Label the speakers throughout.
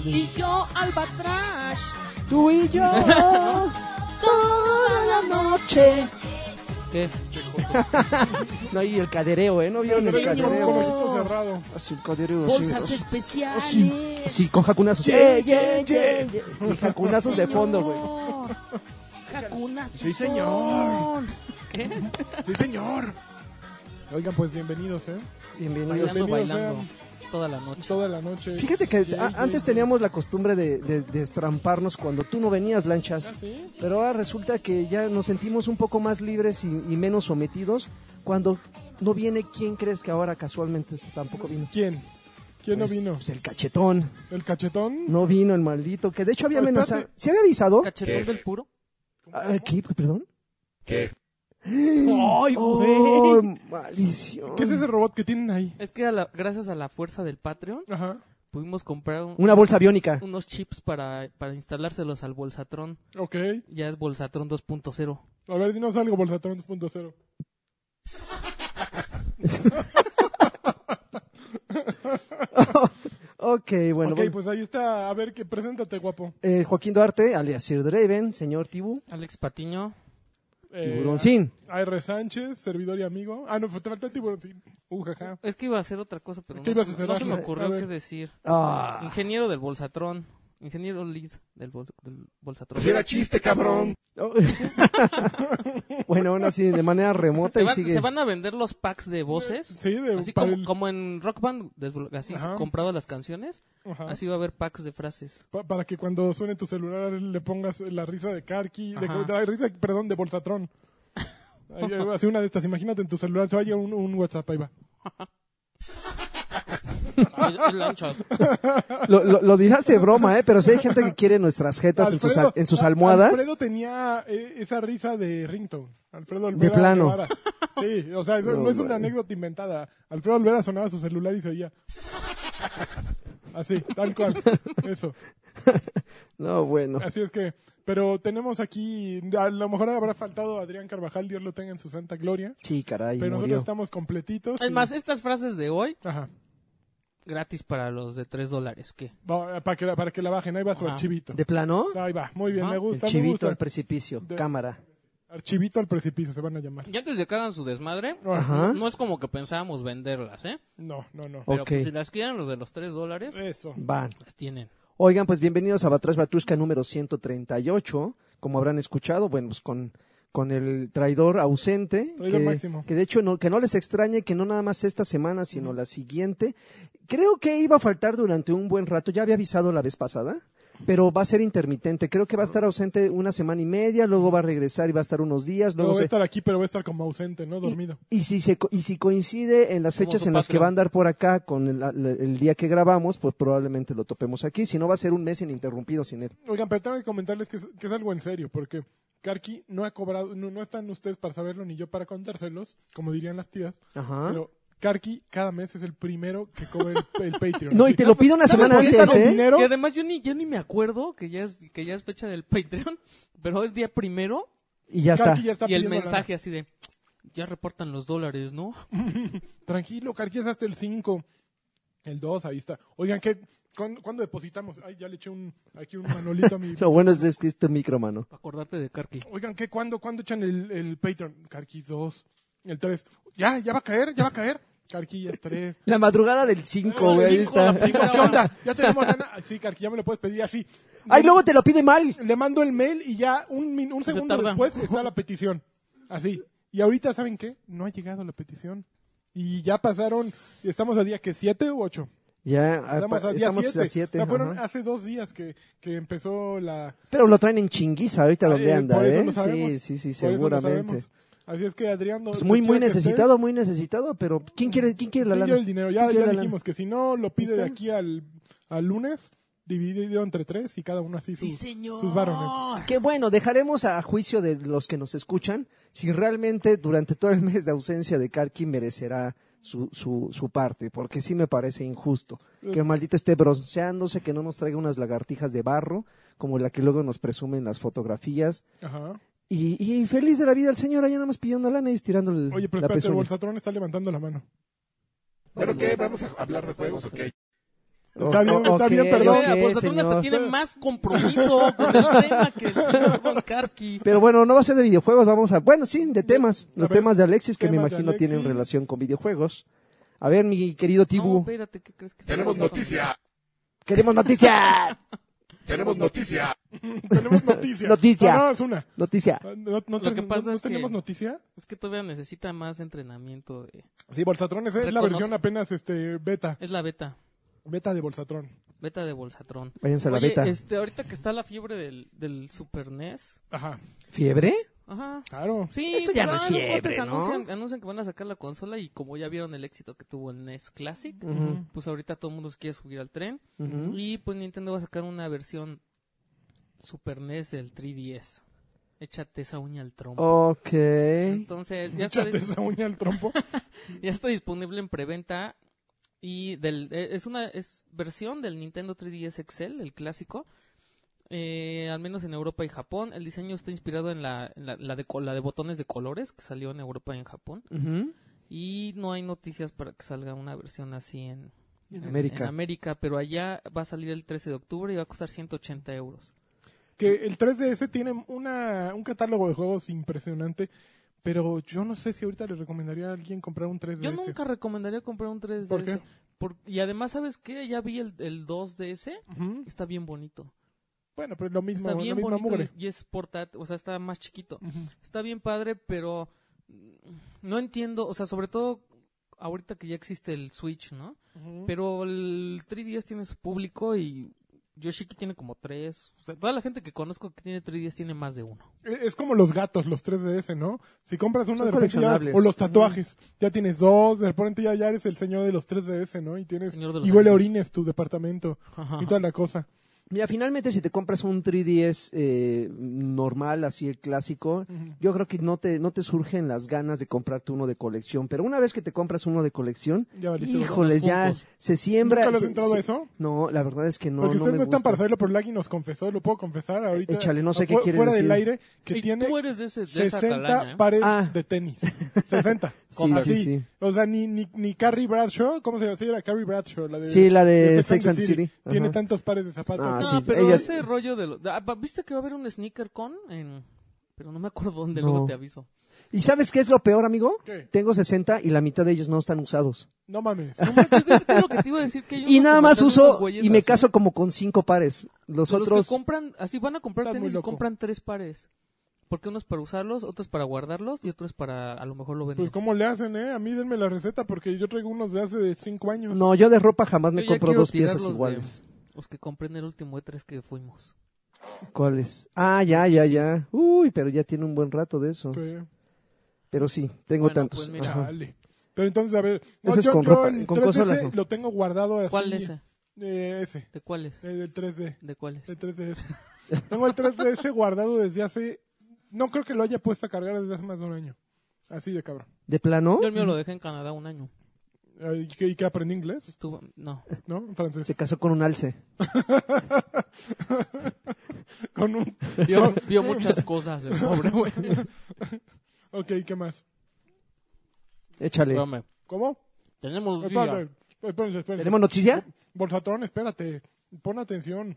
Speaker 1: como albatrash. Tú y yo, toda la noche.
Speaker 2: ¿Qué?
Speaker 1: No, y el cadereo, ¿eh? ¿No vieron el
Speaker 3: señor.
Speaker 1: cadereo?
Speaker 3: Con ojito cerrado.
Speaker 1: Así, el cadereo. así,
Speaker 2: Bolsas
Speaker 1: así,
Speaker 2: especiales.
Speaker 1: así, así, con jacunazos. ¡Eh, ye, ye, ye! Y jacunazos de fondo, güey.
Speaker 2: Señor. Jacunazos
Speaker 3: Sí, señor.
Speaker 2: son. ¿Qué?
Speaker 3: Sí, señor. Oigan, pues bienvenidos, ¿eh?
Speaker 1: Bienvenidos.
Speaker 2: Bailando,
Speaker 3: Bienvenidos
Speaker 2: bailando.
Speaker 3: sean.
Speaker 2: Toda la noche.
Speaker 3: Toda la noche.
Speaker 1: Fíjate que
Speaker 3: Sí,
Speaker 1: a-
Speaker 3: sí,
Speaker 1: antes
Speaker 3: sí.
Speaker 1: teníamos la costumbre de, de- de estramparnos cuando tú no venías, lanchas.
Speaker 3: ¿Ah, sí?
Speaker 1: Pero ahora resulta que ya nos sentimos un poco más libres y, y menos sometidos cuando no viene quién crees que ahora casualmente tampoco vino.
Speaker 3: ¿Quién? ¿Quién no
Speaker 1: Pues,
Speaker 3: vino?
Speaker 1: Pues el cachetón.
Speaker 3: ¿El cachetón?
Speaker 1: No vino el maldito, que de hecho había
Speaker 3: No,
Speaker 1: amenazado.
Speaker 3: espérate.
Speaker 1: ¿Se había avisado?
Speaker 2: Cachetón del puro.
Speaker 1: Ah, ¿Qué? ¿Perdón?
Speaker 3: ¡Ay,
Speaker 1: ¡Oh, maldición!
Speaker 3: ¿Qué es ese robot que tienen ahí?
Speaker 2: Es que a la- gracias a la fuerza del Patreon
Speaker 3: Ajá.
Speaker 2: pudimos comprar un-
Speaker 1: Una bolsa biónica.
Speaker 2: unos chips para, para instalárselos al Bolsatrón.
Speaker 3: Ok.
Speaker 2: Ya es Bolsatrón 2.0.
Speaker 3: A ver, dinos algo, Bolsatron 2.0.
Speaker 1: ok, bueno.
Speaker 3: ok,
Speaker 1: voy.
Speaker 3: pues ahí está. A ver, que preséntate, guapo.
Speaker 1: Eh, Joaquín Duarte, alias Sir Draven, señor Tibu,
Speaker 2: Alex Patiño.
Speaker 3: Eh,
Speaker 1: tiburoncín.
Speaker 3: AR Sánchez, servidor y amigo. Ah, no, te faltó el tiburoncín. Uh, jaja.
Speaker 2: Es que iba a hacer otra cosa, pero
Speaker 3: ¿Qué
Speaker 2: no,
Speaker 3: ibas
Speaker 2: se-
Speaker 3: a hacer,
Speaker 2: no se me
Speaker 3: Ángel? A
Speaker 2: ocurrió
Speaker 3: ver.
Speaker 2: qué decir.
Speaker 1: Ah.
Speaker 2: Ingeniero del Bolsatrón. Ingeniero lead del, bol- del Bolsatrón.
Speaker 4: Pues era chiste, cabrón.
Speaker 1: Oh. bueno, aún así, de manera remota
Speaker 2: se,
Speaker 1: y
Speaker 2: van,
Speaker 1: sigue.
Speaker 2: se van a vender los packs de voces.
Speaker 3: Sí, de,
Speaker 2: Así
Speaker 3: para
Speaker 2: como,
Speaker 3: el-
Speaker 2: como en Rock Band, desblo- así
Speaker 3: Ajá.
Speaker 2: compraba las canciones,
Speaker 3: Ajá.
Speaker 2: así va a haber packs de frases.
Speaker 3: Pa- para que cuando suene tu celular le pongas la risa de Karki, de,
Speaker 2: Ajá.
Speaker 3: la risa, perdón, de Bolsatrón. Ahí, ahí va, Así una de estas, imagínate en tu celular, te vaya un, un WhatsApp, ahí va.
Speaker 2: Es- es lancha.
Speaker 1: Lo, lo- lo dirás de broma, ¿eh? Pero si hay gente que quiere nuestras jetas en sus, al- en sus
Speaker 3: Al-
Speaker 1: almohadas.
Speaker 3: Alfredo tenía eh, esa risa de ringtone. Alfredo
Speaker 1: De
Speaker 3: Olvera.
Speaker 1: plano.
Speaker 3: Guevara. Sí, o sea, eso
Speaker 1: No,
Speaker 3: no, es una
Speaker 1: güey.
Speaker 3: anécdota inventada. Alfredo Olvera sonaba su celular y se oía. Así, tal cual. Eso.
Speaker 1: No, bueno.
Speaker 3: Así es que, pero tenemos aquí, a lo mejor habrá faltado Adrián Carvajal, Dios lo tenga en su santa gloria.
Speaker 1: Sí, caray,
Speaker 3: Pero
Speaker 1: murió.
Speaker 3: nosotros estamos completitos.
Speaker 2: Es
Speaker 3: y-
Speaker 2: más, estas frases de hoy,
Speaker 3: Ajá.
Speaker 2: gratis para los de 3 dólares. ¿Qué?
Speaker 3: Va, Para que, la- para que la bajen, ahí va su
Speaker 2: Ajá.
Speaker 3: archivito.
Speaker 1: ¿De plano?
Speaker 3: Ahí va, muy bien,
Speaker 2: Ajá.
Speaker 3: me
Speaker 1: El
Speaker 3: gusta, me
Speaker 1: chivito
Speaker 3: gusta.
Speaker 1: al precipicio.
Speaker 3: De-
Speaker 1: Cámara.
Speaker 3: Archivito al precipicio se van a llamar.
Speaker 2: Y antes de que hagan su desmadre,
Speaker 1: Ajá.
Speaker 2: no es como que pensábamos venderlas, ¿eh?
Speaker 3: No, no, no.
Speaker 2: Pero
Speaker 1: Ok.
Speaker 2: pues, si las quieren los de los 3 dólares,
Speaker 3: Eso.
Speaker 1: Van.
Speaker 2: las tienen.
Speaker 1: Oigan, pues bienvenidos a Batrás Batrusca número 138. Como habrán escuchado, bueno, pues con, con el traidor ausente.
Speaker 3: Traidor
Speaker 1: que,
Speaker 3: máximo.
Speaker 1: que de hecho, no, que no les extrañe que no nada más esta semana, sino la siguiente. Creo que iba a faltar durante un buen rato. Ya había avisado la vez pasada. Pero va a ser intermitente. Creo que va a estar ausente una semana y media, luego va a regresar y va a estar unos días,
Speaker 3: No
Speaker 1: luego
Speaker 3: va a
Speaker 1: se,
Speaker 3: estar aquí, pero va a estar como ausente, ¿no? Dormido.
Speaker 1: Y, y si se, co- y si coincide en las
Speaker 2: Como
Speaker 1: fechas
Speaker 2: su
Speaker 1: en las que
Speaker 2: Patreon.
Speaker 1: va a andar por acá con el, la- la- el día que grabamos, pues probablemente lo topemos aquí. Si no, va a ser un mes ininterrumpido sin él.
Speaker 3: Oigan, pero tengo que comentarles que es, que es algo en serio, porque Karki no ha cobrado, no, no están ustedes para saberlo ni yo para contárselos, como dirían las tías,
Speaker 1: Ajá.
Speaker 3: pero Karki cada mes es el primero que cobra el, el Patreon.
Speaker 1: no, y te lo pido una
Speaker 3: Así,
Speaker 1: semana
Speaker 3: depositan
Speaker 1: antes,
Speaker 3: el
Speaker 1: ¿eh?
Speaker 3: dinero,
Speaker 2: Que además yo ni, yo ni me acuerdo que ya, es, que ya es fecha del Patreon, pero es día primero
Speaker 1: Y ya está.
Speaker 3: Karki ya está
Speaker 2: y el
Speaker 3: pidiendo lana.
Speaker 2: mensaje así de, ya reportan los dólares, ¿no?
Speaker 3: Tranquilo, Karki es hasta el 5. El 2, ahí está. Oigan, ¿qué, ¿cuándo, cuándo depositamos? Ay, ya le eché un, aquí un manolito a mi...
Speaker 1: Lo bueno es, es que este micromano.
Speaker 2: Acordarte de Karki.
Speaker 3: Oigan, ¿qué, cuándo, ¿cuándo echan el, el Patreon? Karki 2, el 3. Ya, ya va a caer, ya va a caer. Karki ya es 3.
Speaker 1: La madrugada del
Speaker 3: Ah,
Speaker 1: 5, güey. Ahí
Speaker 2: Cinco, la
Speaker 1: está.
Speaker 2: primera
Speaker 3: ¿Qué
Speaker 2: hora.
Speaker 3: onda? Ya tenemos lana. Ah, Sí, Karki, ya me lo puedes pedir así.
Speaker 1: Ay, luego te lo pide mal.
Speaker 3: Le mando el mail y ya un, min- un segundo
Speaker 2: tarda.
Speaker 3: después está la petición. Así. Y ahorita, ¿saben qué? No ha llegado la petición. Y ya pasaron, estamos a día que 7 u 8.
Speaker 1: Ya, ah,
Speaker 3: Estamos
Speaker 1: pa-
Speaker 3: a día
Speaker 1: estamos a
Speaker 3: 7.
Speaker 1: siete,
Speaker 3: fueron
Speaker 1: ajá.
Speaker 3: hace dos días que, que empezó la...
Speaker 1: Pero lo traen en chinguiza ahorita
Speaker 3: eh,
Speaker 1: donde anda,
Speaker 3: por eso
Speaker 1: ¿eh?
Speaker 3: lo sabemos,
Speaker 1: Sí, sí, sí,
Speaker 3: por eso lo
Speaker 1: seguramente.
Speaker 3: sabemos. Así es que Adrián... no-
Speaker 1: Pues
Speaker 3: no
Speaker 1: muy,
Speaker 3: quiero
Speaker 1: muy
Speaker 3: que estés.
Speaker 1: necesitado, muy necesitado, pero ¿quién quiere, quién quiere la
Speaker 3: Yo
Speaker 1: lana?
Speaker 3: el dinero,
Speaker 1: ¿Quién
Speaker 3: ya,
Speaker 1: quiere la
Speaker 3: ya dijimos que si no lo pide de
Speaker 1: está.
Speaker 3: aquí al, al lunes, dividido entre tres y cada uno así sus, sus baronets.
Speaker 1: Que bueno, dejaremos a juicio de los que nos escuchan si realmente durante todo el mes de ausencia de Karki merecerá su, su, su parte, porque sí me parece injusto que el maldito esté bronceándose, que no nos traiga unas lagartijas de barro como la que luego nos presumen las fotografías.
Speaker 3: Ajá.
Speaker 1: Y, y feliz de la vida el señor allá nada más pidiendo lana y estirando el,
Speaker 3: Oye, pero
Speaker 1: la
Speaker 3: espérate, el
Speaker 1: pezuña.
Speaker 3: Bolsatrón está levantando la mano.
Speaker 4: ¿Pero qué? ¿Vamos a hablar de juegos o qué?
Speaker 3: Está bien,
Speaker 1: O- o-
Speaker 3: está bien,
Speaker 1: ok,
Speaker 3: perdón.
Speaker 1: ok,
Speaker 2: Mira, pues Saturno hasta
Speaker 1: señor.
Speaker 2: tiene más compromiso con el tema que el señor Ron Karki.
Speaker 1: Pero bueno, no va a ser de videojuegos, vamos a... Bueno, sí, de temas.
Speaker 3: a
Speaker 1: Los
Speaker 3: ver,
Speaker 1: temas de Alexis que me
Speaker 3: temas de
Speaker 1: imagino tienen
Speaker 3: Alexis.
Speaker 1: relación con videojuegos. A ver, mi querido
Speaker 2: No,
Speaker 1: Tibu,
Speaker 2: espérate, ¿qué crees que está
Speaker 4: Tenemos
Speaker 2: hablando?
Speaker 4: noticia.
Speaker 1: queremos noticia.
Speaker 4: Tenemos noticia.
Speaker 3: Tenemos noticia.
Speaker 1: Noticia.
Speaker 3: No, no, es una. Ah,
Speaker 1: Noticia.
Speaker 3: No, no, no
Speaker 2: Lo que
Speaker 3: ten-
Speaker 2: pasa
Speaker 3: no- no
Speaker 2: es que-
Speaker 3: tenemos noticia.
Speaker 2: Es que todavía necesita más entrenamiento. de-
Speaker 3: Sí, Bolsatrón es la
Speaker 2: Reconoce.
Speaker 3: versión apenas este beta.
Speaker 2: Es la beta.
Speaker 3: Beta de Bolsatrón.
Speaker 2: Beta de Bolsatrón.
Speaker 1: Váyanse a la
Speaker 2: Oye,
Speaker 1: beta.
Speaker 2: Este, ahorita que está la fiebre del, del Super NES.
Speaker 3: Ajá,
Speaker 1: ¿Fiebre?
Speaker 2: Ajá.
Speaker 3: claro.
Speaker 2: Sí,
Speaker 1: Eso ya no
Speaker 2: pues,
Speaker 1: es
Speaker 2: ah, los
Speaker 1: fiebre,
Speaker 2: cuates
Speaker 1: ¿no?
Speaker 2: anuncian, anuncian que van a sacar la consola y como ya vieron el éxito que tuvo el NES Classic,
Speaker 1: Ujú.
Speaker 2: pues ahorita todo el mundo se quiere subir al tren.
Speaker 1: Ujú.
Speaker 2: Y pues Nintendo va a sacar una versión Super NES del 3DS. Échate esa uña al trompo.
Speaker 1: Ok.
Speaker 2: Entonces, ya está,
Speaker 3: Échate esa uña al trompo.
Speaker 2: ya está disponible en preventa. Y del, eh, es una es versión del Nintendo 3DS Excel, el clásico. eh, al menos en Europa y Japón. El diseño está inspirado en, la, en la, la de, co- la de botones de colores que salió en Europa y en Japón.
Speaker 1: Ujú.
Speaker 2: Y no hay noticias para que salga una versión así en,
Speaker 1: En
Speaker 2: en
Speaker 1: América.
Speaker 2: América, pero allá va a salir el 13 de octubre y va a costar 180 euros.
Speaker 3: que el 3DS tiene una, un catálogo de juegos impresionante. Pero yo no sé si ahorita le recomendaría a alguien comprar un 3DS.
Speaker 2: Yo nunca recomendaría comprar un 3DS.
Speaker 3: ¿Por qué?
Speaker 2: Por- y además, ¿sabes qué? Ya vi el, el 2DS.
Speaker 3: Ujú.
Speaker 2: Está bien bonito.
Speaker 3: Bueno, pero es lo mismo.
Speaker 2: Está
Speaker 3: la
Speaker 2: bien
Speaker 3: misma
Speaker 2: bonito
Speaker 3: mugre.
Speaker 2: y, y es portátil, o sea, está más chiquito.
Speaker 3: Ujú.
Speaker 2: Está bien padre, pero mm, no entiendo, o sea, sobre todo ahorita que ya existe el Switch, ¿no?
Speaker 3: Ujú.
Speaker 2: Pero el 3DS tiene su público y Yoshiki tiene como tres. O sea, toda la gente que conozco que tiene 3DS tiene más de uno.
Speaker 3: Es es como los gatos, los 3DS, ¿no? Si compras uno
Speaker 1: Son
Speaker 3: de repente ya-
Speaker 1: coleccionables.
Speaker 3: o los tatuajes, ya tienes dos, de repente ya, ya eres el señor de los 3DS, ¿no? Y tienes
Speaker 2: Señor de los
Speaker 3: y huele a
Speaker 2: años.
Speaker 3: orines tu departamento y toda la cosa.
Speaker 1: Mira, finalmente si te compras un 3DS eh, normal, así el clásico, yo creo que no te, no te surgen las ganas de comprarte uno de colección. Pero una vez que te compras uno de colección,
Speaker 3: Ya valiste.
Speaker 1: híjoles,
Speaker 2: los
Speaker 1: ya
Speaker 2: Funkos.
Speaker 1: se siembra...
Speaker 3: ¿Nunca le has
Speaker 1: se-
Speaker 3: entrado
Speaker 1: se-
Speaker 3: a eso?
Speaker 1: No, la verdad es que no.
Speaker 3: Porque
Speaker 1: no
Speaker 3: ustedes
Speaker 1: me
Speaker 3: no están
Speaker 1: gusta.
Speaker 3: para saberlo, pero Lagui nos confesó, lo puedo confesar ahorita.
Speaker 1: Échale, no sé qué
Speaker 3: afu-
Speaker 1: quiere
Speaker 3: Fuera
Speaker 1: decir.
Speaker 3: del aire, que
Speaker 2: y
Speaker 3: tiene
Speaker 2: tú eres de, ese, de esa
Speaker 3: 60
Speaker 2: talaña, ¿eh?
Speaker 3: pares
Speaker 1: Ah.
Speaker 3: de tenis. 60.
Speaker 1: Sí,
Speaker 3: Así.
Speaker 1: sí, sí.
Speaker 3: O sea, ni, ni, ni Carrie Bradshaw, ¿cómo se llama? Sí, era Carrie Bradshaw. La de,
Speaker 1: Sí, la de
Speaker 3: de
Speaker 1: Sex and the City.
Speaker 3: Tiene
Speaker 1: Ajá.
Speaker 3: tantos pares de zapatos.
Speaker 1: Ah,
Speaker 2: No,
Speaker 1: sí,
Speaker 2: pero
Speaker 1: ella-
Speaker 2: ese rollo de, lo- de- ah, ¿Viste que va a haber un sneaker con? En- pero no me acuerdo dónde,
Speaker 1: No.
Speaker 2: luego te aviso.
Speaker 1: ¿Y sabes qué es lo peor, amigo?
Speaker 3: ¿Qué?
Speaker 1: Tengo 60 y la mitad de ellos no están usados.
Speaker 3: No mames.
Speaker 2: No, hombre, ¿qué- qué- qué es lo que te iba a decir? Que hay
Speaker 1: Y
Speaker 2: unos
Speaker 1: nada más
Speaker 2: comentarios de unos
Speaker 1: uso
Speaker 2: güeyes
Speaker 1: y me
Speaker 2: así.
Speaker 1: caso como con cinco pares. Los
Speaker 2: Los
Speaker 1: otros...
Speaker 2: que compran, así van a comprar
Speaker 3: Estás muy
Speaker 2: tenis y
Speaker 3: loco.
Speaker 2: compran tres pares. Porque unos para usarlos, otros para guardarlos y otros para a lo mejor lo venden.
Speaker 3: Pues cómo le hacen, ¿eh? A mí denme la receta porque yo traigo unos de hace 5 años.
Speaker 1: No, yo de ropa jamás me
Speaker 2: Yo ya
Speaker 1: compro
Speaker 2: quiero
Speaker 1: dos
Speaker 2: tirar
Speaker 1: piezas
Speaker 2: los de-
Speaker 1: iguales.
Speaker 2: los que compré en el último E3 que fuimos.
Speaker 1: ¿Cuáles? Ah, ya, ya, ya. Uy, pero ya tiene un buen rato de eso.
Speaker 3: Pero,
Speaker 1: Pero sí, tengo
Speaker 2: Bueno,
Speaker 1: tantos.
Speaker 2: pues mira.
Speaker 1: Ajá.
Speaker 3: chale. Pero entonces, a ver, no,
Speaker 1: Ese es
Speaker 3: yo,
Speaker 1: con
Speaker 3: yo
Speaker 1: ropa-
Speaker 3: el
Speaker 1: con
Speaker 3: 3DS
Speaker 1: consolas, ¿no?
Speaker 3: lo tengo guardado así.
Speaker 2: ¿Cuál ese?
Speaker 3: Eh, ese,
Speaker 2: ¿De cuáles?
Speaker 3: Ah, el del 3D,
Speaker 2: ¿De cuáles?
Speaker 3: el 3DS. tengo el 3DS guardado desde hace, no creo que lo haya puesto a cargar desde hace más de un año. Así de cabrón.
Speaker 1: ¿De plano?
Speaker 2: Yo el mío lo dejé en Canadá un año.
Speaker 3: Eh, ¿Y que, y que aprendí inglés?
Speaker 2: Estuvo- no.
Speaker 3: ¿No? En francés.
Speaker 1: Se casó con un alce.
Speaker 3: Con un...
Speaker 2: Vio, vio muchas cosas, el pobre güey.
Speaker 3: Ok, ¿qué más?
Speaker 1: Échale.
Speaker 2: Espérame.
Speaker 3: ¿Cómo?
Speaker 2: Tenemos un día.
Speaker 3: Espérense, espérense, espérense.
Speaker 1: ¿Tenemos noticia?
Speaker 3: Bolsatrón, espérate. Pon atención.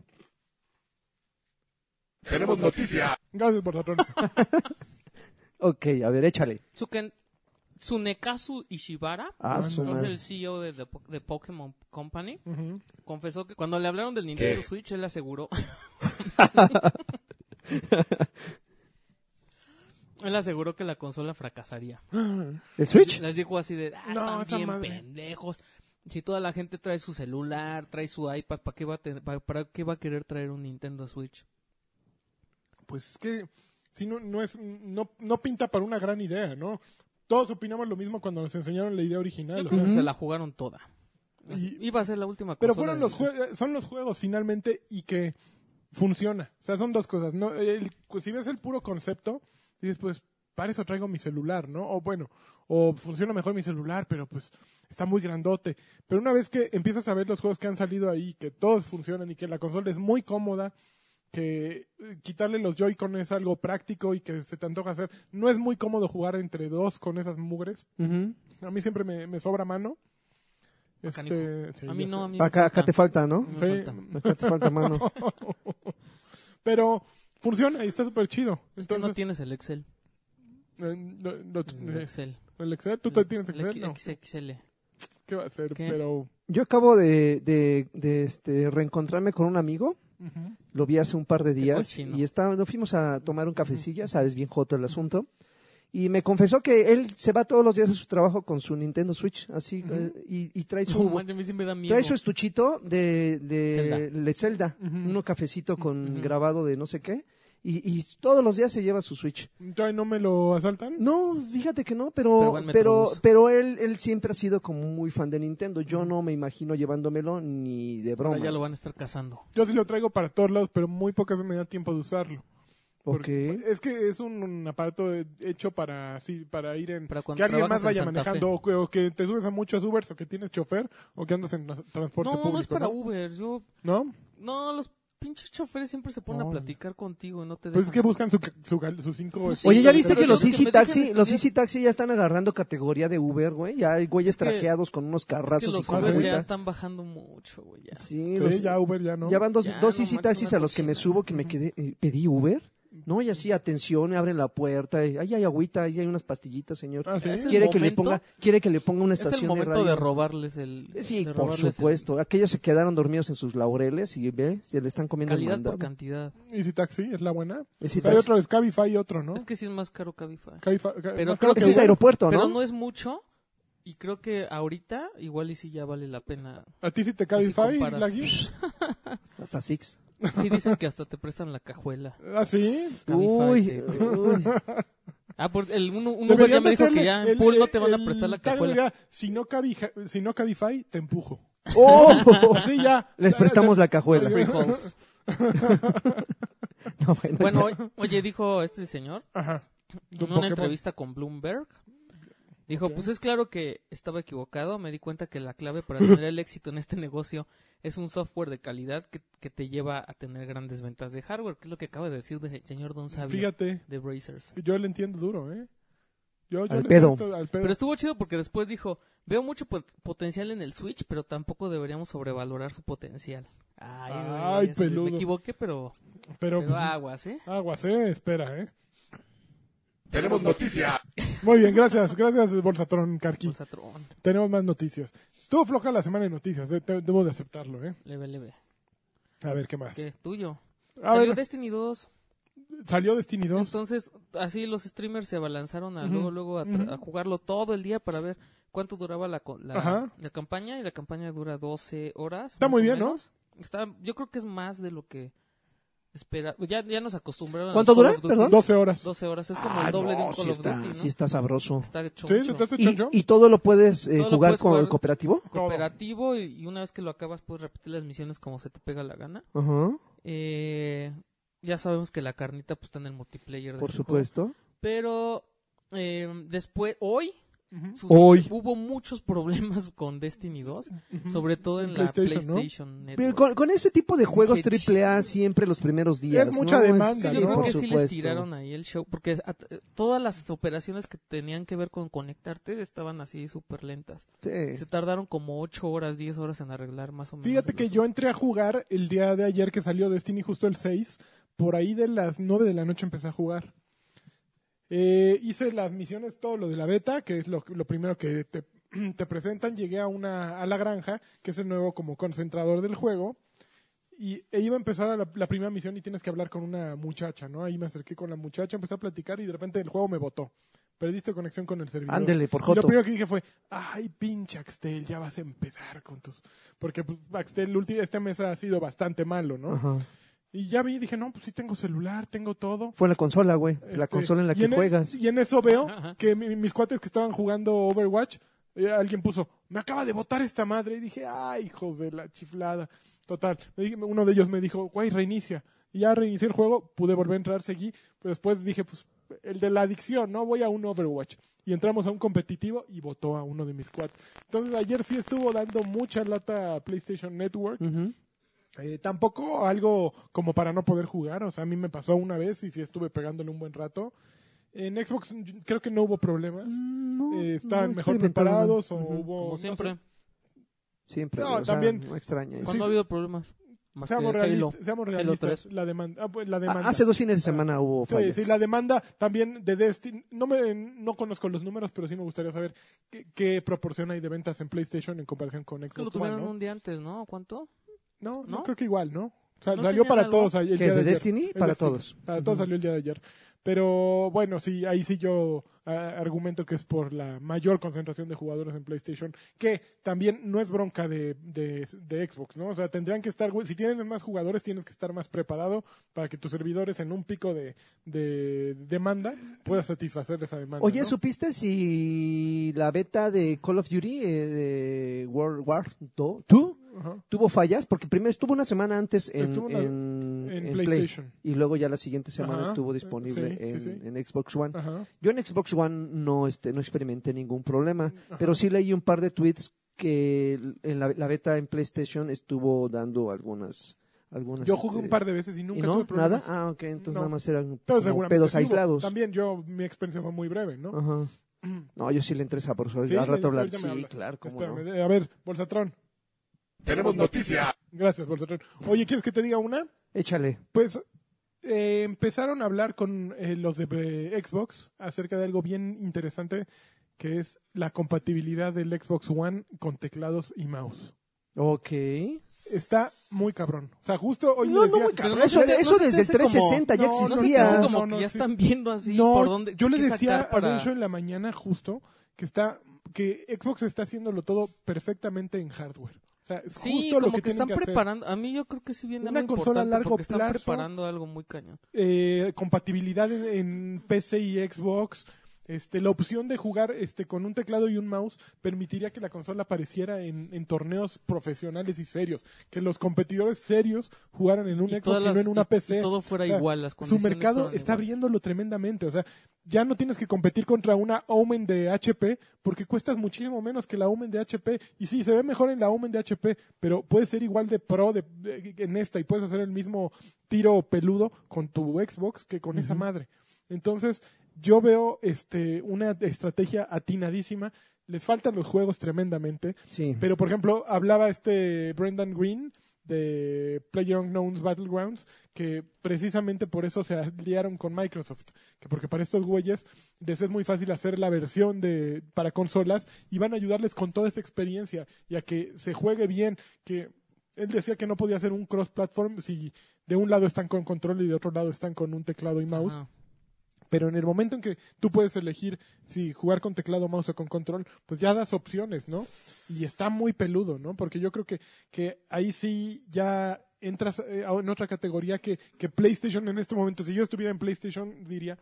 Speaker 4: Tenemos noticia.
Speaker 3: Gracias, Bolsatrón.
Speaker 1: Ok, a ver, échale.
Speaker 2: Tsuken- Tsunekazu Ishibara,
Speaker 1: Ah, su
Speaker 2: es
Speaker 1: madre.
Speaker 2: el CEO de, The- de Pokémon Company,
Speaker 3: Ujú.
Speaker 2: confesó que cuando le hablaron del Nintendo
Speaker 4: ¿Qué?
Speaker 2: Switch, él aseguró. él aseguró que la consola fracasaría.
Speaker 1: ¿El Switch?
Speaker 2: Les dijo así de, ah,
Speaker 3: No, esa
Speaker 2: están bien
Speaker 3: madre.
Speaker 2: pendejos. Si toda la gente trae su celular, trae su iPad, ¿para qué va a, tener- para, para qué va a querer traer un Nintendo Switch?
Speaker 3: Pues es que si no, no es no, no pinta para una gran idea, ¿no? Todos opinamos lo mismo cuando nos enseñaron la idea original.
Speaker 2: Yo
Speaker 3: o
Speaker 2: creo que
Speaker 3: sea.
Speaker 2: se la jugaron toda.
Speaker 3: Y-
Speaker 2: Iba a ser la última
Speaker 3: Pero
Speaker 2: consola
Speaker 3: fueron
Speaker 2: de
Speaker 3: los
Speaker 2: Nintendo.
Speaker 3: jue- eh, son los juegos finalmente y que funciona. O sea, son dos cosas. No, el- pues, si ves el puro concepto, dices, pues, para eso traigo mi celular, ¿no? O bueno, o funciona mejor mi celular, pero pues está muy grandote. Pero una vez que empiezas a ver los juegos que han salido ahí, que todos funcionan y que la consola es muy cómoda, que eh, quitarle los Joy-Con es algo práctico y que se te antoja hacer. No es muy cómodo jugar entre dos con esas mugres.
Speaker 1: Ujú.
Speaker 3: A mí siempre me, me sobra mano. Este, sí,
Speaker 2: a mí
Speaker 3: ya
Speaker 2: no,
Speaker 3: sé.
Speaker 2: a mí me
Speaker 1: Acá, acá
Speaker 2: falta.
Speaker 1: te falta, ¿no?
Speaker 2: Me
Speaker 3: Sí.
Speaker 2: falta.
Speaker 1: Acá te falta mano.
Speaker 3: Pero funciona y está súper chido.
Speaker 2: Es que no
Speaker 3: Entonces,
Speaker 2: tienes el Excel.
Speaker 3: eh, lo- lo-
Speaker 2: El
Speaker 3: eh,
Speaker 2: Excel.
Speaker 3: el Excel, tú te tienes
Speaker 2: El
Speaker 3: Excel, ¿no?
Speaker 2: XXL.
Speaker 3: ¿Qué va a hacer?
Speaker 2: ¿Qué?
Speaker 3: Pero
Speaker 1: Yo acabo de, de- de, este, reencontrarme con un amigo.
Speaker 3: ujú,
Speaker 1: Lo vi hace un par de días
Speaker 2: cochino.
Speaker 1: y estaba, nos fuimos a tomar un cafecillo, ya sabes, bien joto el asunto. Y me confesó que él se va todos los días a su trabajo con su Nintendo Switch, así, eh, y, y trae su...
Speaker 2: No, man, a mí sí me da miedo.
Speaker 1: Trae su estuchito de, de Zelda,
Speaker 3: Ujú.
Speaker 1: uno cafecito con
Speaker 2: Ujú.
Speaker 1: grabado de no sé qué, y, y todos los días se lleva su Switch.
Speaker 3: ¿todavía no me lo asaltan?
Speaker 1: No, fíjate que no,
Speaker 2: Pero
Speaker 1: pero
Speaker 2: va en
Speaker 1: pero
Speaker 2: Metrobús.
Speaker 1: pero él él siempre ha sido como muy fan de Nintendo. Yo no me imagino llevándomelo ni de
Speaker 2: Ahora
Speaker 1: broma.
Speaker 2: ya lo van a estar cazando.
Speaker 3: Yo sí lo traigo para todos lados, pero muy pocas veces me da tiempo de usarlo. Porque
Speaker 1: Ok.
Speaker 3: Es que es un, un aparato eh, hecho para sí, para ir en
Speaker 2: Para cuando
Speaker 3: que alguien
Speaker 2: trabajas
Speaker 3: más
Speaker 2: en
Speaker 3: vaya
Speaker 2: Santa
Speaker 3: manejando o que, o que te subes a muchos Ubers o que tienes chofer o que andas en tra- transporte
Speaker 2: No,
Speaker 3: público.
Speaker 2: no es para
Speaker 3: ¿no?
Speaker 2: Uber. Yo,
Speaker 3: ¿No?
Speaker 2: no, los pinches choferes siempre se ponen a
Speaker 3: Órale.
Speaker 2: platicar contigo y no te dejan.
Speaker 3: Pues es que buscan su, ca- su, gal- sus cinco.
Speaker 2: Pues sí,
Speaker 1: Oye, ¿ya
Speaker 2: pero-
Speaker 1: viste
Speaker 2: pero
Speaker 1: que los
Speaker 2: que me
Speaker 1: Easy
Speaker 2: dejen
Speaker 1: Taxi,
Speaker 2: estudiar.
Speaker 1: los Easy Taxi ya están agarrando categoría de Uber, güey? Ya hay güeyes
Speaker 2: que-
Speaker 1: trajeados con unos
Speaker 2: Es que
Speaker 1: carrazos y
Speaker 2: los
Speaker 1: con
Speaker 2: Uber ya
Speaker 1: agüita.
Speaker 2: están bajando mucho, güey. ya.
Speaker 1: Sí,
Speaker 3: sí,
Speaker 1: los-
Speaker 3: ya Uber ya no.
Speaker 1: Ya van dos,
Speaker 2: Ya,
Speaker 1: dos
Speaker 2: no
Speaker 1: Easy
Speaker 2: manches,
Speaker 1: Taxis
Speaker 2: una
Speaker 1: a los que me
Speaker 2: cochina.
Speaker 1: subo que me quedé. eh, ¿Pedí Uber? No, y así, atención, abren la puerta. y, ahí hay agüita, ahí hay unas pastillitas, señor.
Speaker 3: Ah, sí.
Speaker 2: Es el
Speaker 1: Quiere que, le
Speaker 2: momento-
Speaker 1: ponga, quiere que le ponga una
Speaker 2: Es
Speaker 1: estación
Speaker 2: el momento
Speaker 1: radio.
Speaker 2: de robarles el.
Speaker 1: Eh, Sí,
Speaker 2: de
Speaker 1: por
Speaker 2: robarles el
Speaker 1: supuesto. Aquellos se quedaron dormidos en sus laureles y ve, se le están comiendo el
Speaker 2: Calidad por
Speaker 1: mandado.
Speaker 2: cantidad.
Speaker 3: Easy Taxi es la buena.
Speaker 1: Easy
Speaker 3: Hay
Speaker 1: Taxi.
Speaker 3: otro, es Cabify y otro, ¿no?
Speaker 2: Pues- Es que sí es más caro Cabify.
Speaker 3: Cabify, ca-
Speaker 2: Pero creo
Speaker 3: más caro
Speaker 2: que
Speaker 1: Ese es
Speaker 3: Uber.
Speaker 1: aeropuerto,
Speaker 2: Pero
Speaker 1: ¿no?
Speaker 2: no es mucho. Y creo que ahorita igual y sí ya vale la pena.
Speaker 3: ¿A ti sí te
Speaker 2: Así
Speaker 3: Cabify,
Speaker 2: comparas.
Speaker 3: Lagui?
Speaker 1: Hasta Six.
Speaker 2: Sí dicen que hasta te prestan la cajuela.
Speaker 3: ¿Ah, sí?
Speaker 2: Cabify,
Speaker 1: Uy,
Speaker 2: te-
Speaker 1: uy.
Speaker 2: Ah, por el uno, un Uber ya
Speaker 3: Deberían
Speaker 2: me
Speaker 3: de
Speaker 2: dijo que
Speaker 3: hacerle
Speaker 2: ya en
Speaker 3: el-
Speaker 2: pool no te van a
Speaker 3: el
Speaker 2: prestar la
Speaker 3: tag
Speaker 2: cajuela.
Speaker 3: debería, si no, Cabija- si no Cabify, te empujo.
Speaker 1: ¡Oh!
Speaker 3: Así ya.
Speaker 1: Les prestamos la cajuela.
Speaker 2: Free calls.
Speaker 1: No, bueno,
Speaker 2: Bueno,
Speaker 1: ya.
Speaker 2: o- oye, dijo este señor
Speaker 3: Ajá.
Speaker 2: en
Speaker 3: De
Speaker 2: una
Speaker 3: Ah, Pokémon.
Speaker 2: entrevista con Bloomberg. Dijo,
Speaker 3: Ok.
Speaker 2: pues es claro que estaba equivocado, me di cuenta que la clave para tener el éxito en este negocio es un software de calidad que, que te lleva a tener grandes ventas de hardware, que es lo que acaba de decir el señor Don Sabio
Speaker 3: Fíjate,
Speaker 2: de Brazers.
Speaker 3: yo le entiendo duro, ¿eh? Yo, yo
Speaker 1: Al
Speaker 3: le
Speaker 1: pedo.
Speaker 3: siento al pedo.
Speaker 2: Pero estuvo chido porque después dijo, veo mucho pot- potencial en el Switch, pero tampoco deberíamos sobrevalorar su potencial. Ay, güey,
Speaker 3: Ay,
Speaker 2: ya sé,
Speaker 3: peludo.
Speaker 2: Me equivoqué, pero,
Speaker 3: Pero, pues
Speaker 2: pero aguas, ¿eh?
Speaker 3: aguas, ¿eh? Espera, ¿eh?
Speaker 4: Tenemos noticia.
Speaker 3: Muy bien, gracias, gracias, Bolsatron Carqui.
Speaker 2: Bolsatrón,
Speaker 3: Tenemos más noticias. Estuvo floja la semana de noticias, de- de- debo de aceptarlo, ¿eh?
Speaker 2: leve, leve.
Speaker 3: A ver, ¿qué más?
Speaker 2: ¿Qué? Tuyo.
Speaker 3: A
Speaker 2: Salió
Speaker 3: ver,
Speaker 2: Destiny 2.
Speaker 3: salió Destiny 2.
Speaker 2: Entonces, así los streamers se abalanzaron a
Speaker 3: Ujú.
Speaker 2: luego, luego a, tra-
Speaker 3: Ujú.
Speaker 2: a jugarlo todo el día para ver cuánto duraba la, co- la,
Speaker 3: Ajá.
Speaker 2: la campaña. Y la campaña dura 12 horas.
Speaker 3: Está
Speaker 2: más
Speaker 3: muy
Speaker 2: o
Speaker 3: bien, ¿no?
Speaker 2: menos. Está, yo creo que es más de lo que espera. Ya, ya nos acostumbraron. a
Speaker 1: ¿Cuánto
Speaker 2: los Call
Speaker 1: dura?
Speaker 2: of Duty.
Speaker 1: Perdón.
Speaker 3: 12 horas.
Speaker 2: 12 horas. Es como
Speaker 1: Ah,
Speaker 2: el doble de un
Speaker 1: no,
Speaker 2: Call
Speaker 1: sí
Speaker 2: of
Speaker 1: está,
Speaker 2: Duty, ¿no?
Speaker 1: sí está sabroso.
Speaker 2: Está choncho.
Speaker 3: ¿Sí? ¿Se te hace
Speaker 1: ¿Y,
Speaker 3: choncho?
Speaker 1: y todo lo puedes eh,
Speaker 2: Todo lo
Speaker 1: jugar
Speaker 2: puedes
Speaker 1: con
Speaker 2: jugar.
Speaker 1: el cooperativo?
Speaker 3: todo.
Speaker 2: Cooperativo y, y una vez que lo acabas puedes repetir las misiones como se te pega la gana.
Speaker 1: Ajá,
Speaker 2: Eh, ya sabemos que la carnita pues está en el multiplayer. de
Speaker 1: por
Speaker 2: este
Speaker 1: supuesto.
Speaker 2: juego. Pero eh, después, hoy,
Speaker 3: Ujú.
Speaker 2: sus-
Speaker 1: Hoy.
Speaker 2: hubo muchos problemas con Destiny 2,
Speaker 3: Ujú.
Speaker 2: sobre todo en
Speaker 3: En
Speaker 2: la
Speaker 3: PlayStation,
Speaker 2: PlayStation,
Speaker 3: ¿no?
Speaker 1: Pero
Speaker 2: Network.
Speaker 1: con, con ese tipo de juegos
Speaker 2: Dije,
Speaker 1: AAA siempre los primeros días.
Speaker 3: Es mucha
Speaker 1: ¿no?
Speaker 3: demanda,
Speaker 2: Sí,
Speaker 3: ¿no?
Speaker 2: creo
Speaker 1: por
Speaker 2: que sí les
Speaker 1: supuesto.
Speaker 2: tiraron ahí el show, porque a- todas las operaciones que tenían que ver con conectarte estaban así súper lentas.
Speaker 1: Sí.
Speaker 2: Se tardaron como 8 horas, 10 horas en arreglar más o menos.
Speaker 3: Fíjate
Speaker 2: el
Speaker 3: que
Speaker 2: asunto.
Speaker 3: yo entré a jugar el día de ayer que salió Destiny, justo el 6. Por ahí de las 9 de la noche empecé a jugar. Eh, hice las misiones, todo lo de la beta, que es lo, lo primero que te, te presentan. Llegué a, una, a la granja, que es el nuevo como concentrador del juego. Y e iba a empezar a la, la primera misión y tienes que hablar con una muchacha, ¿no? Ahí me acerqué con la muchacha, empecé a platicar y de repente el juego me botó. Perdiste conexión con el servidor.
Speaker 1: Ándele, por
Speaker 3: Y
Speaker 1: joto.
Speaker 3: lo primero que dije fue, ay, pinche Axtel, ya vas a empezar con tus... Porque pues, Axtel, ulti- este mes ha sido bastante malo, ¿no?
Speaker 1: Ajá.
Speaker 3: Y ya vi, dije, no, pues sí tengo celular, tengo todo.
Speaker 1: Fue en la consola, güey. La
Speaker 3: Este,
Speaker 1: consola en la
Speaker 3: y
Speaker 1: que
Speaker 3: e-
Speaker 1: juegas.
Speaker 3: y en eso veo
Speaker 2: Ajá.
Speaker 3: que mi- mis cuates que estaban jugando Overwatch, eh, alguien puso, me acaba de botar esta madre. Y dije, ay, hijos de la chiflada. Total, me dije- uno de ellos me dijo, güey, reinicia. Y ya reinicié el juego, pude volver a entrar, seguí. Pero después dije, pues, el de la adicción, ¿no? Voy a un Overwatch. Y entramos a un competitivo y votó a uno de mis cuates. Entonces ayer sí estuvo dando mucha lata a PlayStation Network.
Speaker 1: Ujú.
Speaker 3: Eh, tampoco algo como para no poder jugar, o sea, a mí me pasó una vez y sí estuve pegándole un buen rato. En Xbox mm, creo que no hubo problemas,
Speaker 1: Mm, no,
Speaker 3: eh,
Speaker 1: no
Speaker 3: estaban mejor
Speaker 1: experimentaron.
Speaker 3: preparados o
Speaker 1: Ujú.
Speaker 2: como
Speaker 3: hubo... no sé.
Speaker 2: siempre.
Speaker 1: Siempre.
Speaker 3: No,
Speaker 1: o sea,
Speaker 3: también-
Speaker 1: no extraña. eso. Ah,
Speaker 3: Sí.
Speaker 2: Cuando ha habido problemas. Más
Speaker 3: Seamos
Speaker 2: que Halo.
Speaker 3: realistas. Seamos
Speaker 2: Halo
Speaker 3: realistas. La demanda. ah, pues, la
Speaker 1: Ah,
Speaker 3: demanda.
Speaker 1: Hace dos fines de semana hubo
Speaker 3: Sí,
Speaker 1: fallas.
Speaker 3: sí, la demanda también de Destiny. No, me, no conozco los números, pero sí me gustaría saber qué, qué proporción hay de ventas en PlayStation en comparación con
Speaker 2: Es que lo
Speaker 3: Xbox One.
Speaker 2: tuvieron
Speaker 3: ¿no?
Speaker 2: un día antes, ¿no? ¿Cuánto?
Speaker 3: No, no,
Speaker 2: ¿no?
Speaker 3: creo que igual, ¿no? O sea,
Speaker 2: ¿No
Speaker 3: salió para
Speaker 2: tenían algo?
Speaker 3: todos ahí el
Speaker 1: ¿Qué,
Speaker 3: día de
Speaker 1: de
Speaker 3: ayer.
Speaker 1: Destiny?
Speaker 3: El
Speaker 1: Para
Speaker 3: Destiny.
Speaker 1: todos.
Speaker 3: Para todos
Speaker 1: Ujú.
Speaker 3: salió el día de ayer. Pero bueno, sí, ahí sí yo ah, argumento que es por la mayor concentración de jugadores en PlayStation, que también no es bronca de, de, de Xbox, ¿no? O sea, tendrían que estar, si tienen más jugadores, tienes que estar más preparado para que tus servidores en un pico de, de demanda puedan satisfacer esa demanda.
Speaker 1: Oye,
Speaker 3: ¿no?
Speaker 1: ¿supiste si la beta de Call of Duty, eh, de World War 2,
Speaker 3: Ajá.
Speaker 1: tuvo fallas? Porque primero estuvo una semana antes en,
Speaker 3: Estuvo una-
Speaker 1: en-
Speaker 3: en
Speaker 1: en Play,
Speaker 3: PlayStation.
Speaker 1: y luego ya la siguiente semana
Speaker 3: Ajá. eh,
Speaker 1: estuvo disponible
Speaker 3: Sí, sí,
Speaker 1: en,
Speaker 3: sí.
Speaker 1: en Xbox One.
Speaker 3: Ajá.
Speaker 1: Yo en Xbox One no, este, no experimenté ningún problema, pero sí leí un par de tweets que el- en la, la beta en PlayStation estuvo dando algunas... algunas
Speaker 3: Yo jugué un
Speaker 1: este,
Speaker 3: par de veces y nunca
Speaker 1: ¿Y no?
Speaker 3: tuve
Speaker 1: ¿Nada?
Speaker 3: problemas.
Speaker 1: Ah, ok, entonces
Speaker 3: No.
Speaker 1: nada más eran
Speaker 3: Pero
Speaker 1: como
Speaker 3: seguramente
Speaker 1: pedos
Speaker 3: sí hubo.
Speaker 1: aislados.
Speaker 3: También yo, mi experiencia fue muy breve, ¿no?
Speaker 1: Ajá. No, yo sí le entré sabroso.
Speaker 3: Sí,
Speaker 1: Al
Speaker 3: ahorita
Speaker 1: rato hablar.
Speaker 3: me
Speaker 1: Sí,
Speaker 3: habla.
Speaker 1: claro, cómo
Speaker 3: Espérame,
Speaker 1: no.
Speaker 3: eh, A ver, Bolsatrón.
Speaker 4: Tenemos noticia.
Speaker 3: Gracias, Bolsatrón. Oye, ¿quieres que te diga una?
Speaker 1: Échale.
Speaker 3: Pues eh, empezaron a hablar con eh, los de eh, Xbox acerca de algo bien interesante que es la compatibilidad del Xbox One con teclados y mouse.
Speaker 1: Ok.
Speaker 3: Está muy cabrón. O sea, justo hoy
Speaker 1: No,
Speaker 3: le
Speaker 1: no,
Speaker 3: decía...
Speaker 1: muy cabrón.
Speaker 2: no
Speaker 1: Eso,
Speaker 2: se te-
Speaker 1: eso
Speaker 2: no se te
Speaker 1: desde el
Speaker 2: hace como-
Speaker 1: 360 ya
Speaker 3: no, no se
Speaker 2: No
Speaker 3: te Sí,
Speaker 2: sé,
Speaker 1: existía.
Speaker 3: hace
Speaker 2: como
Speaker 3: no,
Speaker 2: que
Speaker 3: no,
Speaker 2: ya
Speaker 3: sí.
Speaker 2: están viendo así
Speaker 3: No,
Speaker 2: por dónde.
Speaker 3: yo le
Speaker 2: qué
Speaker 3: decía
Speaker 2: sacar para-
Speaker 3: a Bencho en la mañana justo que está que Xbox está haciéndolo todo perfectamente en hardware. O sea, es
Speaker 2: Sí,
Speaker 3: justo
Speaker 2: como
Speaker 3: lo que,
Speaker 2: están
Speaker 3: tienen que hacer.
Speaker 2: preparando. A mí yo creo que sí viene
Speaker 3: Una
Speaker 2: algo
Speaker 3: consola a
Speaker 2: importante
Speaker 3: largo
Speaker 2: porque están
Speaker 3: plazo.
Speaker 2: preparando algo muy cañón.
Speaker 3: eh, compatibilidad en, en PC y Xbox. Este, la opción de jugar este, con un teclado y un mouse permitiría que la consola apareciera en, en torneos profesionales y serios, que los competidores serios jugaran en un
Speaker 2: Y
Speaker 3: Xbox
Speaker 2: todas
Speaker 3: y no
Speaker 2: las-
Speaker 3: en una
Speaker 2: y-
Speaker 3: PC.
Speaker 2: y todo fuera
Speaker 3: O sea,
Speaker 2: igual, las
Speaker 3: Su
Speaker 2: condiciones
Speaker 3: mercado
Speaker 2: fueran
Speaker 3: está
Speaker 2: iguales.
Speaker 3: abriéndolo tremendamente, o sea, ya no tienes que competir contra una Omen de HP porque cuestas muchísimo menos que la Omen de HP y sí, se ve mejor en la Omen de HP, pero puedes ser igual de pro de- de- en esta y puedes hacer el mismo tiro peludo con tu Xbox que con esa madre. Entonces, yo veo este una estrategia atinadísima. Les faltan los juegos tremendamente,
Speaker 1: Sí.
Speaker 3: pero, por ejemplo, hablaba este Brendan Green de PlayerUnknown's Battlegrounds, que precisamente por eso se aliaron con Microsoft, que porque para estos güeyes les es muy fácil hacer la versión de para consolas y van a ayudarles con toda esa experiencia y a que se juegue bien, que él decía que no podía hacer un cross-platform si de un lado están con control y de otro lado están con un teclado y mouse,
Speaker 2: Ajá.
Speaker 3: pero en el momento en que tú puedes elegir si jugar con teclado, mouse o con control, pues ya das opciones, ¿no? Y está muy peludo, ¿no? Porque yo creo que, que ahí sí ya entras eh, a- en otra categoría que, que PlayStation en este momento, si yo estuviera en PlayStation, diría,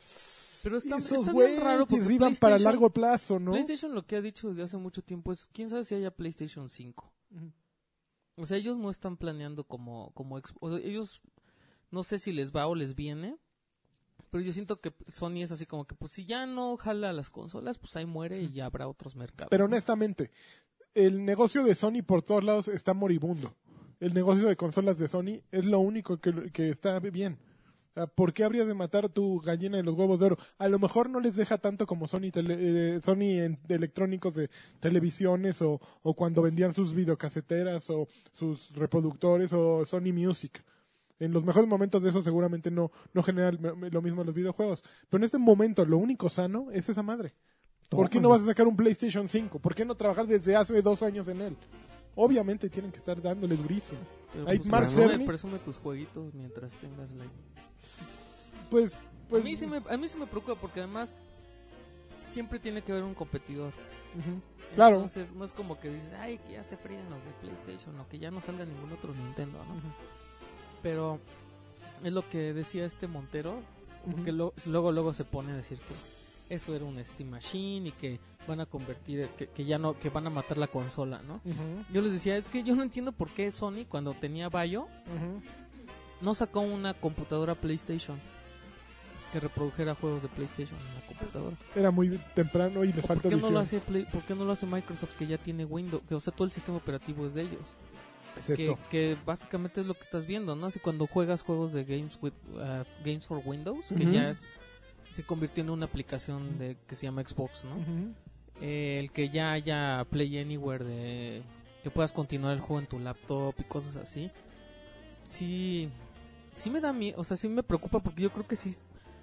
Speaker 2: Pero Pues está,
Speaker 3: esos
Speaker 2: está
Speaker 3: güeyes
Speaker 2: bien raro porque
Speaker 3: iban para
Speaker 2: PlayStation-
Speaker 3: largo plazo, ¿no?
Speaker 2: PlayStation lo que ha dicho desde hace mucho tiempo es, quién sabe si haya PlayStation 5.
Speaker 3: Ujú.
Speaker 2: O sea, ellos no están planeando como, como ex- o sea, ellos no sé si les va o les viene, pero yo siento que Sony es así como que pues si ya no jala las consolas, pues ahí muere y ya habrá otros mercados.
Speaker 3: Pero
Speaker 2: ¿no?
Speaker 3: honestamente, el negocio de Sony por todos lados está moribundo. El negocio de consolas de Sony es lo único que, que está bien. O sea, ¿Por qué habrías de matar tu gallina de los huevos de oro? A lo mejor no les deja tanto como Sony, tele- eh, Sony en- de electrónicos de televisiones o, o cuando vendían sus videocaseteras o sus reproductores o Sony Music. En los mejores momentos de eso seguramente no, no genera lo mismo los videojuegos. Pero en este momento lo único sano es esa madre. ¿Por qué no vas a sacar un PlayStation 5? ¿Por qué no trabajar desde hace dos años en él? Obviamente tienen que estar dándole durísimo.
Speaker 2: Pero,
Speaker 3: Ay,
Speaker 2: pues,
Speaker 3: Mark
Speaker 2: presume,
Speaker 3: Cerny.
Speaker 2: presume tus jueguitos mientras tengas la...
Speaker 3: Pues, pues.
Speaker 2: a, mí sí me, a mí sí me preocupa porque además siempre tiene que haber un competidor.
Speaker 3: Ujú. Claro.
Speaker 2: Entonces no es como que dices, ay, que ya se fríen los de PlayStation o que ya no salga ningún otro Nintendo, ¿no? Pero es lo que decía este Montero, porque lo- luego luego se pone a decir que eso era un Steam Machine y que van a convertir, que, que ya no, que van a matar la consola, ¿no?
Speaker 3: Ujú,
Speaker 2: Yo les decía, es que yo no entiendo por qué Sony cuando tenía Bayo
Speaker 3: ujú.
Speaker 2: no sacó una computadora PlayStation que reprodujera juegos de PlayStation en la computadora.
Speaker 3: Era muy temprano y les
Speaker 2: ¿Por
Speaker 3: falta
Speaker 2: qué, no
Speaker 3: visión.
Speaker 2: lo hace Play- ¿Por qué no lo hace Microsoft que ya tiene Windows? Que, o sea, todo el sistema operativo es de ellos.
Speaker 3: Es
Speaker 2: Que,
Speaker 3: esto.
Speaker 2: que básicamente es lo que estás viendo, ¿no? Así cuando juegas juegos de Games, with, uh, games for Windows, que
Speaker 3: Ujú.
Speaker 2: ya es, se convirtió en una aplicación de, que se llama Xbox, ¿no?
Speaker 3: Ujú.
Speaker 2: Eh, el que ya haya Play Anywhere de que puedas continuar el juego en tu laptop y cosas así. Sí, sí me da miedo, o sea, sí me preocupa porque yo creo que sí,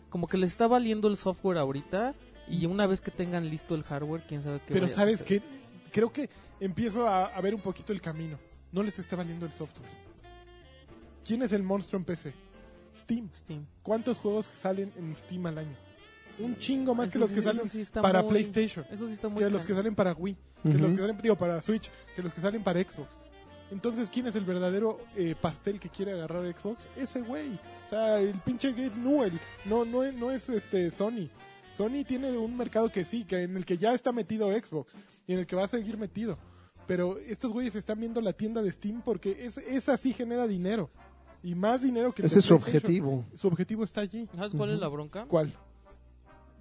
Speaker 2: como que le está valiendo el software ahorita y una vez que tengan listo el hardware, quién sabe qué.
Speaker 3: Pero
Speaker 2: vaya a
Speaker 3: sabes
Speaker 2: suceder.
Speaker 3: que creo que empiezo a, a ver un poquito el camino. No les está valiendo el software. ¿Quién es el monstruo en PC? Steam.
Speaker 2: Steam.
Speaker 3: ¿Cuántos juegos salen en Steam al año? Un chingo más
Speaker 2: Eso
Speaker 3: que los
Speaker 2: sí-
Speaker 3: que
Speaker 2: eso
Speaker 3: salen
Speaker 2: sí está
Speaker 3: para
Speaker 2: muy-
Speaker 3: PlayStation,
Speaker 2: Eso sí está muy
Speaker 3: que los que
Speaker 2: cañón.
Speaker 3: salen para Wii, que
Speaker 1: Ujú.
Speaker 3: los que salen digo, para Switch, que los que salen para Xbox. Entonces, ¿quién es el verdadero eh, pastel que quiere agarrar Xbox? Ese güey. O sea, el pinche Gabe Newell. No, no, es- no es este Sony. Sony tiene un mercado que sí, que en el que ya está metido Xbox y en el que va a seguir metido. Pero estos güeyes están viendo la tienda de Steam porque es, esa sí genera dinero. Y más dinero que el
Speaker 1: Ese
Speaker 3: de
Speaker 1: es su
Speaker 3: PlayStation.
Speaker 1: objetivo.
Speaker 3: Su objetivo está allí.
Speaker 2: ¿Sabes cuál es
Speaker 1: Ujú.
Speaker 2: la bronca?
Speaker 3: ¿Cuál?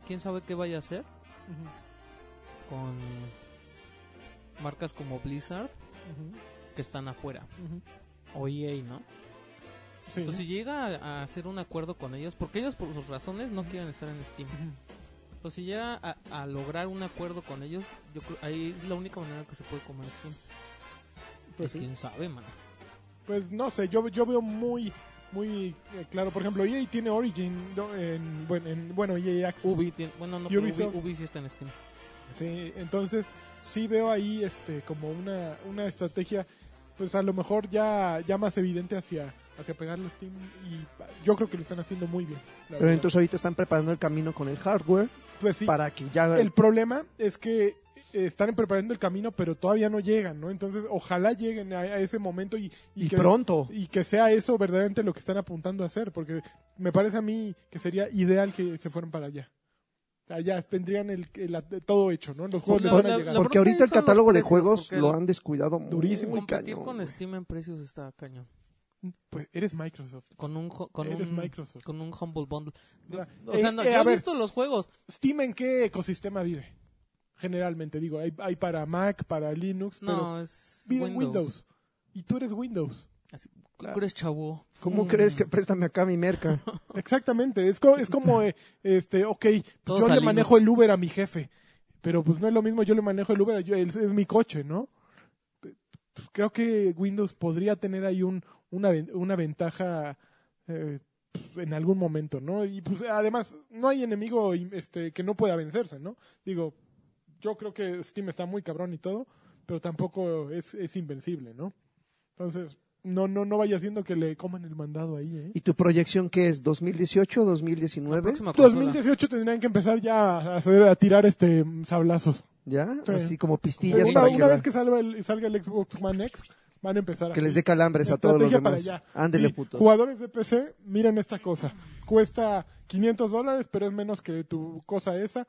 Speaker 2: ¿Quién sabe qué vaya a hacer con marcas como Blizzard que están afuera? O EA, ¿no?
Speaker 3: Sí.
Speaker 2: Entonces, si llega a, a hacer un acuerdo con ellos, porque ellos por sus razones no quieren estar en Steam. Entonces, si llega a, a lograr un acuerdo con ellos, yo creo, ahí es la única manera que se puede comer Steam.
Speaker 3: pues,
Speaker 2: Pues
Speaker 3: sí.
Speaker 2: quién sabe, man.
Speaker 3: Pues no sé, yo, yo veo muy muy eh, claro. Por ejemplo, EA tiene Origin, ¿no? en, bueno, en- bueno, EA Access.
Speaker 2: Ubi, tiene- bueno, no, pero Ubi,
Speaker 3: Ubisoft.
Speaker 2: Ubi sí está en Steam.
Speaker 3: Sí, entonces sí veo ahí este como una, una estrategia, pues a lo mejor ya, ya más evidente hacia, hacia pegarle a Steam. Y pa- yo creo que lo están haciendo muy bien. la
Speaker 1: Pero
Speaker 3: verdad.
Speaker 1: entonces ahorita están preparando el camino con el hardware
Speaker 3: pues sí,
Speaker 1: para que ya...
Speaker 3: El problema es que eh, están preparando el camino, pero todavía no llegan, ¿no? Entonces, ojalá lleguen a, a ese momento y, y
Speaker 1: y
Speaker 3: que,
Speaker 1: pronto.
Speaker 3: y que sea eso verdaderamente lo que están apuntando a hacer, porque me parece a mí que sería ideal que se fueran para allá. O sea, ya tendrían el, el- la- todo hecho, ¿no? Los juegos
Speaker 2: La-
Speaker 3: les van a
Speaker 2: la-
Speaker 3: llegar.
Speaker 2: la-
Speaker 1: porque
Speaker 2: bronca
Speaker 1: ahorita el
Speaker 2: son los
Speaker 1: catálogo de
Speaker 2: precios,
Speaker 1: juegos
Speaker 2: porque
Speaker 1: lo
Speaker 2: el-
Speaker 1: han descuidado
Speaker 3: Durísimo. este
Speaker 1: muy
Speaker 2: Competir
Speaker 1: cañón,
Speaker 2: con
Speaker 1: güey.
Speaker 2: Steam en precios está cañón.
Speaker 3: Pues eres Microsoft.
Speaker 2: Con un, jo- con
Speaker 3: Eres
Speaker 2: un,
Speaker 3: Microsoft.
Speaker 2: con un Humble Bundle. Yo-
Speaker 3: Eh,
Speaker 2: o sea, no,
Speaker 3: eh,
Speaker 2: yo
Speaker 3: a
Speaker 2: he
Speaker 3: ver.
Speaker 2: visto los juegos.
Speaker 3: ¿Steam en qué ecosistema vive? Generalmente, digo, hay, hay para Mac, para Linux, pero
Speaker 2: No, es
Speaker 3: vive
Speaker 2: Windows.
Speaker 3: en Windows. Y tú eres Windows.
Speaker 2: ¿Cómo crees, chavo?
Speaker 1: ¿Cómo
Speaker 2: Mm.
Speaker 1: crees que préstame acá mi merca?
Speaker 3: Exactamente, es, co- es como, eh, este, ok, pues
Speaker 2: Todos
Speaker 3: yo le
Speaker 2: salimos.
Speaker 3: manejo el Uber a mi jefe, pero pues no es lo mismo, yo le manejo el Uber, a- yo- es, es mi coche, ¿no? Pues, creo que Windows podría tener ahí un, una, ven- una ventaja eh, pues, en algún momento, ¿no? Y pues además, no hay enemigo y, este, que no pueda vencerse, ¿no? Digo, yo creo que Steam está muy cabrón y todo, pero tampoco es, es invencible, ¿no? Entonces, no, no, no vaya siendo que le coman el mandado ahí, ¿eh?
Speaker 1: ¿Y tu proyección qué es? ¿2018
Speaker 2: La
Speaker 1: 2019?
Speaker 2: próxima consola.
Speaker 3: 2018 tendrían que empezar ya a, hacer, a tirar este mm, sablazos.
Speaker 1: ¿Ya?
Speaker 3: Sí.
Speaker 1: Así como
Speaker 3: Una,
Speaker 1: pistillas
Speaker 2: Sí,
Speaker 1: para
Speaker 3: una
Speaker 1: que,
Speaker 3: vez
Speaker 1: la-
Speaker 3: que salga el, salga el Xbox One X, van a empezar a
Speaker 1: que les dé calambres a todos los
Speaker 3: Estrategia para
Speaker 1: demás.
Speaker 3: allá.
Speaker 1: Ándele,
Speaker 3: Sí,
Speaker 1: puto.
Speaker 3: Jugadores de PC, miren esta cosa. Cuesta 500 dólares, pero es menos que tu cosa esa.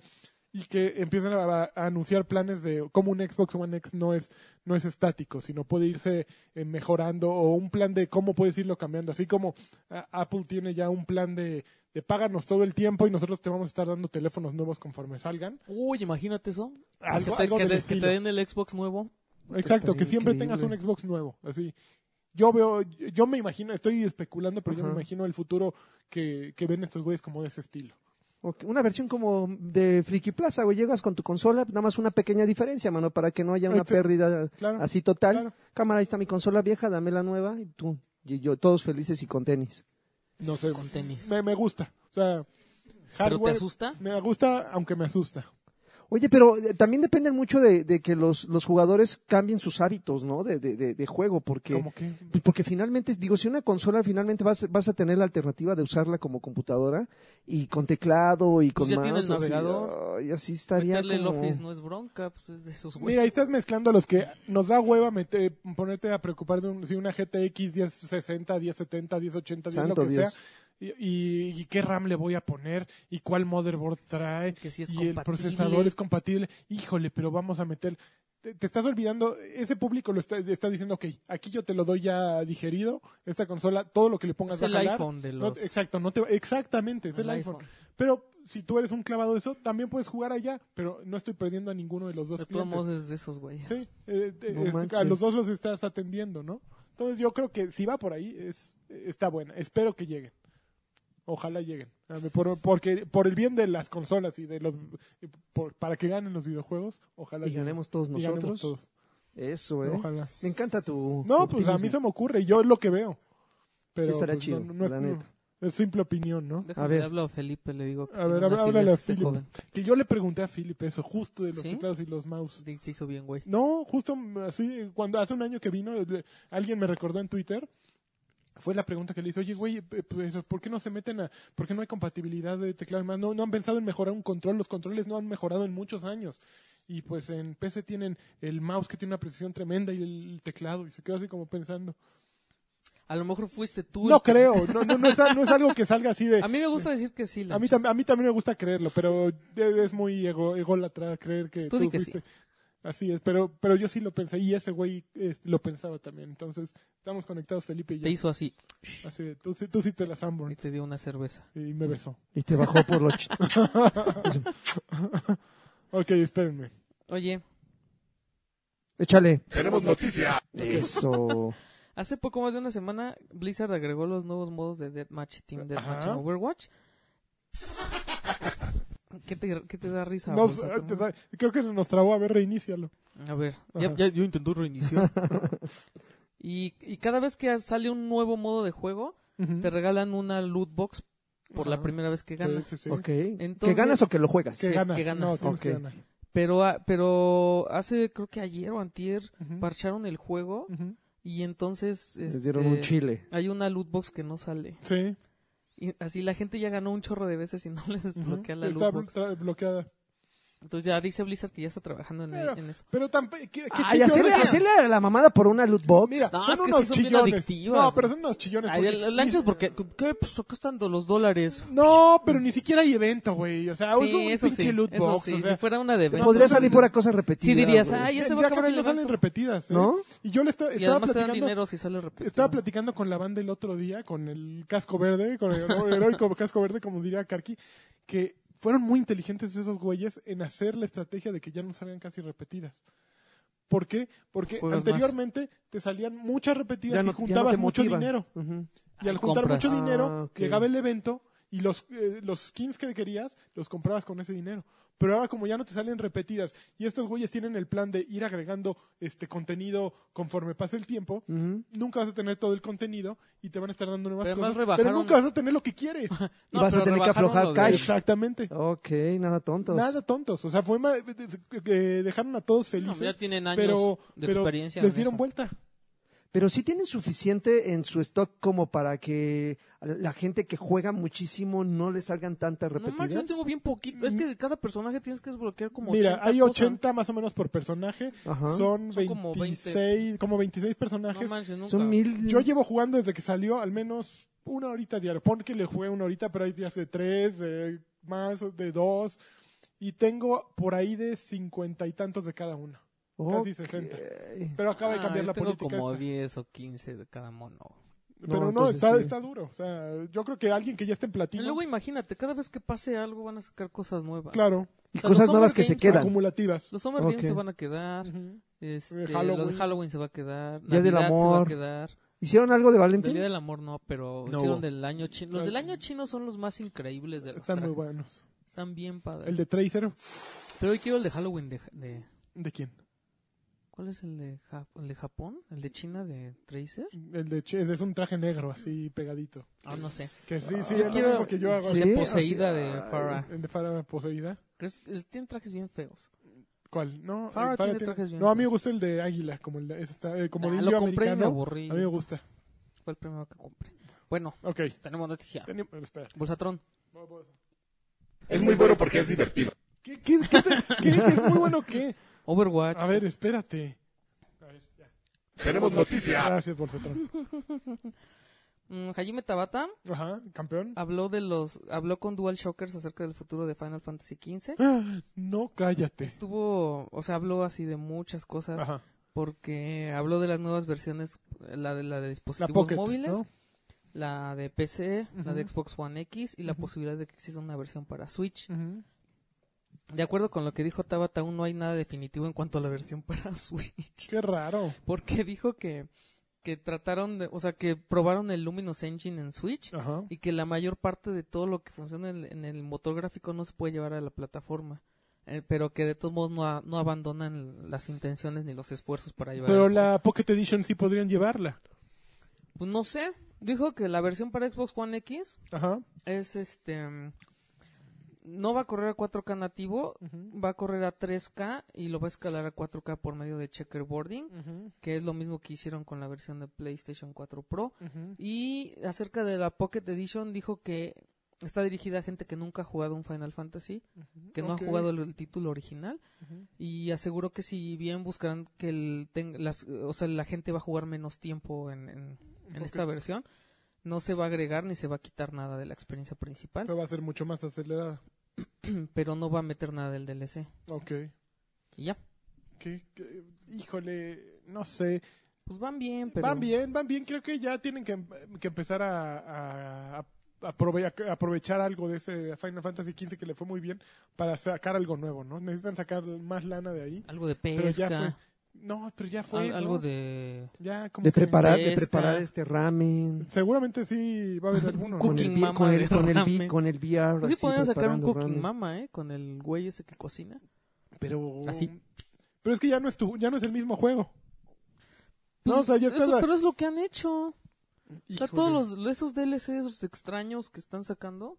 Speaker 3: Y que empiezan a, a anunciar planes de cómo un Xbox One X no es, no es estático, sino puede irse eh, mejorando o un plan de cómo puedes irlo cambiando. Así como a- Apple tiene ya un plan de, de páganos todo el tiempo y nosotros te vamos a estar dando teléfonos nuevos conforme salgan.
Speaker 2: Uy, imagínate eso.
Speaker 3: Algo-
Speaker 2: Ah, que, te,
Speaker 3: algo
Speaker 2: que
Speaker 3: del
Speaker 2: te-
Speaker 3: estilo.
Speaker 2: que te den el Xbox nuevo.
Speaker 3: Exacto,
Speaker 1: Estaría
Speaker 3: que siempre
Speaker 1: increíble.
Speaker 3: tengas un Xbox nuevo, así. Yo veo, yo me imagino, estoy especulando, pero yo me
Speaker 1: Ajá.
Speaker 3: imagino el futuro que, que ven estos güeyes como de ese estilo.
Speaker 1: O que- Una versión como de Friki Plaza, güey. Llegas con tu consola, nada más una pequeña diferencia, mano, para que no haya una
Speaker 3: Exacto.
Speaker 1: pérdida
Speaker 3: Claro.
Speaker 1: así total.
Speaker 3: Claro.
Speaker 1: Cámara, ahí está mi consola vieja, dame la nueva y tú. Y yo, todos felices y con tenis.
Speaker 3: No sé,
Speaker 2: Con tenis.
Speaker 3: me, me gusta. O sea,
Speaker 2: ¿Pero te
Speaker 3: hardware
Speaker 2: asusta?
Speaker 3: me gusta, aunque me asusta.
Speaker 1: Oye, pero eh, también depende mucho de, de que los, los jugadores cambien sus hábitos, ¿no? De, de- de- de juego, porque...
Speaker 3: Como que
Speaker 1: Porque finalmente, digo, si una consola finalmente vas, vas a tener la alternativa de usarla como computadora y con teclado y con
Speaker 2: Pues ya tiene el
Speaker 1: mouse, así,
Speaker 2: navegador.
Speaker 1: ay, así estaría
Speaker 2: Meterle el
Speaker 1: como-
Speaker 2: Office no es bronca, pues es de sus
Speaker 3: Mira,
Speaker 2: güeyes.
Speaker 3: ahí estás mezclando a los que nos da hueva meter- ponerte a preocupar de un- si una GTX 1060, 1070, 1080, 10 lo
Speaker 1: Santo
Speaker 3: que
Speaker 1: Dios.
Speaker 3: sea. Y, y- y qué RAM le voy a poner y cuál motherboard trae
Speaker 2: Que si es
Speaker 3: y el
Speaker 2: compatible.
Speaker 3: procesador es compatible. Híjole, pero vamos a meter. Te, te estás olvidando, ese público lo está, está diciendo, ok, aquí yo te lo doy ya digerido, esta consola, todo lo que le pongas
Speaker 2: Es
Speaker 3: va a
Speaker 2: el
Speaker 3: jalar.
Speaker 2: iPhone de
Speaker 3: No,
Speaker 2: los...
Speaker 3: exacto, no te, exactamente, es el,
Speaker 2: el
Speaker 3: iPhone.
Speaker 2: iPhone.
Speaker 3: Pero si tú eres un clavado de eso, también puedes jugar allá, pero no estoy perdiendo a ninguno de los dos
Speaker 2: De todos
Speaker 3: clientes.
Speaker 2: modos es de esos güeyes.
Speaker 3: Sí, eh, eh,
Speaker 1: No
Speaker 3: este, a
Speaker 1: manches.
Speaker 3: los dos los estás atendiendo, ¿no? Entonces yo creo que si va por ahí, es, está buena. Espero que lleguen. Ojalá lleguen. A mí, Por, porque, por el bien de las consolas y de los... por- para que ganen los videojuegos, ojalá
Speaker 1: Y
Speaker 3: lleguen.
Speaker 1: ganemos todos
Speaker 3: Y ganemos
Speaker 1: nosotros.
Speaker 3: todos.
Speaker 1: Eso, ¿eh?
Speaker 3: Ojalá.
Speaker 1: Me encanta tu.
Speaker 3: No,
Speaker 1: tu
Speaker 3: pues a mí
Speaker 1: optimismo.
Speaker 3: se me ocurre, yo es lo que veo. Pero
Speaker 1: Sí estará
Speaker 3: pues,
Speaker 1: chido,
Speaker 3: no- no es-
Speaker 1: la
Speaker 3: no,
Speaker 1: neta.
Speaker 3: es simple opinión, ¿no?
Speaker 2: Déjame,
Speaker 1: A ver.
Speaker 2: le hablo a Felipe, le digo. que
Speaker 3: A
Speaker 2: tiene
Speaker 3: ver,
Speaker 2: unas
Speaker 3: háblale
Speaker 2: ideas
Speaker 3: a
Speaker 2: este
Speaker 3: Philip.
Speaker 2: joven.
Speaker 3: Que yo le pregunté a Philip eso, justo de los
Speaker 2: ¿Sí?
Speaker 3: teclados y los mouse.
Speaker 2: Sí, Se hizo bien, güey.
Speaker 3: No, justo mm, así, cuando hace un año que vino, le- alguien me recordó en Twitter. Fue la pregunta que le hizo, oye, güey, eh, pues, ¿por qué no se meten a.? ¿Por qué no hay compatibilidad de teclado y más? No, no han pensado en mejorar un control. Los controles no han mejorado en muchos años. Y pues en PC tienen el mouse que tiene una precisión tremenda y el teclado. Y se quedó así como pensando.
Speaker 2: A lo mejor fuiste tú.
Speaker 3: No
Speaker 2: el que-
Speaker 3: creo, no, no, no, es, al- no es algo que salga así de.
Speaker 2: A mí me gusta decir que sí.
Speaker 3: A mí,
Speaker 2: Lanchas.
Speaker 3: tam- a mí también me gusta creerlo, pero e, es muy ego, ególatra creer que
Speaker 2: Tú
Speaker 3: tú,
Speaker 2: di que
Speaker 3: fuiste. Así es, pero, pero yo sí lo pensé y ese güey eh, lo pensaba también. Entonces, estamos conectados Felipe y yo.
Speaker 2: Te hizo así
Speaker 3: Así de, tú, sí- tú sí te la
Speaker 2: y
Speaker 3: Sanborn
Speaker 2: te dio una cerveza.
Speaker 3: y me besó.
Speaker 1: Y te bajó por los. ch-
Speaker 3: Ok, espérenme.
Speaker 2: Oye,
Speaker 1: Échale.
Speaker 4: Tenemos noticia.
Speaker 1: Eso.
Speaker 2: hace poco más de una semana Blizzard agregó los nuevos modos de Deathmatch, Team Deathmatch en
Speaker 3: Ajá.
Speaker 2: Overwatch. ¿Qué te, qué te da risa?
Speaker 3: Nos-
Speaker 2: Bolsa?
Speaker 3: eh, te da- creo que se nos trabó, a ver, reinícialo.
Speaker 2: A ver, ya,
Speaker 3: Ajá.
Speaker 2: ya- yo intento reiniciar. y, y cada vez que sale un nuevo modo de juego,
Speaker 3: Ujú.
Speaker 2: te regalan una loot box por la
Speaker 3: Ajá.
Speaker 2: primera vez que ganas.
Speaker 3: Sí, sí, sí.
Speaker 1: Ok. ¿Que
Speaker 2: Entonces-
Speaker 1: ganas o que lo juegas?
Speaker 3: ¿Qué
Speaker 2: que-
Speaker 3: ganas?
Speaker 2: que ganas.
Speaker 3: No, tienes que
Speaker 1: Ok.
Speaker 3: ganar.
Speaker 2: Pero, a- pero hace, creo que ayer o antier,
Speaker 3: Ujú.
Speaker 2: parcharon el juego
Speaker 3: Ujú.
Speaker 2: y entonces
Speaker 1: Les
Speaker 2: este,
Speaker 1: dieron un chile.
Speaker 2: hay una loot box que no sale.
Speaker 3: Sí.
Speaker 2: Y así la gente ya ganó un chorro de veces y no les
Speaker 3: ujú.
Speaker 2: desbloquea la
Speaker 3: Está
Speaker 2: loot box.
Speaker 3: tra- bloqueada.
Speaker 2: Entonces ya dice Blizzard que ya está trabajando en,
Speaker 3: Pero-
Speaker 2: en eso.
Speaker 3: Pero tampoco... ¿qué, qué
Speaker 2: Ah,
Speaker 1: Ay,
Speaker 3: chillones
Speaker 1: hacerle,
Speaker 3: son?
Speaker 1: hacerle a la mamada por una loot box.
Speaker 3: Mira,
Speaker 2: No, es
Speaker 3: son
Speaker 2: que sí
Speaker 3: unos
Speaker 2: son bien
Speaker 3: chillones.
Speaker 2: adictivas,
Speaker 3: no,
Speaker 2: güey.
Speaker 3: pero son unos chillones.
Speaker 2: Ay,
Speaker 3: porque-
Speaker 2: el- lanchas porque, ¿qué? Pues acá están los dólares.
Speaker 3: No, pero ni siquiera hay evento, güey. O sea, es
Speaker 2: Sí,
Speaker 3: un
Speaker 2: eso
Speaker 3: pinche
Speaker 2: sí,
Speaker 3: loot
Speaker 2: eso
Speaker 3: box.
Speaker 2: sí,
Speaker 3: o sea,
Speaker 2: si fuera una de
Speaker 1: Te
Speaker 2: venta.
Speaker 1: Pues Podría
Speaker 3: no,
Speaker 1: salir
Speaker 3: no,
Speaker 1: por cosas repetidas.
Speaker 2: Sí dirías,
Speaker 1: güey.
Speaker 2: ay, ya
Speaker 3: ya,
Speaker 2: se va a
Speaker 3: ya
Speaker 2: acabar
Speaker 3: casi
Speaker 2: el
Speaker 3: no salen
Speaker 2: evento.
Speaker 3: repetidas, ¿eh?
Speaker 1: ¿No?
Speaker 3: Y yo le esta-
Speaker 2: Y
Speaker 3: estaba
Speaker 2: además te dan
Speaker 3: platicando...
Speaker 2: dinero si sale repetido.
Speaker 3: Estaba platicando con la banda el otro día, con el casco verde, con el heroico casco verde, como diría Karki, que fueron muy inteligentes esos güeyes en hacer la estrategia de que ya no salgan casi repetidas. ¿Por qué? Porque
Speaker 2: Juegas más.
Speaker 3: anteriormente te salían muchas repetidas
Speaker 1: Ya
Speaker 3: y
Speaker 1: no- ya no
Speaker 3: juntabas
Speaker 1: te
Speaker 3: mucho
Speaker 1: motiva.
Speaker 3: dinero.
Speaker 1: Ujú.
Speaker 3: Y
Speaker 2: Ay,
Speaker 3: al juntar
Speaker 2: compras.
Speaker 3: mucho
Speaker 1: Ah,
Speaker 3: dinero,
Speaker 1: ok.
Speaker 3: llegaba el evento y los, eh, los skins que querías los comprabas con ese dinero. Pero ahora como ya no te salen repetidas y estos güeyes tienen el plan de ir agregando este contenido conforme pase el tiempo,
Speaker 1: Ujú.
Speaker 3: nunca vas a tener todo el contenido y te van a estar dando nuevas
Speaker 2: Pero además
Speaker 3: cosas, pero
Speaker 2: rebajaron-
Speaker 3: nunca vas a tener lo que quieres.
Speaker 1: Y vas a
Speaker 2: pero
Speaker 1: tener que
Speaker 2: rebajaron
Speaker 1: aflojar
Speaker 2: lo
Speaker 1: cash. Ay.
Speaker 3: Exactamente.
Speaker 1: Ok, nada tontos.
Speaker 3: Nada tontos, o sea, fue ma- eh, dejaron a todos felices.
Speaker 2: ya tienen años
Speaker 3: pero,
Speaker 2: de
Speaker 3: pero
Speaker 2: experiencia en
Speaker 3: les dieron
Speaker 2: eso.
Speaker 3: vuelta.
Speaker 1: Pero sí tienen suficiente en su stock como para que a la gente que juega muchísimo no le salgan tantas
Speaker 2: No manches, yo
Speaker 1: repetidas.
Speaker 2: tengo bien poquito. Es que de cada personaje tienes que desbloquear como
Speaker 3: Mira,
Speaker 2: 80
Speaker 3: hay
Speaker 2: cosas.
Speaker 3: 80 más o menos por personaje.
Speaker 1: Ajá.
Speaker 3: Son,
Speaker 2: Son
Speaker 3: 26,
Speaker 2: como
Speaker 3: como
Speaker 2: 20.
Speaker 3: 26, personajes.
Speaker 2: No manches, nunca.
Speaker 1: Son mil.
Speaker 2: Mm.
Speaker 3: Yo llevo jugando desde que salió al menos una horita diario. Pon que le jugué una horita, pero hay días de tres, de más, de dos. Y tengo por ahí de cincuenta y tantos de cada uno. casi
Speaker 1: Ok.
Speaker 3: 60. Pero acaba de
Speaker 2: Ah,
Speaker 3: cambiar
Speaker 2: yo
Speaker 3: la
Speaker 2: tengo
Speaker 3: política.
Speaker 2: como
Speaker 3: esta.
Speaker 2: 10 o 15 de cada mono.
Speaker 3: Pero no,
Speaker 1: entonces
Speaker 3: está,
Speaker 1: sí.
Speaker 3: está duro. O sea, yo creo que alguien que ya esté en
Speaker 2: Y
Speaker 3: platino.
Speaker 2: luego imagínate, cada vez que pase algo van a sacar cosas nuevas.
Speaker 3: Claro,
Speaker 1: Y
Speaker 2: O sea,
Speaker 1: cosas
Speaker 2: los
Speaker 1: nuevas
Speaker 2: Summer
Speaker 1: que se
Speaker 2: Games
Speaker 1: quedan.
Speaker 3: acumulativas.
Speaker 2: Los Summer
Speaker 1: Ok.
Speaker 2: Games se van a quedar.
Speaker 3: Ujú.
Speaker 2: Este,
Speaker 3: Halloween.
Speaker 2: Los Halloween se va a quedar.
Speaker 1: Día del
Speaker 2: Navidad se va a
Speaker 1: Amor.
Speaker 2: quedar.
Speaker 1: ¿Hicieron algo de
Speaker 2: El Día
Speaker 1: Valentín?
Speaker 2: del Amor no, pero
Speaker 3: No.
Speaker 2: hicieron del año chino. Los
Speaker 3: No.
Speaker 2: del año chino son los más increíbles de los
Speaker 3: Están
Speaker 2: trajes.
Speaker 3: muy buenos.
Speaker 2: Están bien padres.
Speaker 3: El de Tracer,
Speaker 2: Pero hoy quiero el de Halloween de, de-
Speaker 3: ¿de quién?
Speaker 2: ¿Cuál es el de, Ja- el de Japón? ¿El de China de Tracer?
Speaker 3: El de Ch- es un traje negro, así pegadito.
Speaker 2: Ah, no sé.
Speaker 3: Que sí, sí,
Speaker 2: Yo
Speaker 3: es
Speaker 2: quiero-
Speaker 3: lo mismo que yo hago.
Speaker 1: Sí,
Speaker 2: El de
Speaker 1: así-
Speaker 2: Poseída de
Speaker 1: ay.
Speaker 2: Farah.
Speaker 3: El de Farah poseída.
Speaker 2: Es- es- Tienen trajes bien feos.
Speaker 3: ¿Cuál? No,
Speaker 2: Farah
Speaker 3: el
Speaker 2: tiene trajes bien
Speaker 3: No, a mí me gusta el de águila, como el de, ese está- eh, como de
Speaker 2: Ah,
Speaker 3: indio
Speaker 2: lo compré y me
Speaker 3: americano.
Speaker 2: aburrí.
Speaker 3: A mí me gusta.
Speaker 2: Fue el primero que compré. Bueno,
Speaker 3: Ok.
Speaker 2: tenemos noticia.
Speaker 3: Tenim- espérate.
Speaker 2: Bolsatrón.
Speaker 4: Es muy bueno porque es divertido.
Speaker 3: ¿Qué, qué, qué te- qué- qué es muy bueno qué?
Speaker 2: Overwatch.
Speaker 3: A ver, espérate.
Speaker 4: Tenemos noticia.
Speaker 3: Gracias por su tron.
Speaker 2: Mm, Hajime Tabata
Speaker 3: Ajá, campeón.
Speaker 2: habló de los habló con Dual Shockers acerca del futuro de Final Fantasy XV.
Speaker 3: Ah, No, cállate.
Speaker 2: Estuvo, o sea, habló así de muchas cosas
Speaker 3: Ajá.
Speaker 2: porque habló de las nuevas versiones, eh, la de la de
Speaker 3: La
Speaker 2: dispositivos
Speaker 3: Pocket.
Speaker 2: móviles,
Speaker 3: ¿no?
Speaker 2: la de PC, la de
Speaker 3: Ujú.
Speaker 2: Xbox One X y la posibilidad de que exista una versión para Switch.
Speaker 3: Ujú.
Speaker 2: De acuerdo con lo que dijo Tabata, aún no hay nada definitivo en cuanto a la versión para Switch.
Speaker 3: Qué raro.
Speaker 2: Porque dijo que, que trataron de, o sea, que probaron el Luminous Engine en Switch
Speaker 3: Ajá.
Speaker 2: y que la mayor parte de todo lo que funciona en, en el motor gráfico no se puede llevar a la plataforma. eh, pero que de todos modos no, a- no abandonan las intenciones ni los esfuerzos para llevar.
Speaker 3: Pero
Speaker 2: el
Speaker 3: la Pocket Edition sí podrían llevarla.
Speaker 2: juego. Pues no sé, dijo que la versión para Xbox One X
Speaker 3: Ajá.
Speaker 2: es este... mm, No va a correr a 4K nativo, va a correr a 3K y lo va a escalar a 4K por medio de checkerboarding, que es lo mismo que hicieron con la versión de PlayStation 4 Pro. Y acerca de la Pocket Edition dijo que está dirigida a gente que nunca ha jugado un Final Fantasy, que no
Speaker 3: Ok.
Speaker 2: ha jugado el, el título original
Speaker 3: Ujú.
Speaker 2: y aseguró que si bien buscarán que el ten- las, o sea, la gente va a jugar menos tiempo en, en- en esta versión, no se va a agregar ni se va a quitar nada de la experiencia principal,
Speaker 3: Pero va a ser mucho más acelerada.
Speaker 2: pero no va a meter nada del DLC.
Speaker 3: Ok.
Speaker 2: Y ya,
Speaker 3: ¿Qué- qué? Híjole, no sé.
Speaker 2: pues van bien, pero...
Speaker 3: Van bien, van bien. Creo que ya tienen que, em- que empezar a, a- a aprove- a aprovechar algo de ese Final Fantasy XV que le fue muy bien para sacar algo nuevo, ¿no? Necesitan sacar más lana de ahí.
Speaker 2: Algo de
Speaker 3: Pero ya fue.
Speaker 2: pesca,
Speaker 3: No, pero ya fue.
Speaker 2: al-
Speaker 3: ¿no?
Speaker 2: algo de...
Speaker 3: Ya, como
Speaker 1: De
Speaker 3: que-
Speaker 1: preparar, de
Speaker 2: Pesca.
Speaker 1: preparar este ramen.
Speaker 3: Seguramente sí va a haber alguno. ¿no?
Speaker 1: Con el,
Speaker 2: Cooking
Speaker 1: vi-
Speaker 2: mama
Speaker 1: con, el,
Speaker 2: de
Speaker 1: con, el, vi-
Speaker 2: ramen.
Speaker 1: con el VR.
Speaker 2: Pues sí
Speaker 1: así
Speaker 2: podrían sacar un
Speaker 1: preparando
Speaker 2: Cooking
Speaker 1: ramen.
Speaker 2: Mama, ¿eh? Con el güey ese que cocina.
Speaker 3: Pero.
Speaker 2: Así.
Speaker 3: Pero es que ya no es tu, ya no es el mismo juego. No, o sea, ya está
Speaker 2: Pues eso-
Speaker 3: la-
Speaker 2: Pero es lo que han hecho. O sea,
Speaker 3: Híjole.
Speaker 2: todos los, esos DLCs extraños que están sacando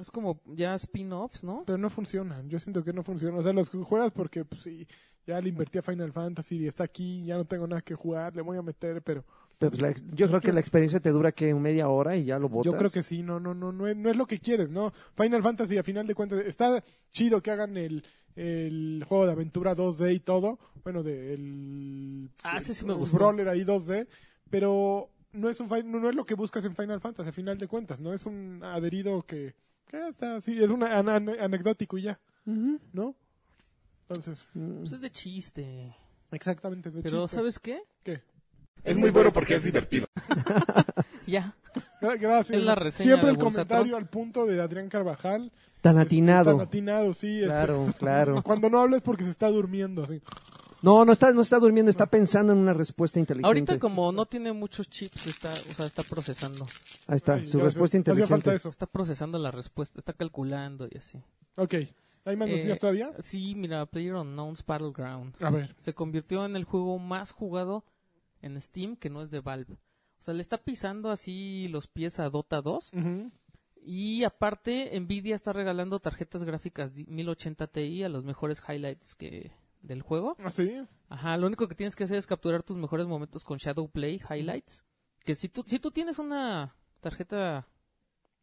Speaker 2: es como ya spin-offs, ¿no?
Speaker 3: Pero no funcionan. Yo siento que no funcionan. O sea, los que juegas porque, pues sí, ya le invertí a Final Fantasy y está aquí, ya no tengo nada que jugar, le voy a meter, pero.
Speaker 1: Pero, pues, la ex- yo creo que la experiencia te dura que media hora y ya lo botas.
Speaker 3: Yo creo que sí, no, no, no, no es, no es lo que quieres, ¿no? Final Fantasy, a final de cuentas, está chido que hagan el, el juego de aventura 2D y todo. Bueno, de el.
Speaker 2: Ah, ese sí me
Speaker 3: el
Speaker 2: gustó.
Speaker 3: Brawler ahí 2D, pero no es, un, fi- no, no es lo que buscas en Final Fantasy, a final de cuentas, ¿no? Es un adherido que. que está así, es un an- an- anecdótico y ya,
Speaker 1: Ujú.
Speaker 3: ¿no? Entonces,
Speaker 2: Pues es de chiste.
Speaker 3: exactamente es de
Speaker 2: Pero
Speaker 3: chiste.
Speaker 2: ¿sabes qué?
Speaker 3: ¿Qué?
Speaker 4: Es muy bueno porque es divertido.
Speaker 2: Ya.
Speaker 3: Gra- Gracias.
Speaker 2: Es la reseña
Speaker 3: Siempre
Speaker 2: de
Speaker 3: el
Speaker 2: Bolsatron.
Speaker 3: comentario al punto de Adrián Carvajal.
Speaker 1: Tan
Speaker 3: Tan
Speaker 1: atinado.
Speaker 3: atinado, sí. este,
Speaker 1: Claro, claro.
Speaker 3: Cuando no hablas porque se está durmiendo, así.
Speaker 1: No, no está, no está durmiendo, está pensando en una respuesta inteligente.
Speaker 2: Ahorita como no tiene muchos chips, está, o sea, está procesando.
Speaker 1: Ahí está,
Speaker 3: Ay,
Speaker 1: su
Speaker 3: ya,
Speaker 1: respuesta
Speaker 3: ya, hacía
Speaker 1: inteligente.
Speaker 3: falta eso.
Speaker 2: Está procesando la respuesta, está calculando y así.
Speaker 3: Ok. ¿Hay más
Speaker 2: Eh,
Speaker 3: noticias todavía?
Speaker 2: Sí, mira, PlayerUnknown's Battleground.
Speaker 3: A ver.
Speaker 2: se convirtió en el juego más jugado en Steam que no es de Valve. O sea, le está pisando así los pies a Dota 2. Y aparte, Nvidia está regalando tarjetas gráficas di- 1080 Ti a los mejores highlights que del juego.
Speaker 3: ¿Ah, sí?
Speaker 2: Ajá, lo único que tienes que hacer es capturar tus mejores momentos con Shadowplay Highlights. Que si tú, si tú tienes una tarjeta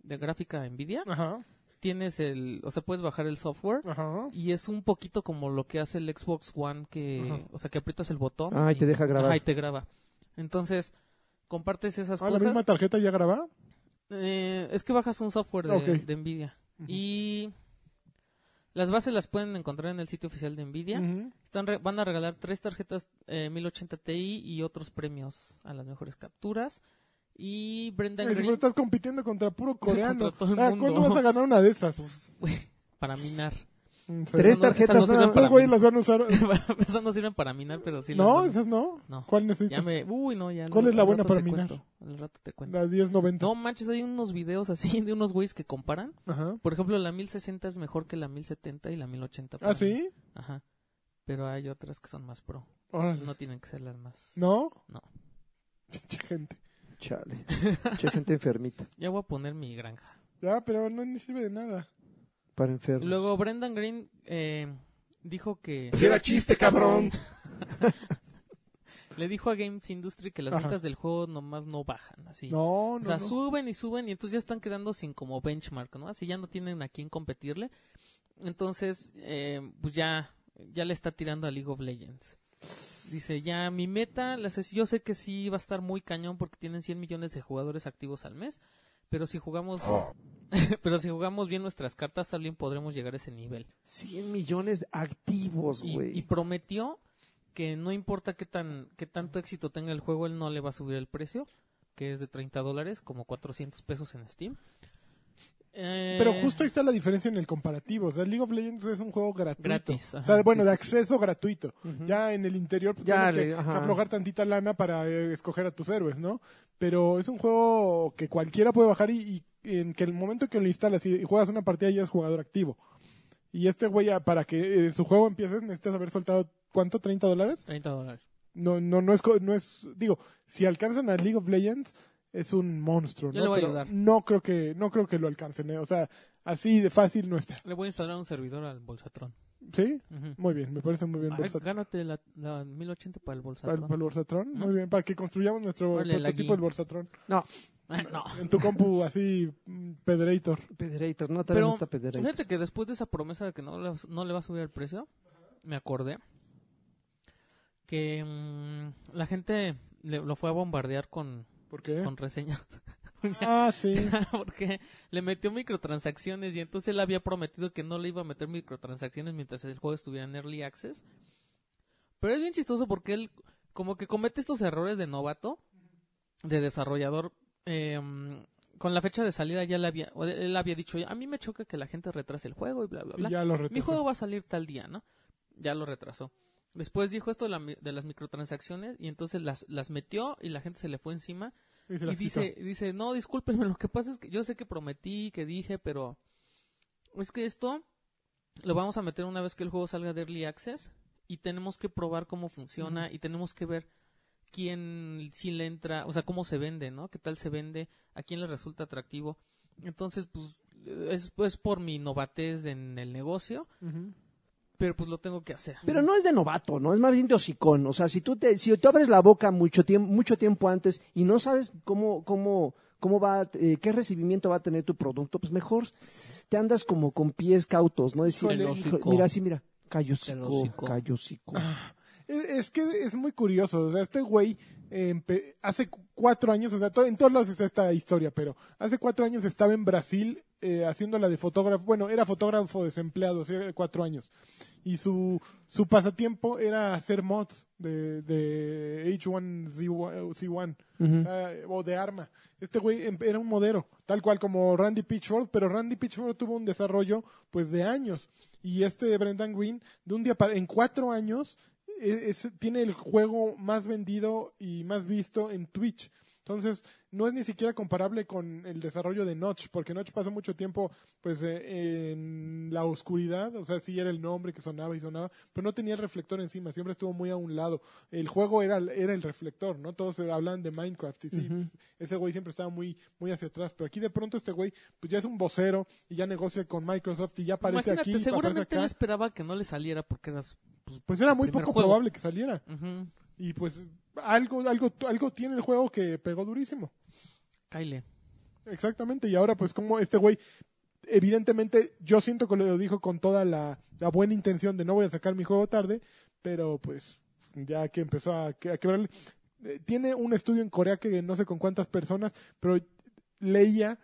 Speaker 2: de gráfica Nvidia,
Speaker 3: Ajá.
Speaker 2: tienes el, o sea, puedes bajar el software
Speaker 3: Ajá.
Speaker 2: y es un poquito como lo que hace el Xbox One, que,
Speaker 3: Ajá.
Speaker 2: o sea, que aprietas el botón.
Speaker 1: Ah, y te deja grabar.
Speaker 2: Ajá, y te graba. Entonces, compartes esas
Speaker 3: Ah, ¿La
Speaker 2: cosas.
Speaker 3: misma tarjeta ya graba?
Speaker 2: Eh, es que bajas un software de,
Speaker 3: Ah, Ok.
Speaker 2: de Nvidia. Y las bases las pueden encontrar en el sitio oficial de Nvidia.
Speaker 3: Ujú.
Speaker 2: Están re- van a regalar tres tarjetas eh, 1080 Ti y otros premios a las mejores capturas. Y Brendan
Speaker 3: Ay, seguro
Speaker 2: Green
Speaker 3: estás compitiendo contra puro coreano.
Speaker 2: Contra todo el
Speaker 3: Ah,
Speaker 2: mundo.
Speaker 3: ¿Cuándo vas a ganar una de esas?
Speaker 2: pues, para minar.
Speaker 3: Mm,
Speaker 2: Esa
Speaker 1: Tres
Speaker 2: no- esa
Speaker 1: tarjetas
Speaker 2: no sirve
Speaker 1: nada más,
Speaker 3: Esas
Speaker 2: para
Speaker 3: güeyes
Speaker 2: minar.
Speaker 3: las van a usar.
Speaker 2: Esas no sirven para minar, pero sí. las
Speaker 3: ¿No?
Speaker 2: van a-
Speaker 3: ¿Esas no?
Speaker 2: No.
Speaker 3: ¿Cuál
Speaker 2: Ya
Speaker 3: necesitas?
Speaker 2: me... Uy, no, ya.
Speaker 3: ¿Cuál
Speaker 2: al
Speaker 3: es la
Speaker 2: rato
Speaker 3: buena para
Speaker 2: te
Speaker 3: minar?
Speaker 2: cuento, al rato te cuento.
Speaker 3: La 1090.
Speaker 2: No manches, hay unos videos así de unos güeyes que comparan.
Speaker 3: Ajá.
Speaker 2: Por ejemplo, la 1060 es mejor que la 1070 y la 1080.
Speaker 3: ¿Ah,
Speaker 2: para mí.
Speaker 3: sí?
Speaker 2: Ajá. Pero hay otras que son más pro.
Speaker 3: Órale.
Speaker 2: No tienen que ser las más.
Speaker 3: ¿No?
Speaker 2: No.
Speaker 3: Pinche gente.
Speaker 1: Chale. Mucha gente enfermita.
Speaker 2: Ya voy a poner mi granja.
Speaker 3: Ya, pero no ni sirve de nada.
Speaker 1: Para enfermos.
Speaker 2: Luego, Brendan Green eh, dijo que.
Speaker 4: Pues era chiste, cabrón.
Speaker 2: Le dijo a Games Industry que las
Speaker 3: Ajá.
Speaker 2: ventas del juego nomás no bajan. Así.
Speaker 3: No, no.
Speaker 2: O sea,
Speaker 3: no.
Speaker 2: suben y suben y entonces ya están quedando sin como benchmark, ¿no? Así ya no tienen a quién competirle. Entonces, eh, pues ya, ya le está tirando a League of Legends. Dice, ya mi meta, las es- yo sé que sí va a estar muy cañón porque tienen 100 millones de jugadores activos al mes, pero si jugamos,
Speaker 4: Oh,
Speaker 2: pero si jugamos bien nuestras cartas, también podremos llegar a ese nivel.
Speaker 1: 100 millones de activos,
Speaker 2: Y,
Speaker 1: güey.
Speaker 2: y prometió que no importa qué, tan, qué tanto éxito tenga el juego, él no le va a subir el precio, que es de 30 dólares, como 400 pesos en Steam. Eh,
Speaker 3: Pero justo ahí está la diferencia en el comparativo. O sea, League of Legends es un juego gratuito.
Speaker 2: Gratis,
Speaker 3: O
Speaker 2: ajá,
Speaker 3: sea, bueno,
Speaker 1: sí,
Speaker 3: de
Speaker 1: sí,
Speaker 3: acceso gratuito.
Speaker 1: Ujú.
Speaker 3: Ya en el interior pues,
Speaker 1: Ya
Speaker 3: tienes
Speaker 1: le-
Speaker 3: que,
Speaker 1: ajá.
Speaker 3: que aflojar tantita lana para eh, escoger a tus héroes, ¿no? Pero es un juego que cualquiera puede bajar y, y en que el momento que lo instalas y, y juegas una partida ya es jugador activo. Y este güey, ah, para que eh, su juego empieces, necesitas haber soltado, ¿cuánto? ¿30 dólares?
Speaker 2: 30 dólares.
Speaker 3: No, no, no es, co- no es, digo, si alcanzan a League of Legends, es un monstruo, ¿no?
Speaker 2: Yo le voy a
Speaker 3: Pero
Speaker 2: ayudar.
Speaker 3: No creo que, no creo que lo alcancen, ¿eh? o sea, así de fácil no está,
Speaker 2: Le voy a instalar un servidor al Bolsatrón.
Speaker 3: ¿sí?
Speaker 2: Ujú.
Speaker 3: Muy bien, me parece muy bien
Speaker 2: Ah,
Speaker 3: Bolsat-
Speaker 2: gánate la, la 1080 para el
Speaker 3: para el,
Speaker 2: Bolsatrón.
Speaker 3: para el Borsatron,
Speaker 2: Ujú.
Speaker 3: muy bien, para que construyamos nuestro
Speaker 2: Órale, la
Speaker 3: prototipo del
Speaker 2: guía.
Speaker 3: Borsatron.
Speaker 2: Ah, no.
Speaker 3: En tu compu así, mm, Pederator.
Speaker 1: Pederator, no todavía no
Speaker 2: Pero,
Speaker 1: está Pederator.
Speaker 2: Pues Fíjate que después de esa promesa de que no, le- no le va a subir el precio, me acordé que mm, la gente le- lo fue a bombardear con,
Speaker 3: ¿Por qué?
Speaker 2: con reseñas.
Speaker 3: Ah, sí.
Speaker 2: Porque le metió microtransacciones y entonces él había prometido que no le iba a meter microtransacciones mientras el juego estuviera en Early Access. Pero es bien chistoso porque él como que comete estos errores de novato, de desarrollador. eh, con la fecha de salida ya le había, o él había dicho, a mí me choca que la gente retrase el juego y bla, bla,
Speaker 3: Y
Speaker 2: bla.
Speaker 3: ya lo
Speaker 2: Mi
Speaker 3: retrasó.
Speaker 2: juego va a salir tal día, ¿no? Ya lo retrasó. Después dijo esto de, la mi- de las microtransacciones y entonces las, las metió y la gente se le fue encima
Speaker 3: Y se
Speaker 2: y
Speaker 3: las quitó.
Speaker 2: dice, dice, no, discúlpenme, lo que pasa es que yo sé que prometí, que dije, pero es que esto lo vamos a meter una vez que el juego salga de Early Access y tenemos que probar cómo funciona y tenemos que ver quién si le entra, o sea, cómo se vende, ¿no? ¿Qué tal se vende? ¿A quién le resulta atractivo? Entonces, pues, es pues, por mi novatez en el negocio,
Speaker 3: Ujú.
Speaker 2: pero pues lo tengo que hacer.
Speaker 1: Pero no es de novato, ¿no? Es más bien de hocicón. O sea, si tú, te, si tú abres la boca mucho tiempo, mucho tiempo antes y no sabes cómo, cómo, cómo va, eh, qué recibimiento va a tener tu producto, pues mejor te andas como con pies cautos, ¿no? Decir,
Speaker 3: El
Speaker 1: "Hijo,
Speaker 2: hocico.
Speaker 1: mira, sí, mira,
Speaker 2: El
Speaker 1: callosico,
Speaker 2: hocico.
Speaker 1: callosico.
Speaker 3: Ah, Es, e-, es que es muy curioso. O sea, este güey eh, empe- hace cu- cuatro años, o sea, to- en todos lados está esta historia, pero hace cuatro años estaba en Brasil eh, haciendo la de fotógrafo. Bueno, era fotógrafo desempleado, hace cuatro años. Y su, su pasatiempo era hacer mods de, de H1Z1
Speaker 1: Ujú.
Speaker 3: ah, o de arma. Este güey em- era un modero, tal cual como Randy Pitchford, pero Randy Pitchford tuvo un desarrollo pues de años. Y este Brendan Green, de un día para en cuatro años, e- es- tiene el juego más vendido y más visto en Twitch. Entonces, no es ni siquiera comparable con el desarrollo de Notch, porque Notch pasó mucho tiempo pues eh, en la oscuridad, o sea, sí era el nombre que sonaba y sonaba, pero no tenía el reflector encima, siempre estuvo muy a un lado. El juego era, era el reflector, ¿no? Todos hablan de Minecraft y sí, ese güey siempre estaba muy, muy hacia atrás, pero aquí de pronto este güey pues ya es un vocero y ya negocia con Microsoft y ya aparece
Speaker 2: Imagínate,
Speaker 3: aquí,
Speaker 2: seguramente
Speaker 3: aparece
Speaker 2: él
Speaker 3: acá.
Speaker 2: esperaba que no le saliera porque eras... Pues,
Speaker 3: Pues era muy
Speaker 2: primer
Speaker 3: poco
Speaker 2: juego.
Speaker 3: probable que saliera.
Speaker 2: ujú,
Speaker 3: Y pues algo, algo, algo tiene el juego que pegó durísimo.
Speaker 2: Kyle.
Speaker 3: Exactamente, y ahora pues como este güey, evidentemente yo siento que lo dijo con toda la, la buena intención de no voy a sacar mi juego tarde, pero pues ya que empezó a, que- a quebrarle. Eh, Tiene un estudio en Corea que no sé con cuántas personas, pero leía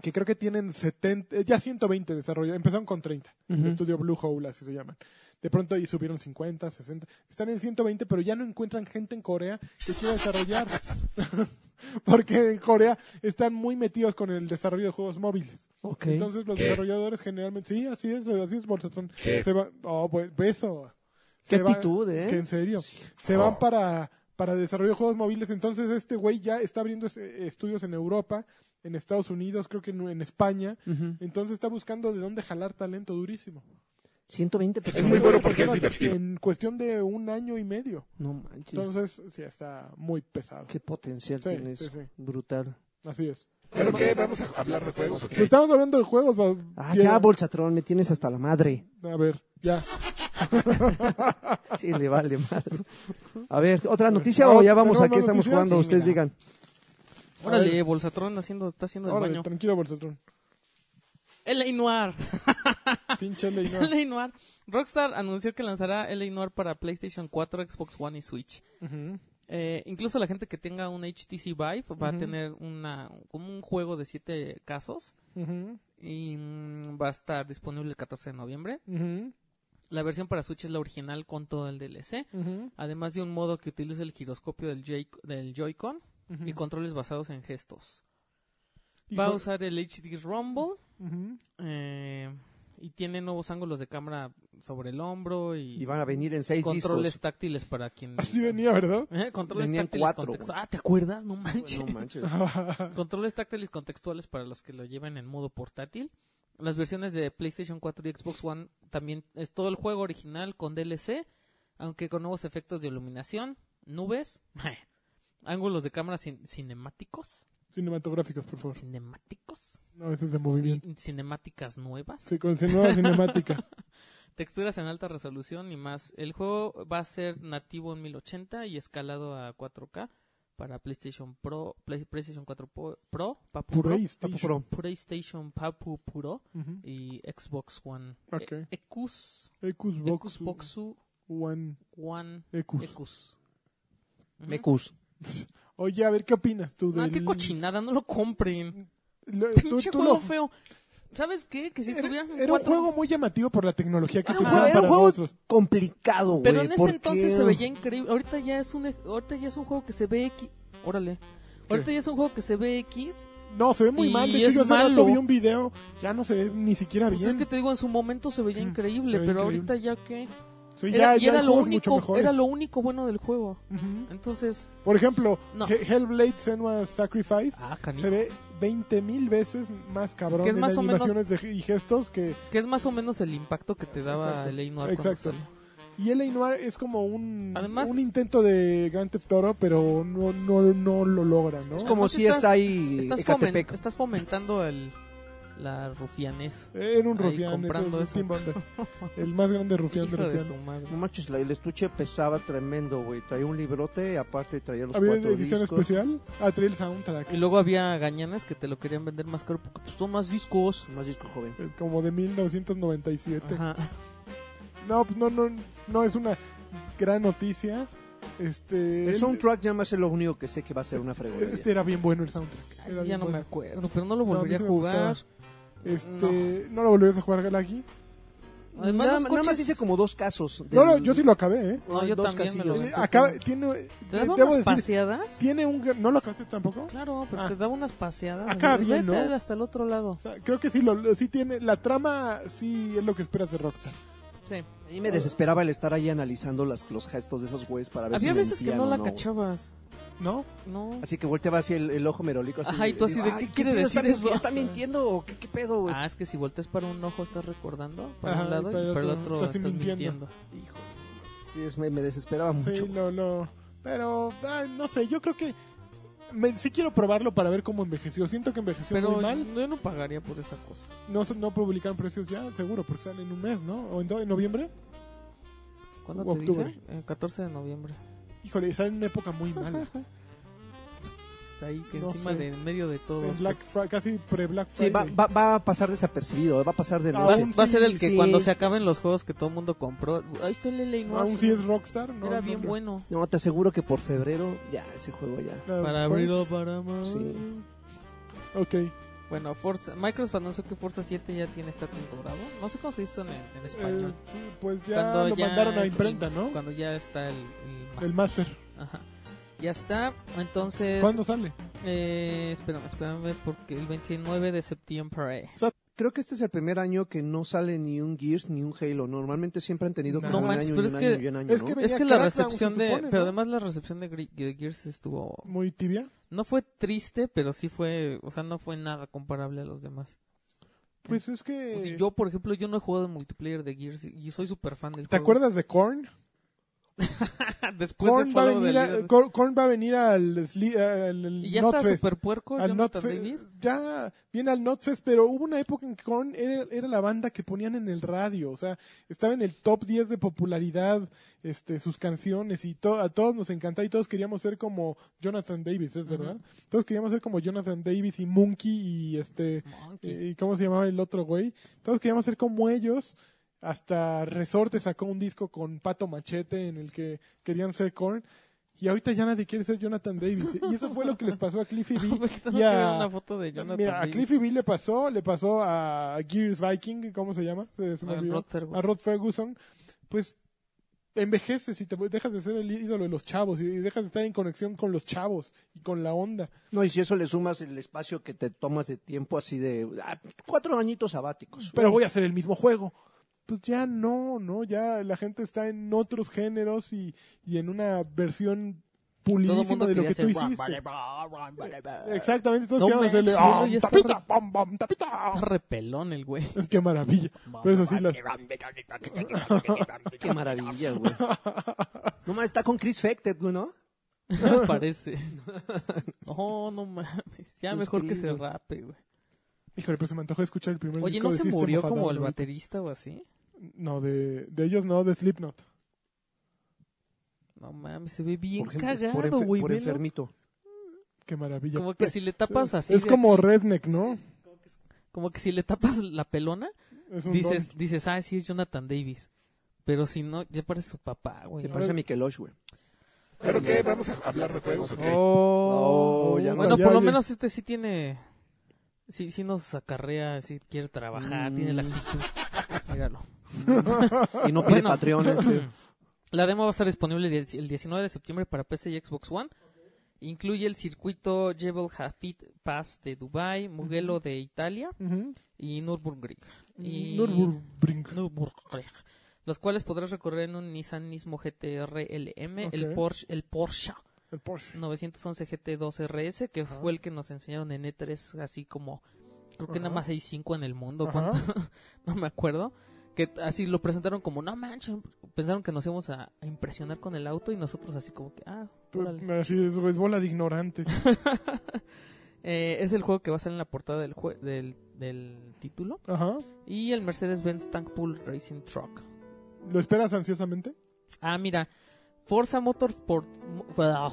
Speaker 3: que creo que tienen 70, eh, ya 120 desarrollos, empezaron con 30, el
Speaker 1: Ujú.
Speaker 3: estudio Blue Hole así se llaman. De pronto y subieron 50, 60, están en 120, pero ya no encuentran gente en Corea que quiera desarrollar. Porque en Corea están muy metidos con el desarrollo de juegos móviles.
Speaker 1: Ok.
Speaker 3: Entonces los
Speaker 4: ¿Qué?
Speaker 3: desarrolladores generalmente, sí, así es, así es Bolsatron.
Speaker 4: ¿Qué?
Speaker 3: Se va, oh, pues eso.
Speaker 1: Qué
Speaker 3: Se va-
Speaker 1: actitud, ¿eh?
Speaker 3: Que en serio. Se
Speaker 4: Oh.
Speaker 3: van para, para desarrollo de juegos móviles. Entonces este güey ya está abriendo es- eh, estudios en Europa, en Estados Unidos, creo que en, en España.
Speaker 1: Ujú.
Speaker 3: Entonces está buscando de dónde jalar talento durísimo.
Speaker 1: 120
Speaker 4: Es
Speaker 1: personas.
Speaker 4: muy bueno porque es
Speaker 3: Personas
Speaker 4: divertido.
Speaker 3: En cuestión de un año y medio.
Speaker 1: No manches.
Speaker 3: Entonces, sí, está muy pesado.
Speaker 1: Qué potencial
Speaker 3: Sí,
Speaker 1: tienes.
Speaker 3: sí, sí.
Speaker 1: Brutal.
Speaker 3: Así es.
Speaker 4: ¿Pero qué? ¿Vamos a hablar de juegos o
Speaker 3: Pues
Speaker 4: qué?
Speaker 3: estamos hablando de juegos. va-
Speaker 1: Ah,
Speaker 3: quiero-
Speaker 1: ya, Bolsatrón, me tienes hasta la madre.
Speaker 3: A ver, ya.
Speaker 1: Sí, le vale madre. A ver, ¿otra noticia
Speaker 3: Pues No,
Speaker 1: o ya vamos a
Speaker 3: ¿tenemos
Speaker 1: qué estamos
Speaker 3: noticias?
Speaker 1: jugando?
Speaker 3: Sí,
Speaker 1: Ustedes
Speaker 2: mira.
Speaker 1: digan.
Speaker 2: Órale,
Speaker 3: ver.
Speaker 2: Bolsatrón haciendo, está haciendo el
Speaker 3: Órale,
Speaker 2: baño.
Speaker 3: tranquilo, Bolsatron.
Speaker 2: El Noir.
Speaker 3: Pinche ley, no.
Speaker 2: LA Noir. Rockstar anunció que lanzará LA Noir para PlayStation 4, Xbox One y Switch.
Speaker 3: Ujú.
Speaker 2: Eh, incluso la gente que tenga un HTC Vive va a
Speaker 3: Ujú.
Speaker 2: tener una como un juego de siete casos
Speaker 3: Ujú.
Speaker 2: y mm, va a estar disponible el 14 de noviembre.
Speaker 3: Ujú.
Speaker 2: La versión para Switch es la original con todo el DLC,
Speaker 3: Ujú.
Speaker 2: además de un modo que utiliza el giroscopio del, Joy- del Joy-Con y controles basados en gestos. Va a
Speaker 3: Hijo-
Speaker 2: usar el HD Rumble
Speaker 3: Ujú.
Speaker 2: eh, y tiene nuevos ángulos de cámara sobre el hombro y,
Speaker 1: Y van a venir en seis
Speaker 2: controles
Speaker 1: discos.
Speaker 2: táctiles para quien
Speaker 3: Así venía, ¿verdad?
Speaker 2: ¿Eh? controles
Speaker 1: Venían
Speaker 2: táctiles
Speaker 1: cuatro,
Speaker 2: contextu-
Speaker 1: güey. Pues,
Speaker 2: ah te acuerdas no manches
Speaker 1: No manches.
Speaker 2: controles táctiles contextuales para los que lo lleven en modo portátil Las versiones de PlayStation 4 y Xbox One también es todo el juego original con DLC, aunque con nuevos efectos de iluminación, nubes, ángulos de cámara cin- cinemáticos,
Speaker 3: Cinematográficos, por favor.
Speaker 2: cinemáticos,
Speaker 3: No, ese es de
Speaker 2: y
Speaker 3: movimiento.
Speaker 2: cinemáticas nuevas,
Speaker 3: Sí, con cin- nuevas cinemáticas.
Speaker 2: texturas en alta resolución y más. El juego va a ser nativo en 1080 y escalado a 4K para PlayStation Pro, Play- PlayStation 4 Pro, Pro, Papu Pro,
Speaker 3: PlayStation.
Speaker 1: Pro.
Speaker 2: PlayStation Papu Pro
Speaker 3: Ujú.
Speaker 2: y Xbox One.
Speaker 3: Ok.
Speaker 2: E- Ecus,
Speaker 3: Xbox
Speaker 2: Xbox
Speaker 3: One
Speaker 2: One,
Speaker 3: Ecus.
Speaker 2: Ecus. Ujú.
Speaker 1: Mecus.
Speaker 3: Oye, a ver, ¿qué opinas tú
Speaker 2: Ah,
Speaker 3: del-
Speaker 2: qué cochinada, no lo compren.
Speaker 3: lo- tú-
Speaker 2: Pinche
Speaker 3: tú
Speaker 2: juego
Speaker 3: lo-
Speaker 2: feo. ¿Sabes qué? Que si
Speaker 3: Era,
Speaker 2: estuvieran
Speaker 3: era un
Speaker 2: cuatro- Ah,
Speaker 3: juego muy llamativo por la tecnología que
Speaker 1: Era un juego,
Speaker 3: utilizaban
Speaker 1: era un
Speaker 3: para
Speaker 1: juego
Speaker 3: nosotros.
Speaker 1: complicado, güey.
Speaker 2: Pero en ese
Speaker 1: porque-
Speaker 2: entonces se veía increíble. Ahorita ya es un ej- ahorita ya es un juego que se ve X. Órale. Ahorita ya es un juego que se ve X.
Speaker 3: No, se ve muy
Speaker 2: Y
Speaker 3: mal. De hecho,
Speaker 2: es
Speaker 3: yo hace rato
Speaker 2: malo.
Speaker 3: vi un video, ya no se ve ni siquiera
Speaker 2: Pues
Speaker 3: Ah, bien.
Speaker 2: es que te digo, en su momento se veía
Speaker 3: Mm,
Speaker 2: increíble,
Speaker 3: se ve
Speaker 2: pero
Speaker 3: increíble.
Speaker 2: ahorita ya que
Speaker 3: Sí,
Speaker 2: era,
Speaker 3: ya-
Speaker 2: y
Speaker 3: ya
Speaker 2: era
Speaker 3: hay
Speaker 2: lo
Speaker 3: juegos mucho
Speaker 2: único,
Speaker 3: mejores.
Speaker 2: era lo único bueno del juego.
Speaker 3: Ujú.
Speaker 2: Entonces,
Speaker 3: Por ejemplo,
Speaker 2: No.
Speaker 3: He- Hellblade Senua Sacrifice
Speaker 2: ah,
Speaker 3: se
Speaker 2: canijo.
Speaker 3: ve 20 mil veces más cabrón
Speaker 2: Que es más
Speaker 3: en
Speaker 2: o menos-
Speaker 3: animaciones de- y gestos que...
Speaker 2: que es más o menos el impacto que te daba
Speaker 3: Exacto,
Speaker 2: el Noir cuando
Speaker 3: exacto.
Speaker 2: salió.
Speaker 3: Y L.A. Noir es como un,
Speaker 2: Además-
Speaker 3: un intento de Grand Theft Auto, pero no, no, no lo logra, ¿no?
Speaker 1: Es como
Speaker 2: Además,
Speaker 1: si es
Speaker 2: estás-
Speaker 1: ahí
Speaker 2: Estás, fomen-
Speaker 1: Ecatepec.
Speaker 2: estás fomentando el la rufianés.
Speaker 3: Era un
Speaker 2: Ahí
Speaker 3: rufián, ese
Speaker 2: comprando
Speaker 3: es
Speaker 2: eso.
Speaker 3: Tim Bonder. El más grande rufián de
Speaker 2: Hijo de su
Speaker 3: rufián.
Speaker 2: madre.
Speaker 1: No manches, la- el estuche pesaba tremendo, güey. Traía un librote, aparte traía los
Speaker 3: ¿Había
Speaker 1: cuatro
Speaker 3: edición
Speaker 1: discos.
Speaker 3: especial? Ah, traía el soundtrack.
Speaker 2: Y luego había gañanas que te lo querían vender más caro porque pues son más discos.
Speaker 1: Más disco joven.
Speaker 3: eh, Como de 1997.
Speaker 2: Ajá.
Speaker 3: No, pues no, no, no es una gran noticia. Este,
Speaker 1: El
Speaker 3: él-
Speaker 1: soundtrack ya más es lo único que sé que va a ser una fregonería.
Speaker 3: este era bien bueno el soundtrack.
Speaker 2: Ay,
Speaker 3: Era
Speaker 2: ya
Speaker 3: bien
Speaker 2: no me
Speaker 3: bueno.
Speaker 2: acuerdo, pero no lo
Speaker 3: No, a mí
Speaker 2: volvería
Speaker 3: sí
Speaker 2: a
Speaker 3: me
Speaker 2: jugar.
Speaker 3: Este, no. lo volverías a jugar Galagi?
Speaker 2: Además,
Speaker 1: nada,
Speaker 2: los
Speaker 1: nada más
Speaker 2: coches-
Speaker 1: hice como dos casos.
Speaker 3: No, no,
Speaker 1: del-
Speaker 3: yo sí lo acabé, ¿eh?
Speaker 2: No, yo
Speaker 1: dos
Speaker 2: también me lo
Speaker 1: casillos.
Speaker 2: aventé.
Speaker 3: Eh, acaba- tiene,
Speaker 2: ¿Te
Speaker 3: eh,
Speaker 2: daba
Speaker 3: debo
Speaker 2: unas
Speaker 3: decir,
Speaker 2: paseadas?
Speaker 3: tiene un... gran- ¿No lo acabaste tampoco?
Speaker 2: Claro, pero
Speaker 3: Ah.
Speaker 2: te daba unas paseadas.
Speaker 3: Acá
Speaker 2: Así de,
Speaker 3: bien,
Speaker 2: "Vete
Speaker 3: ¿no?"
Speaker 2: hasta el otro
Speaker 3: O
Speaker 2: lado.
Speaker 3: sea, creo que sí, lo, lo- sí tiene... La trama sí es lo que esperas de Rockstar.
Speaker 2: Sí.
Speaker 1: Y me desesperaba el estar ahí analizando las, los gestos de esos güeyes para ver
Speaker 2: Había
Speaker 1: si
Speaker 2: veces que
Speaker 1: mentían
Speaker 2: no
Speaker 1: o
Speaker 2: la
Speaker 1: güey.
Speaker 2: cachabas.
Speaker 3: ¿no
Speaker 2: No.
Speaker 1: Así que volteaba así el, el ojo merolico. Así,
Speaker 2: Ajá, y tú así
Speaker 1: digo,
Speaker 2: de, ¿qué
Speaker 1: "Ay,
Speaker 2: quiere
Speaker 1: pedo?
Speaker 2: decir
Speaker 1: ¿Está-
Speaker 2: eso?"
Speaker 1: ¿Está mintiendo o qué, qué pedo, güey?
Speaker 2: Ah, es que si volteas para un ojo estás recordando, para
Speaker 3: Ajá,
Speaker 2: un lado, y para, el otro estás,
Speaker 3: mintiendo.
Speaker 2: mintiendo.
Speaker 1: Hijo. Sí, es- me, me desesperaba
Speaker 3: Sí,
Speaker 1: mucho.
Speaker 3: lo, lo- Pero, ah, no sé, yo creo que... Me, sí quiero probarlo para ver cómo envejeció. Siento que envejeció
Speaker 2: Pero
Speaker 3: muy mal.
Speaker 2: yo no pagaría por esa cosa.
Speaker 3: No, se- no publicaron precios ya, seguro, porque sale en un mes, ¿no? ¿O en, do- en noviembre?
Speaker 2: ¿Cuándo
Speaker 3: O
Speaker 2: te
Speaker 3: octubre.
Speaker 2: dije? El 14 de noviembre.
Speaker 3: Híjole, sale en una época muy mala.
Speaker 2: Ahí que
Speaker 3: No
Speaker 2: encima
Speaker 3: sé.
Speaker 2: de en medio de todo.
Speaker 3: En Black Fri- casi pre-Black
Speaker 1: Sí,
Speaker 3: Friday.
Speaker 1: va, va, va a pasar desapercibido, va a pasar de
Speaker 3: Ah,
Speaker 2: Va,
Speaker 1: noche.
Speaker 3: Aún
Speaker 2: va a
Speaker 3: sí,
Speaker 2: ser el que
Speaker 1: sí.
Speaker 2: cuando se acaben los juegos que todo el mundo compró. Ahí está el LA Noire.
Speaker 3: Aún si es Rockstar, ¿no?
Speaker 2: Era
Speaker 3: no,
Speaker 2: bien
Speaker 3: no.
Speaker 2: bueno.
Speaker 1: No, te aseguro que por febrero ya ese juego ya.
Speaker 3: No,
Speaker 2: Para
Speaker 3: fue-
Speaker 2: abrirlo para más.
Speaker 1: Sí.
Speaker 3: Ok. eh,
Speaker 2: Bueno, Forza, Microsoft anunció que Forza 7 ya tiene estatus dorado. No sé cómo se hizo en, en
Speaker 3: Eh,
Speaker 2: español.
Speaker 3: pues ya
Speaker 2: Cuando
Speaker 3: lo
Speaker 2: ya
Speaker 3: mandaron a
Speaker 2: es-
Speaker 3: imprenta, ¿no?
Speaker 2: Cuando ya está el, el master.
Speaker 3: El máster.
Speaker 2: Ajá. Ya está. Entonces,
Speaker 3: ¿Cuándo sale?
Speaker 2: eh, espérame, espérame, porque el 29 de septiembre.
Speaker 1: Creo que este es el primer año que no sale ni un Gears ni un Halo. Normalmente siempre han tenido como
Speaker 3: No
Speaker 1: un
Speaker 2: manches,
Speaker 1: año,
Speaker 2: pero
Speaker 1: y
Speaker 2: es
Speaker 1: un
Speaker 2: que-
Speaker 1: año y un año,
Speaker 3: es
Speaker 1: ¿no?
Speaker 3: que-
Speaker 2: Es
Speaker 3: Venía
Speaker 2: que la
Speaker 3: Crackdown,
Speaker 2: recepción
Speaker 3: se
Speaker 2: de.
Speaker 3: supone,
Speaker 2: Pero
Speaker 3: ¿no?
Speaker 2: además la recepción de, Gre- de Gears estuvo.
Speaker 3: Muy tibia.
Speaker 2: No fue triste, pero sí fue. O sea, no fue nada comparable a los demás.
Speaker 3: Pues es
Speaker 2: O sea,
Speaker 3: que.
Speaker 2: yo, por ejemplo, yo no he jugado en multiplayer de Gears y y soy súper fan del
Speaker 3: ¿Te
Speaker 2: juego.
Speaker 3: acuerdas de Korn?
Speaker 2: Después Pues de
Speaker 3: Korn va, a
Speaker 2: Fallout del
Speaker 3: venir a,
Speaker 2: Líder.
Speaker 3: Korn, Korn va a venir al. Sli- al- al
Speaker 2: Y ya
Speaker 3: Knot
Speaker 2: está
Speaker 3: Fest.
Speaker 2: súper puerco
Speaker 3: Al
Speaker 2: Jonathan
Speaker 3: Knot Fe-
Speaker 2: Davis.
Speaker 3: Ya viene al Notfest, pero hubo una época en que Korn era, era la banda que ponían en el radio, o sea, estaba en el top 10 de popularidad, este, sus canciones y to- a todos nos encantaba y todos queríamos ser como Jonathan Davis, es verdad. Todos queríamos ser como Jonathan Davis y Monkey y este,
Speaker 2: Monkey.
Speaker 3: y cómo se llamaba el otro güey. Todos queríamos ser como ellos. Hasta Resorte sacó un disco con Pato Machete en el que querían ser Korn. Y ahorita ya nadie quiere ser Jonathan Davis. Y eso fue lo que les pasó a Cliffy B.
Speaker 2: Tengo
Speaker 3: y
Speaker 2: que pues, ver
Speaker 3: a-
Speaker 2: una foto de Jonathan
Speaker 3: Mira, a
Speaker 2: Davis.
Speaker 3: Cliffy B le pasó, le pasó a Gears Viking, ¿cómo se llama? Se- se me
Speaker 2: A
Speaker 3: olvidó.
Speaker 2: Rod Ferguson.
Speaker 3: A Rod Ferguson. Pues envejeces y te dejas de ser el ídolo de los chavos y dejas de estar en conexión con los chavos y con la onda.
Speaker 1: No, y si eso le sumas el espacio que te tomas de tiempo así de ah, cuatro añitos sabáticos.
Speaker 3: pero voy a hacer el mismo juego. Pues ya no, ¿no? Ya la gente está en otros géneros y, y en una versión
Speaker 2: Todo
Speaker 3: pulidísimo
Speaker 2: mundo
Speaker 3: de lo
Speaker 2: quería
Speaker 3: que tú
Speaker 2: hacer.
Speaker 3: hiciste.
Speaker 2: Exacto.
Speaker 3: Exactamente, todos
Speaker 2: No
Speaker 3: querían hacerle
Speaker 2: manches,
Speaker 3: "Ah,
Speaker 2: uno ya está
Speaker 3: tapita, pam, pam, tapita.
Speaker 2: Repelón el güey.
Speaker 3: Qué maravilla. Pero eso sí, las-
Speaker 1: Qué maravilla, güey. No más está con Chris Fected, güey, ¿no?
Speaker 2: Parece. No, no mames. Ya
Speaker 1: Pues
Speaker 2: mejor
Speaker 1: sí,
Speaker 2: que se
Speaker 1: güey.
Speaker 2: rape, güey.
Speaker 3: híjole, pero se me antojó escuchar el primer
Speaker 2: Oye,
Speaker 3: disco
Speaker 2: ¿no
Speaker 3: de
Speaker 2: se
Speaker 3: System
Speaker 2: murió
Speaker 3: of a
Speaker 2: como
Speaker 3: Down
Speaker 2: el
Speaker 3: ahorita?
Speaker 2: baterista o así?
Speaker 3: No, de, de ellos no, de Slipknot.
Speaker 2: No mames, se ve bien
Speaker 1: Por ejemplo, es por
Speaker 2: cagado,
Speaker 1: enfer-
Speaker 2: güey.
Speaker 1: Por
Speaker 2: velo.
Speaker 1: enfermito.
Speaker 3: Qué maravilla. Pues, eh,
Speaker 2: Como que si le tapas así.
Speaker 3: es
Speaker 2: de
Speaker 3: como
Speaker 2: aquí,
Speaker 3: Redneck, ¿no?
Speaker 2: como que si le tapas la pelona,
Speaker 3: Es un
Speaker 2: dices, dices, ah, sí es Jonathan Davis. Pero si no, ya parece su papá, güey.
Speaker 1: Que parece a Mikelosh, güey.
Speaker 4: ¿Pero qué? ¿Vamos a hablar de juegos o qué?
Speaker 2: Oh,
Speaker 1: No, ya no.
Speaker 2: bueno,
Speaker 3: Ya,
Speaker 2: por lo
Speaker 3: ya.
Speaker 2: menos este sí tiene. Sí, sí nos acarrea, sí quiere trabajar,
Speaker 1: Mm.
Speaker 2: tiene la actitud. Míralo.
Speaker 1: Y no pide
Speaker 2: Bueno.
Speaker 1: Patreon este.
Speaker 2: La demo va a estar disponible die- el 19 de septiembre para PC y Xbox One. Incluye el circuito Jebel Hafid Pass de Dubai, Mugello de Italia
Speaker 3: don- Ujú.
Speaker 2: y Nürburgring. Y...
Speaker 3: Mm, Nürburgring.
Speaker 2: Nürburgring, Los cuales podrás recorrer en un Nissan Nismo GTR LM, el
Speaker 3: Ok.
Speaker 2: Porsche, el Porsche
Speaker 3: El Porsche.
Speaker 2: 911 GT2 RS, que fue el que nos enseñaron en E3, así como, creo que nada
Speaker 3: Ajá.
Speaker 2: más hay 5 en el mundo, ¿cuánto?
Speaker 3: Ajá.
Speaker 2: no me acuerdo. Que así lo presentaron como, no manches, pensaron que nos íbamos a, a impresionar con el auto y nosotros así como que, ah, órale".
Speaker 3: Así Pues, es, güey, es bola de ignorantes.
Speaker 2: Eh, es el juego que va a salir en la portada del, jue- del, del título.
Speaker 3: Ajá.
Speaker 2: Y el Mercedes-Benz Tank Pool Racing Truck.
Speaker 3: ¿Lo esperas ansiosamente?
Speaker 2: Ah, mira, Forza Motorsport. mo- ah,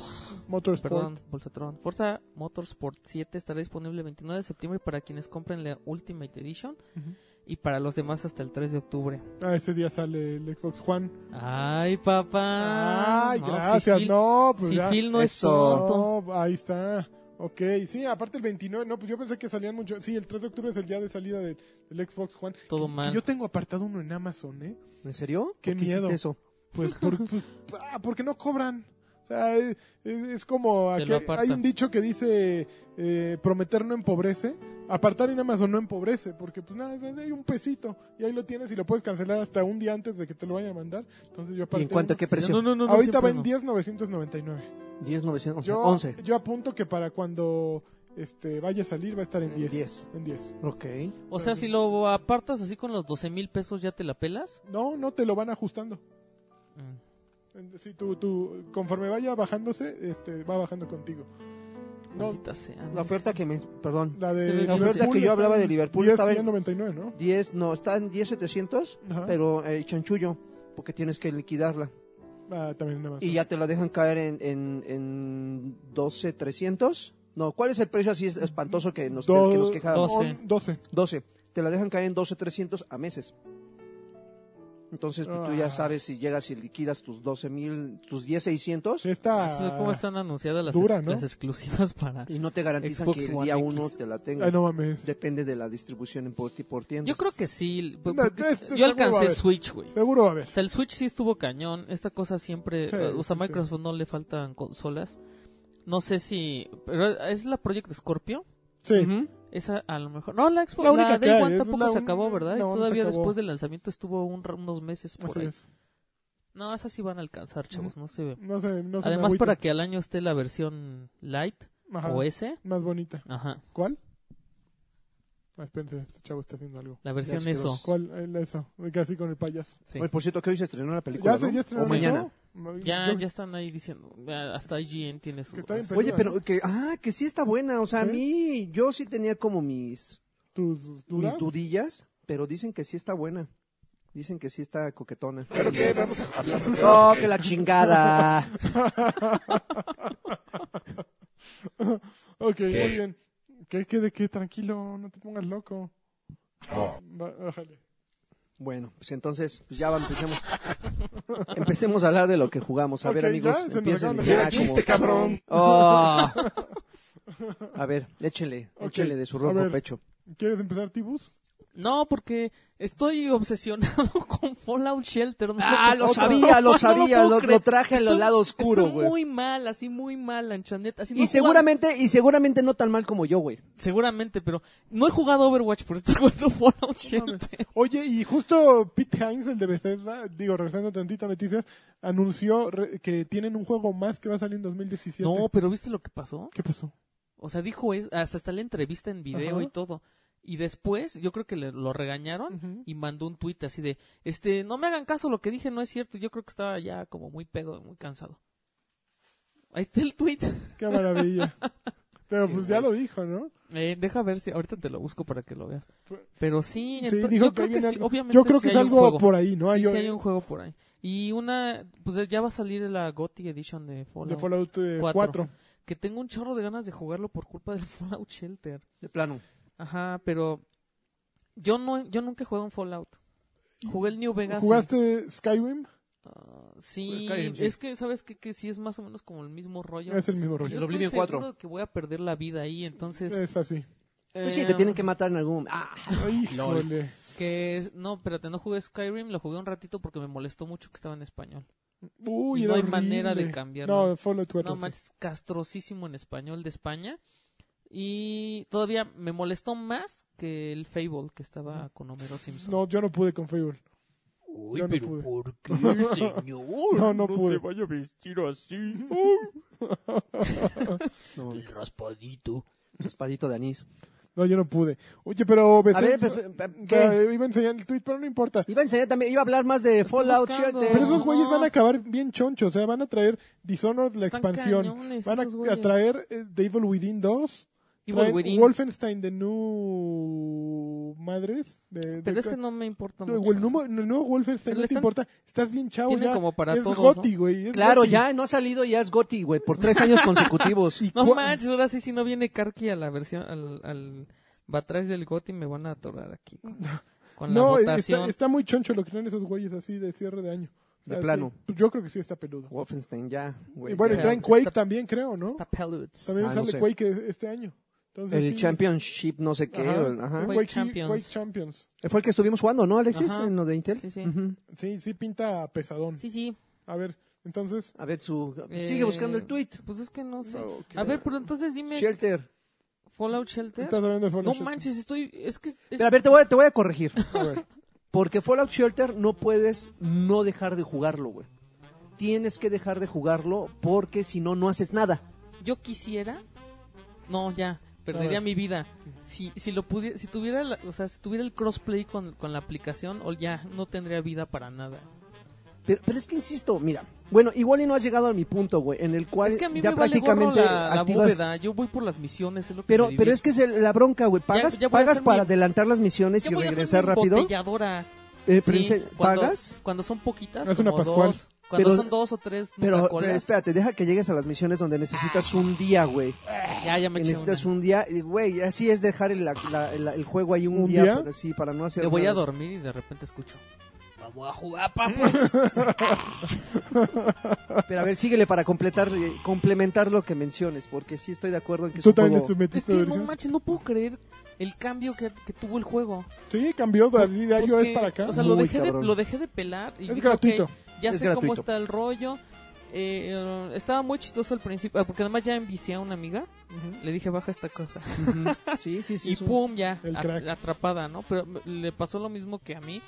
Speaker 3: Motorsport.
Speaker 2: Perdón, Bolsatron. Forza Motorsport 7 estará disponible el 29 de septiembre para quienes compren la Ultimate Edition
Speaker 3: Ujú.
Speaker 2: y para los demás hasta el 3 de octubre.
Speaker 3: Ah, ese día sale el Xbox One.
Speaker 2: Ay, papá.
Speaker 3: Ay,
Speaker 2: Ah, No,
Speaker 3: gracias.
Speaker 2: si Phil-
Speaker 3: no, pues
Speaker 2: si
Speaker 3: ya.
Speaker 2: Phil no es
Speaker 1: Eso.
Speaker 2: tonto.
Speaker 3: No, ahí está. Ok, sí, aparte el 29, no, pues yo pensé que salían mucho. Sí, el 3 de octubre es el día de salida de- del Xbox One.
Speaker 2: Todo
Speaker 3: Que- que
Speaker 2: mal.
Speaker 3: yo tengo apartado uno en Amazon, ¿eh?
Speaker 1: ¿En serio?
Speaker 3: Qué
Speaker 1: ¿Por hiciste
Speaker 3: miedo.
Speaker 1: eso?
Speaker 3: Pues, por, pues, ah, porque no cobran. O sea, es, es- es como.
Speaker 2: Te lo
Speaker 3: aquel- hay
Speaker 2: apartan.
Speaker 3: un dicho que dice: eh, prometer no empobrece. Apartar en Amazon no empobrece, porque pues nada, es- es- hay un pesito y ahí lo tienes y lo puedes cancelar hasta un día antes de que te lo vayan a mandar. Entonces
Speaker 1: ¿Y
Speaker 3: yo aparté.
Speaker 1: en cuanto a
Speaker 3: uno.
Speaker 1: qué precio?
Speaker 2: No, no, no, no,
Speaker 3: Ahorita va
Speaker 2: siempre
Speaker 3: en
Speaker 2: no.
Speaker 3: 10,999.
Speaker 1: 10, 900, 11.
Speaker 3: Yo,
Speaker 1: 11.
Speaker 3: yo apunto que para cuando este vaya a salir va a estar en
Speaker 1: En
Speaker 3: 10.
Speaker 1: 10.
Speaker 3: En 10.
Speaker 1: Ok.
Speaker 2: O sea, si lo apartas así con los 12 mil pesos, ¿ya te la pelas?
Speaker 3: No, no te lo van ajustando.
Speaker 2: Mm.
Speaker 3: Sí, tú, tú, conforme vaya bajándose, este, va bajando contigo. No,
Speaker 2: Maldita sea.
Speaker 1: La oferta que me. Perdón.
Speaker 3: la de
Speaker 2: Se ve bien. La
Speaker 3: Liverpool
Speaker 2: oferta
Speaker 1: que yo
Speaker 3: está
Speaker 1: hablaba de
Speaker 3: en
Speaker 1: Liverpool
Speaker 3: 10,
Speaker 1: estaba en-
Speaker 3: 199, ¿no?
Speaker 1: 10, no, está en 10, 700,
Speaker 3: Ajá.
Speaker 1: pero eh, chanchullo, porque tienes que liquidarla.
Speaker 3: Ah, también nada más.
Speaker 1: Y ya te la dejan caer en, en, en 12, 300. No, ¿cuál es el precio así espantoso que nos,
Speaker 3: Do-
Speaker 1: que nos quejábamos?
Speaker 2: Dos.
Speaker 3: 12. 12.
Speaker 1: 12. Te la dejan caer en 12, 300 a meses. Entonces pues, tú
Speaker 3: Ah.
Speaker 1: ya sabes si llegas y liquidas tus 12 mil, tus 10, 600
Speaker 3: Sí, está.
Speaker 2: Así ve ¿Cómo están anunciadas las,
Speaker 3: Dura,
Speaker 2: ex-
Speaker 3: ¿no?
Speaker 2: las exclusivas para...?
Speaker 1: y no te garantizan
Speaker 2: Xbox
Speaker 1: que el
Speaker 2: One
Speaker 1: día
Speaker 2: X.
Speaker 1: 1 te la tengan.
Speaker 3: Ay, no mames.
Speaker 1: Depende de la distribución en por, ti- por tiendas.
Speaker 2: Yo creo que sí.
Speaker 3: No,
Speaker 2: porque
Speaker 3: este seguro
Speaker 2: yo
Speaker 3: va a
Speaker 2: alcancé
Speaker 3: haber.
Speaker 2: Switch, güey.
Speaker 3: Seguro va a haber.
Speaker 2: O sea, el Switch sí estuvo cañón. Esta cosa siempre.
Speaker 3: Sí,
Speaker 2: o sea,
Speaker 3: sí,
Speaker 2: Microsoft no le faltan consolas. No sé si. Pero es la Project Scorpio.
Speaker 3: Sí.
Speaker 1: Ujú.
Speaker 2: Esa a lo mejor. No, la Xbox.
Speaker 3: La
Speaker 2: La,
Speaker 3: única que
Speaker 2: Day
Speaker 3: hay,
Speaker 2: One
Speaker 3: es
Speaker 2: tampoco
Speaker 3: la
Speaker 2: se
Speaker 3: un-
Speaker 2: acabó, ¿verdad?
Speaker 3: no,
Speaker 2: y
Speaker 3: no se
Speaker 2: todavía
Speaker 3: acabó.
Speaker 2: después del lanzamiento estuvo un ra- unos meses por
Speaker 3: Así
Speaker 2: ahí.
Speaker 3: es.
Speaker 2: No, esas sí van a alcanzar, chavos. No se ve.
Speaker 3: No sé, no sé.
Speaker 2: Además, para que al año esté la versión Light o S.
Speaker 3: Más bonita.
Speaker 2: Ajá.
Speaker 3: ¿Cuál? Ah, espérense, este chavo está haciendo algo.
Speaker 2: La versión
Speaker 1: sé,
Speaker 2: eso.
Speaker 1: los-
Speaker 3: ¿Cuál? El- Eso, casi con el payaso.
Speaker 2: Sí.
Speaker 1: Oye, por cierto, que hoy se estrenó la película.
Speaker 3: ¿Ya, se,
Speaker 1: ¿no?
Speaker 3: ya
Speaker 1: o
Speaker 3: estrenaron
Speaker 1: mañana.
Speaker 3: eso?
Speaker 2: Ya,
Speaker 3: Yo-
Speaker 2: ya están ahí diciendo. ya, Hasta IGN tiene su.
Speaker 3: Que está bien
Speaker 2: su-
Speaker 1: Oye, pero que, ah, que sí está buena. O sea,
Speaker 3: ¿Sí?
Speaker 1: a mí, yo sí tenía como mis,
Speaker 3: ¿Tus dudas?
Speaker 1: mis dudillas, pero dicen que sí está buena. Dicen que sí está coquetona.
Speaker 4: ¿Pero qué? ¿Vamos a hablar de juegos
Speaker 1: ¡Oh,
Speaker 4: o
Speaker 1: que
Speaker 4: qué?
Speaker 1: la chingada!
Speaker 3: ok, muy bien. Que quede que tranquilo, no te pongas loco.
Speaker 4: Oh.
Speaker 3: Va- Bájale.
Speaker 1: Bueno, pues entonces, pues ya vamos, empecemos. Empecemos a hablar de lo que jugamos. A ver,
Speaker 3: Ok,
Speaker 1: amigos,
Speaker 3: ya, se nos
Speaker 1: empiecen
Speaker 3: acaban
Speaker 4: ¿Qué era
Speaker 1: ya
Speaker 4: el
Speaker 1: como...
Speaker 4: chiste, cabrón?
Speaker 1: ¡Oh! A ver, échenle,
Speaker 3: Ok,
Speaker 1: échenle de su
Speaker 3: a
Speaker 1: rojo
Speaker 3: ver.
Speaker 1: pecho.
Speaker 3: ¿Quieres empezar, Tibus?
Speaker 2: No, porque estoy obsesionado con Fallout Shelter. no
Speaker 1: Ah,
Speaker 2: te
Speaker 1: lo
Speaker 2: puedo-
Speaker 1: sabía, lo
Speaker 2: no
Speaker 1: sabía,
Speaker 2: puedo
Speaker 1: lo-
Speaker 2: creer.
Speaker 1: lo traje al
Speaker 2: Estoy-
Speaker 1: lado oscuro,
Speaker 2: estoy
Speaker 1: güey.
Speaker 2: muy mal, así muy mal, Anchanet. Así no
Speaker 1: y
Speaker 2: he jugado-
Speaker 1: seguramente, y seguramente no tan mal como yo, güey.
Speaker 2: Seguramente, pero no he jugado Overwatch por estar jugando Fallout Shelter.
Speaker 3: Oye, y justo Pete Hines, el de Bethesda, digo, regresando tantito a noticias, anunció re- que tienen un juego más que va a salir en 2017.
Speaker 2: No, pero ¿viste lo que pasó?
Speaker 3: ¿Qué pasó?
Speaker 2: O sea, dijo es- hasta está la entrevista en video
Speaker 3: Ajá.
Speaker 2: y todo. Y después, yo creo que le- lo regañaron
Speaker 3: Ujú.
Speaker 2: y mandó un tuit así de, este, no me hagan caso, lo que dije no es cierto. Yo creo que estaba ya como muy pedo, muy cansado. Ahí está el tuit.
Speaker 3: Qué maravilla. Pero pues ya lo dijo, ¿no?
Speaker 2: Eh, deja ver si ahorita te lo busco para que lo veas.
Speaker 3: Fue-
Speaker 2: Pero sí,
Speaker 3: Sí,
Speaker 2: ento-
Speaker 3: dijo
Speaker 2: yo
Speaker 3: que
Speaker 2: creo que,
Speaker 3: viene
Speaker 2: sí,
Speaker 3: algo.
Speaker 2: obviamente.
Speaker 3: Yo creo que
Speaker 2: sí
Speaker 3: es
Speaker 2: hay un
Speaker 3: algo
Speaker 2: juego.
Speaker 3: por ahí, ¿no?
Speaker 2: Sí,
Speaker 3: Hay-
Speaker 2: sí hay un juego por ahí. Y una, pues ya va a salir la GOTY Edition de Fallout.
Speaker 3: De Fallout eh,
Speaker 2: Cuatro.
Speaker 3: 4.
Speaker 2: Que tengo un chorro de ganas de jugarlo por culpa del Fallout Shelter.
Speaker 1: De plano.
Speaker 2: Ajá, pero yo no yo nunca he jugado un Fallout. Jugué el New Vegas. y-
Speaker 3: ¿Jugaste Skyrim?
Speaker 2: Ah, sí,
Speaker 1: Skyrim, Pues sí.
Speaker 2: es que sabes que, que sí es más o menos como el mismo rollo.
Speaker 3: Es el mismo
Speaker 2: Yo
Speaker 3: rollo.
Speaker 1: El
Speaker 2: estoy
Speaker 1: Oblivion 4.
Speaker 2: seguro que voy a perder la vida ahí, entonces
Speaker 3: Es así.
Speaker 1: Pues sí, te
Speaker 2: eh,
Speaker 1: tienen que matar en algún. Ah,
Speaker 2: Lol.
Speaker 3: Híjole.
Speaker 2: que es- no, espérate, no jugué Skyrim, lo jugué un ratito porque me molestó mucho que estaba en español.
Speaker 3: Uy,
Speaker 2: Y no
Speaker 3: era
Speaker 2: hay
Speaker 3: horrible.
Speaker 2: manera de cambiarlo.
Speaker 3: No, Fallout 4.
Speaker 2: No
Speaker 3: sí.
Speaker 2: manches, castrosísimo en español de España. Y todavía me molestó más que el Fable que estaba con Homero Simpson.
Speaker 3: Mm. No, yo no pude con Fable.
Speaker 5: Uy,
Speaker 3: Yo no
Speaker 5: pero
Speaker 3: pude.
Speaker 5: ¿por qué, señor?
Speaker 3: No, no pude.
Speaker 5: se vaya a vestir así. Uy,
Speaker 1: no,
Speaker 5: el raspadito.
Speaker 1: espadito de anís.
Speaker 3: No, yo no pude. Oye, pero
Speaker 1: A ver,
Speaker 3: Bethesda-
Speaker 1: pues, eh, ¿qué?
Speaker 3: Eh, Iba a enseñar el tweet, pero no importa.
Speaker 1: Iba a enseñar también, iba a hablar más de Fallout
Speaker 2: buscando.
Speaker 1: Shelter.
Speaker 3: Pero esos
Speaker 2: No.
Speaker 3: güeyes van a acabar bien chonchos, o sea, van a traer Dishonored la
Speaker 2: Están
Speaker 3: expansión,
Speaker 2: cañones
Speaker 3: van
Speaker 2: esos
Speaker 3: a, a
Speaker 2: güeyes.
Speaker 3: traer eh, The Evil Within 2,
Speaker 2: Evil
Speaker 3: traen
Speaker 2: Within.
Speaker 3: Wolfenstein The New Madres, de, de-
Speaker 2: Pero ese no me importa
Speaker 3: de-
Speaker 2: mucho.
Speaker 3: el, nuevo, el nuevo Wolfenstein
Speaker 2: Pero
Speaker 3: no te
Speaker 2: están-
Speaker 3: importa, estás bien chavo
Speaker 2: tienen
Speaker 3: ya,
Speaker 2: como para
Speaker 3: es
Speaker 2: todos,
Speaker 3: goti,
Speaker 2: ¿no?
Speaker 3: güey, es
Speaker 1: Claro,
Speaker 3: goti.
Speaker 1: ya no ha salido y ya es Gotti, güey, por tres años consecutivos.
Speaker 3: Y
Speaker 2: No
Speaker 3: cua-
Speaker 2: manches, ahora sí, si no viene Karki a la versión, al, al Batrash del Goti, me van a atorar aquí con, con la
Speaker 3: no, está-
Speaker 2: votación.
Speaker 3: está, muy choncho lo que traen esos güeyes así de cierre de año. O sea,
Speaker 1: De plano.
Speaker 3: sí, pues yo creo que sí está peludo.
Speaker 1: Wolfenstein, ya, güey.
Speaker 3: y bueno, y
Speaker 1: ya.
Speaker 2: ya.
Speaker 3: traen Quake
Speaker 2: Está-
Speaker 3: también, creo, ¿no?
Speaker 2: Está Peludes.
Speaker 3: También
Speaker 1: Ah, no
Speaker 3: sale
Speaker 1: sé.
Speaker 3: Quake este año. Entonces,
Speaker 1: El
Speaker 3: sí.
Speaker 1: Championship, no sé qué. o el-
Speaker 3: Ajá.
Speaker 1: ajá.
Speaker 2: Quake
Speaker 3: Quake
Speaker 2: Champions.
Speaker 3: Quake Champions.
Speaker 1: Fue el que estuvimos jugando, ¿no, Alexis?
Speaker 2: Ajá.
Speaker 1: En lo de Intel.
Speaker 2: Sí, sí.
Speaker 1: Ujú.
Speaker 3: Sí, sí pinta pesadón.
Speaker 2: Sí, sí.
Speaker 3: A ver, entonces.
Speaker 1: A ver, su...
Speaker 2: eh,
Speaker 1: sigue buscando el tweet.
Speaker 2: Pues es que no sé.
Speaker 3: No, qué
Speaker 2: a ver, pero entonces dime,
Speaker 1: Shelter.
Speaker 2: Fallout Shelter.
Speaker 3: Estás hablando de Fallout
Speaker 2: ¿Eh? No
Speaker 3: Shelter.
Speaker 2: manches, estoy... Es que... es-
Speaker 1: Pero, a ver, te voy a, te voy a corregir.
Speaker 3: A ver.
Speaker 1: Porque Fallout Shelter no puedes no dejar de jugarlo, güey. Tienes que dejar de jugarlo porque si no, no haces nada.
Speaker 2: yo quisiera... No, ya.
Speaker 3: A
Speaker 2: Perdería
Speaker 3: ver.
Speaker 2: mi vida. Si, si lo pudiera... Si tuviera... la- o sea, si tuviera el crossplay con, con la aplicación, o ya no tendría vida para nada.
Speaker 1: Pero, pero es que insisto, mira. Bueno, igual y no has llegado a mi punto, güey, en el cual
Speaker 2: Es que a mí
Speaker 1: ya
Speaker 2: me vale gorro
Speaker 1: prácticamente
Speaker 2: la, la
Speaker 1: activas-
Speaker 2: bóveda. Yo voy por las misiones, es lo que
Speaker 1: Pero,
Speaker 2: me
Speaker 1: pero
Speaker 2: divierte.
Speaker 1: es que es el- la bronca, güey. Pagas,
Speaker 2: ya voy a
Speaker 1: pagas
Speaker 2: hacer
Speaker 1: para
Speaker 2: mi-
Speaker 1: adelantar las misiones
Speaker 2: Ya
Speaker 1: y
Speaker 2: voy a hacer
Speaker 1: regresar
Speaker 2: mi
Speaker 1: rápido.
Speaker 2: embotelladora.
Speaker 1: Eh, pero
Speaker 2: Sí,
Speaker 1: ese-
Speaker 2: cuando-
Speaker 1: pagas.
Speaker 2: Cuando son poquitas,
Speaker 3: Es
Speaker 2: como
Speaker 3: una Pascual.
Speaker 2: dos. Cuando
Speaker 1: Pero-
Speaker 2: son dos o tres
Speaker 1: Pero, pero
Speaker 2: Nuca-Colas,
Speaker 1: espérate, deja que llegues a las misiones donde necesitas un día, güey.
Speaker 2: ya, ya Ah. me
Speaker 1: Que
Speaker 2: eché
Speaker 1: necesitas
Speaker 2: una.
Speaker 1: un día, y, güey. Así es dejar el, la- la- el- el juego ahí un,
Speaker 3: ¿Un
Speaker 1: día,
Speaker 3: día?
Speaker 1: Para, sí, para no hacer.
Speaker 2: Me voy
Speaker 1: nada.
Speaker 2: a dormir y de repente escucho.
Speaker 5: Vamos a jugar, papo.
Speaker 1: Pero a ver, síguele para completar, eh, complementar lo que menciones, porque sí estoy de acuerdo en que es
Speaker 3: Tú
Speaker 1: un
Speaker 3: también
Speaker 1: juego-
Speaker 3: te
Speaker 2: Es
Speaker 3: metiste
Speaker 2: que
Speaker 3: de
Speaker 2: no
Speaker 3: versiones.
Speaker 2: manches, no puedo creer el cambio que, que tuvo el juego.
Speaker 3: Sí, cambió de así de iOS
Speaker 2: Porque,
Speaker 3: para acá.
Speaker 2: O sea, lo
Speaker 1: Muy
Speaker 2: dejé, de,
Speaker 1: cabrón.
Speaker 2: lo dejé de pelar. Y
Speaker 3: es
Speaker 2: dije, ok,
Speaker 3: gratuito.
Speaker 2: ya
Speaker 1: Es
Speaker 2: sé cómo
Speaker 1: gratuito.
Speaker 2: está el rollo. Eh, eh, estaba muy chistoso al principio, ah, porque además ya envicié a una amiga. Le dije, baja esta cosa.
Speaker 1: Ujú. Sí, sí, sí.
Speaker 2: y
Speaker 1: es un-
Speaker 2: pum, ya,
Speaker 3: el
Speaker 2: a-
Speaker 3: crack.
Speaker 2: atrapada, ¿no? Pero m- le pasó lo mismo que a mí.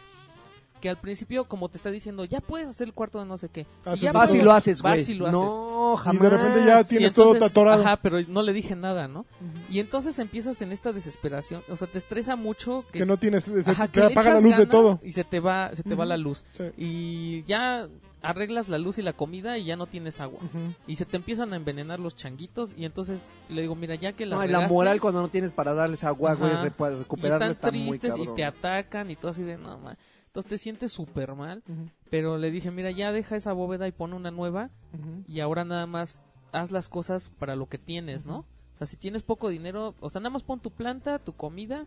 Speaker 2: Que al principio, como te está diciendo, ya puedes hacer el cuarto de no sé qué. Y
Speaker 3: Haces
Speaker 2: ya
Speaker 3: todo.
Speaker 1: Vas y lo haces,
Speaker 2: Vas
Speaker 1: güey.
Speaker 2: y lo haces.
Speaker 1: No,
Speaker 3: Y
Speaker 1: jamás.
Speaker 3: de repente ya
Speaker 2: Y
Speaker 3: tienes todo
Speaker 2: entonces-
Speaker 3: tatorado.
Speaker 2: Ajá, pero no le dije nada, ¿no? Y entonces empiezas en esta desesperación. O sea, te estresa mucho que,
Speaker 3: Que no tienes. se-
Speaker 2: ajá,
Speaker 3: te
Speaker 2: le
Speaker 3: apaga la
Speaker 2: echas
Speaker 3: luz de
Speaker 2: ganas
Speaker 3: todo.
Speaker 2: Y se te va, se te va la luz.
Speaker 3: Sí.
Speaker 2: Y ya arreglas la luz y la comida y ya no tienes agua.
Speaker 3: Ujú.
Speaker 2: Y se te empiezan a envenenar los changuitos. Y entonces le digo, mira, ya que la.
Speaker 1: No, y la
Speaker 2: regaste,
Speaker 1: moral cuando no tienes para darles agua, güey,
Speaker 2: Ajá.
Speaker 1: re- para recuperarla
Speaker 2: y
Speaker 1: está
Speaker 2: están
Speaker 1: muy
Speaker 2: tristes y
Speaker 1: cabrón.
Speaker 2: te atacan y todo así de no man. Entonces te sientes súper mal,
Speaker 3: Ujú.
Speaker 2: pero le dije, mira, ya deja esa bóveda y pone una nueva
Speaker 3: Ujú.
Speaker 2: y ahora nada más haz las cosas para lo que tienes, ¿no? O sea, si tienes poco dinero, o sea, nada más pon tu planta, tu comida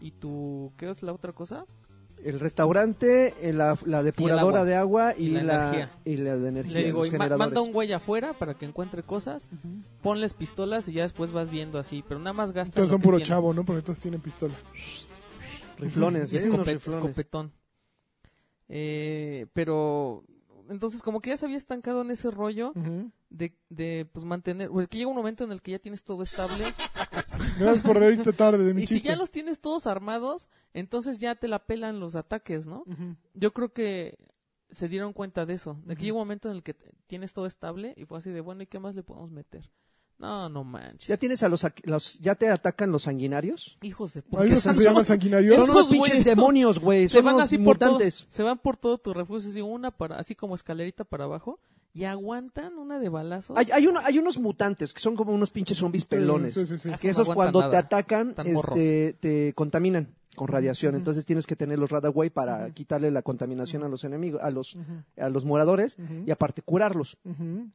Speaker 2: y tu... ¿Qué es la otra cosa?
Speaker 1: El restaurante, eh, la, la depuradora
Speaker 2: agua.
Speaker 1: de agua y,
Speaker 2: Y la
Speaker 1: la,
Speaker 2: energía.
Speaker 1: y la de energía.
Speaker 2: Le digo,
Speaker 1: los
Speaker 2: "Y ma-
Speaker 1: generadores.
Speaker 2: manda un güey afuera para que encuentre cosas, ponles pistolas y ya después vas viendo así, pero nada más gasta... lo
Speaker 3: Entonces son
Speaker 2: que
Speaker 3: puro
Speaker 2: tienes".
Speaker 3: chavo, ¿no? Porque todos tienen pistola.
Speaker 1: Riflones, ¿eh? Unos
Speaker 2: Escopet-
Speaker 1: riflones.
Speaker 2: escopetón. Eh, pero entonces como que ya se había estancado en ese rollo
Speaker 3: Ujú.
Speaker 2: de, de pues mantener, porque llega un momento en el que ya tienes todo estable
Speaker 3: Gracias por reírte tarde de mi
Speaker 2: y si
Speaker 3: chiste.
Speaker 2: ya los tienes todos armados, entonces ya te la pelan los ataques, ¿no?
Speaker 3: Ujú.
Speaker 2: Yo creo que se dieron cuenta de eso, de que
Speaker 3: Ujú.
Speaker 2: llega un momento en el que t- tienes todo estable y fue así de bueno, ¿y qué más le podemos meter? No, no manches.
Speaker 1: ¿Ya tienes a los, aqu- los- ya te atacan los sanguinarios?
Speaker 2: Hijos de
Speaker 3: Hay
Speaker 2: puta.
Speaker 3: unos que se llaman sanguinarios.
Speaker 2: Esos
Speaker 1: Son unos
Speaker 2: güeyes
Speaker 1: pinches
Speaker 2: no-
Speaker 1: demonios, güey.
Speaker 2: se
Speaker 1: Son
Speaker 2: van
Speaker 1: unos
Speaker 2: así por todo,
Speaker 1: mutantes.
Speaker 2: se van por todo tu refugio, así una para, así como escalerita para abajo y aguantan una de balazos.
Speaker 1: Hay, hay, uno- hay unos mutantes que son como unos pinches zombies pelones.
Speaker 3: Sí, sí, sí.
Speaker 2: Ah,
Speaker 1: Que
Speaker 2: no
Speaker 1: esos
Speaker 2: aguantan
Speaker 1: cuando te
Speaker 2: nada.
Speaker 1: atacan
Speaker 2: Están
Speaker 1: este, te contaminan con radiación.
Speaker 3: Ujú.
Speaker 1: Entonces tienes que tener los Radaway para quitarle la contaminación a los enemigos, a los, a los moradores
Speaker 3: Ujú.
Speaker 1: y aparte curarlos.
Speaker 3: Ujú.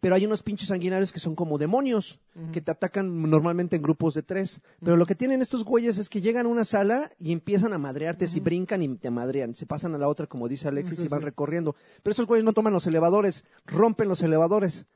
Speaker 1: Pero hay unos pinches sanguinarios que son como demonios, que te atacan normalmente en grupos de tres. Pero lo que tienen estos güeyes es que llegan a una sala y empiezan a madrearte, si brincan y te madrean. Se pasan a la otra, como dice Alexis,
Speaker 3: Sí,
Speaker 1: y van
Speaker 3: sí.
Speaker 1: recorriendo. Pero esos güeyes no toman los elevadores, rompen los elevadores.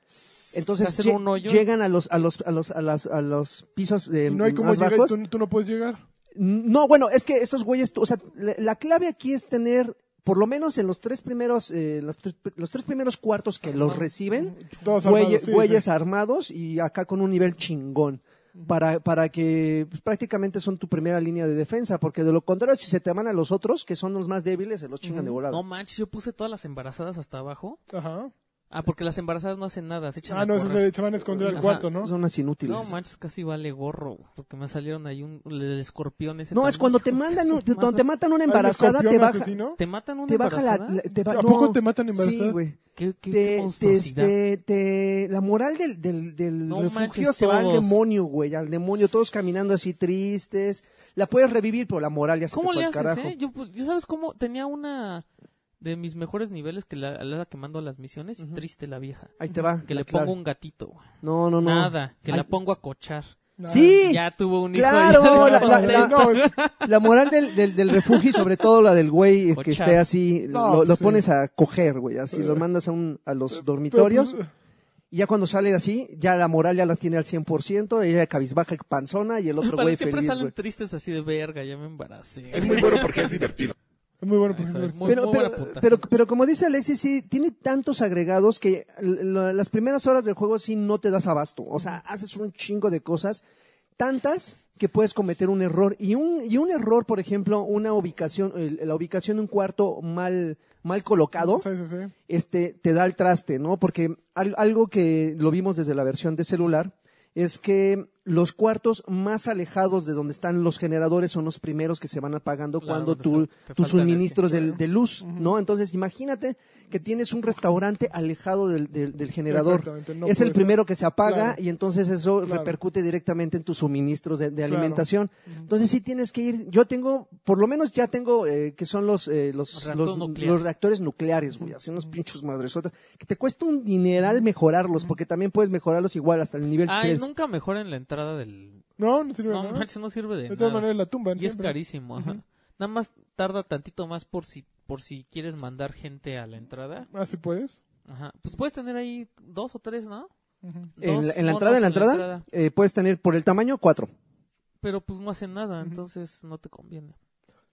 Speaker 1: Entonces
Speaker 2: hacen
Speaker 1: lle-
Speaker 2: un hoyo.
Speaker 1: llegan a los, a los, a los, a las, a los pisos eh,
Speaker 3: Y no hay como
Speaker 1: más
Speaker 3: llegar, y
Speaker 1: bajos.
Speaker 3: tú, tú no puedes llegar.
Speaker 1: No, bueno, es que estos güeyes, o sea, la, la clave aquí es tener, por lo menos en los tres primeros, eh, los, tres- los tres primeros cuartos que los reciben,
Speaker 3: Todos
Speaker 1: güeyes,
Speaker 3: armados, sí,
Speaker 1: güeyes
Speaker 3: sí.
Speaker 1: armados y acá con un nivel chingón. Para, para que pues, prácticamente son tu primera línea de defensa, porque de lo contrario, si se te van a los otros, que son los más débiles, se los chingan de volada.
Speaker 2: No manches, yo puse todas las embarazadas hasta abajo.
Speaker 3: Ajá.
Speaker 2: Ah, porque las embarazadas no hacen nada, se echan
Speaker 3: Ah,
Speaker 2: a
Speaker 3: no, esas
Speaker 2: correr.
Speaker 3: se, se van a esconder al
Speaker 2: Ajá.
Speaker 3: cuarto, ¿no?
Speaker 1: Son unas inútiles.
Speaker 2: No manches, casi vale gorro, güey, porque me salieron ahí un el escorpión ese.
Speaker 1: No,
Speaker 2: también,
Speaker 1: es cuando te
Speaker 2: hijo de
Speaker 1: mandan,
Speaker 2: su
Speaker 1: un- cuando
Speaker 2: madre.
Speaker 1: te matan una
Speaker 3: ¿Hay un
Speaker 1: embarazada, te
Speaker 3: escorpión
Speaker 1: baja,
Speaker 3: asesino?
Speaker 2: te matan una
Speaker 1: te baja la,
Speaker 2: embarazada.
Speaker 1: la- te ba-
Speaker 3: ¿A poco
Speaker 1: no.
Speaker 3: te matan
Speaker 1: Sí,
Speaker 3: embarazadas?
Speaker 1: güey.
Speaker 2: ¿Qué, qué, qué
Speaker 1: te, te,
Speaker 2: monstruosidad.
Speaker 1: te- te- la moral del, del, del
Speaker 2: No
Speaker 1: refugio
Speaker 2: manches,
Speaker 1: se va al
Speaker 2: todos.
Speaker 1: demonio, güey, al demonio, todos caminando así tristes. La puedes revivir, pero la moral ya se
Speaker 2: ¿Cómo
Speaker 1: te fue
Speaker 2: le
Speaker 1: al
Speaker 2: haces,
Speaker 1: carajo.
Speaker 2: eh? Yo, pues, yo sabes cómo tenía una de mis mejores niveles que la, la que mando a las misiones. y Triste la vieja.
Speaker 1: Ahí te va.
Speaker 2: Que le
Speaker 1: la clave.
Speaker 2: pongo un gatito, güey.
Speaker 1: No, no, no.
Speaker 2: Nada, que
Speaker 1: Ay.
Speaker 2: la pongo a cochar.
Speaker 3: Nada.
Speaker 1: Sí,
Speaker 2: Ya tuvo un hijo.
Speaker 1: claro,
Speaker 2: ahí.
Speaker 1: la, la- la-
Speaker 3: No, es-
Speaker 1: la moral del, del, del refugio y sobre todo la del güey eh, que
Speaker 2: Cochar.
Speaker 1: esté así,
Speaker 3: No, pues,
Speaker 1: lo, lo
Speaker 3: sí. Eh,
Speaker 1: pones a coger, güey, así, lo mandas a, un, a
Speaker 3: pues,
Speaker 1: los dormitorios.
Speaker 3: pero,
Speaker 1: Y ya cuando sale así, ya la moral ya la tiene al 100%, ella cabizbaja, panzona y el otro
Speaker 2: Pero
Speaker 1: güey
Speaker 2: siempre
Speaker 1: feliz,
Speaker 2: salen
Speaker 1: güey.
Speaker 2: tristes así de verga, ya me embaracé.
Speaker 4: Es muy bueno porque es divertido.
Speaker 3: Es muy bueno, por
Speaker 2: Eso
Speaker 3: ejemplo.
Speaker 2: es muy,
Speaker 1: pero,
Speaker 2: muy
Speaker 1: pero,
Speaker 2: buena punta.
Speaker 1: pero, pero como dice Alexis, sí, tiene tantos agregados que l- la- las primeras horas del juego sí no te das abasto. O sea, haces un chingo de cosas, tantas que puedes cometer un error. Y un, y un error, por ejemplo, una ubicación, el- la ubicación de un cuarto mal, mal colocado,
Speaker 3: Sí, sí, sí.
Speaker 1: este, te da el traste, ¿no? Porque al- algo que lo vimos desde la versión de celular es que los cuartos más alejados de donde están los generadores son los primeros que se van apagando
Speaker 2: Claro,
Speaker 1: cuando
Speaker 2: donde
Speaker 1: tú,
Speaker 2: se- te
Speaker 1: tus
Speaker 2: falta
Speaker 1: suministros de, de luz, ¿no? Entonces, imagínate que tienes un restaurante alejado del, del- del generador.
Speaker 3: Exactamente, no
Speaker 1: es el
Speaker 3: puede ser.
Speaker 1: primero que se apaga
Speaker 3: Claro.
Speaker 1: y entonces eso
Speaker 3: Claro.
Speaker 1: repercute directamente en tus suministros de, de
Speaker 3: Claro.
Speaker 1: alimentación. Entonces, sí tienes que ir. Yo tengo, por lo menos ya tengo, eh, que son los, eh, los,
Speaker 2: Reactor
Speaker 1: los,
Speaker 2: nuclear.
Speaker 1: los reactores nucleares, güey, así unos pinchos madresotas, que te cuesta un dineral mejorarlos, porque también puedes mejorarlos igual hasta el nivel
Speaker 2: Ay,
Speaker 1: 3.
Speaker 2: nunca mejoran la entrada del...
Speaker 3: No, no sirve
Speaker 2: No,
Speaker 3: nada.
Speaker 2: manches, no sirve de
Speaker 3: de todas
Speaker 2: nada.
Speaker 3: maneras, la tumban.
Speaker 2: Y es
Speaker 3: siempre.
Speaker 2: carísimo, ajá. Nada más tarda tantito más por si por si quieres mandar gente a la entrada.
Speaker 3: Ah, sí puedes.
Speaker 2: Ajá. Pues puedes tener ahí dos o tres, ¿no?
Speaker 3: Ujú.
Speaker 1: En
Speaker 2: Dos
Speaker 1: la, en la
Speaker 2: monos
Speaker 1: entrada, en la entrada, eh, puedes tener por el tamaño cuatro.
Speaker 2: Pero pues no hacen nada, entonces no te conviene.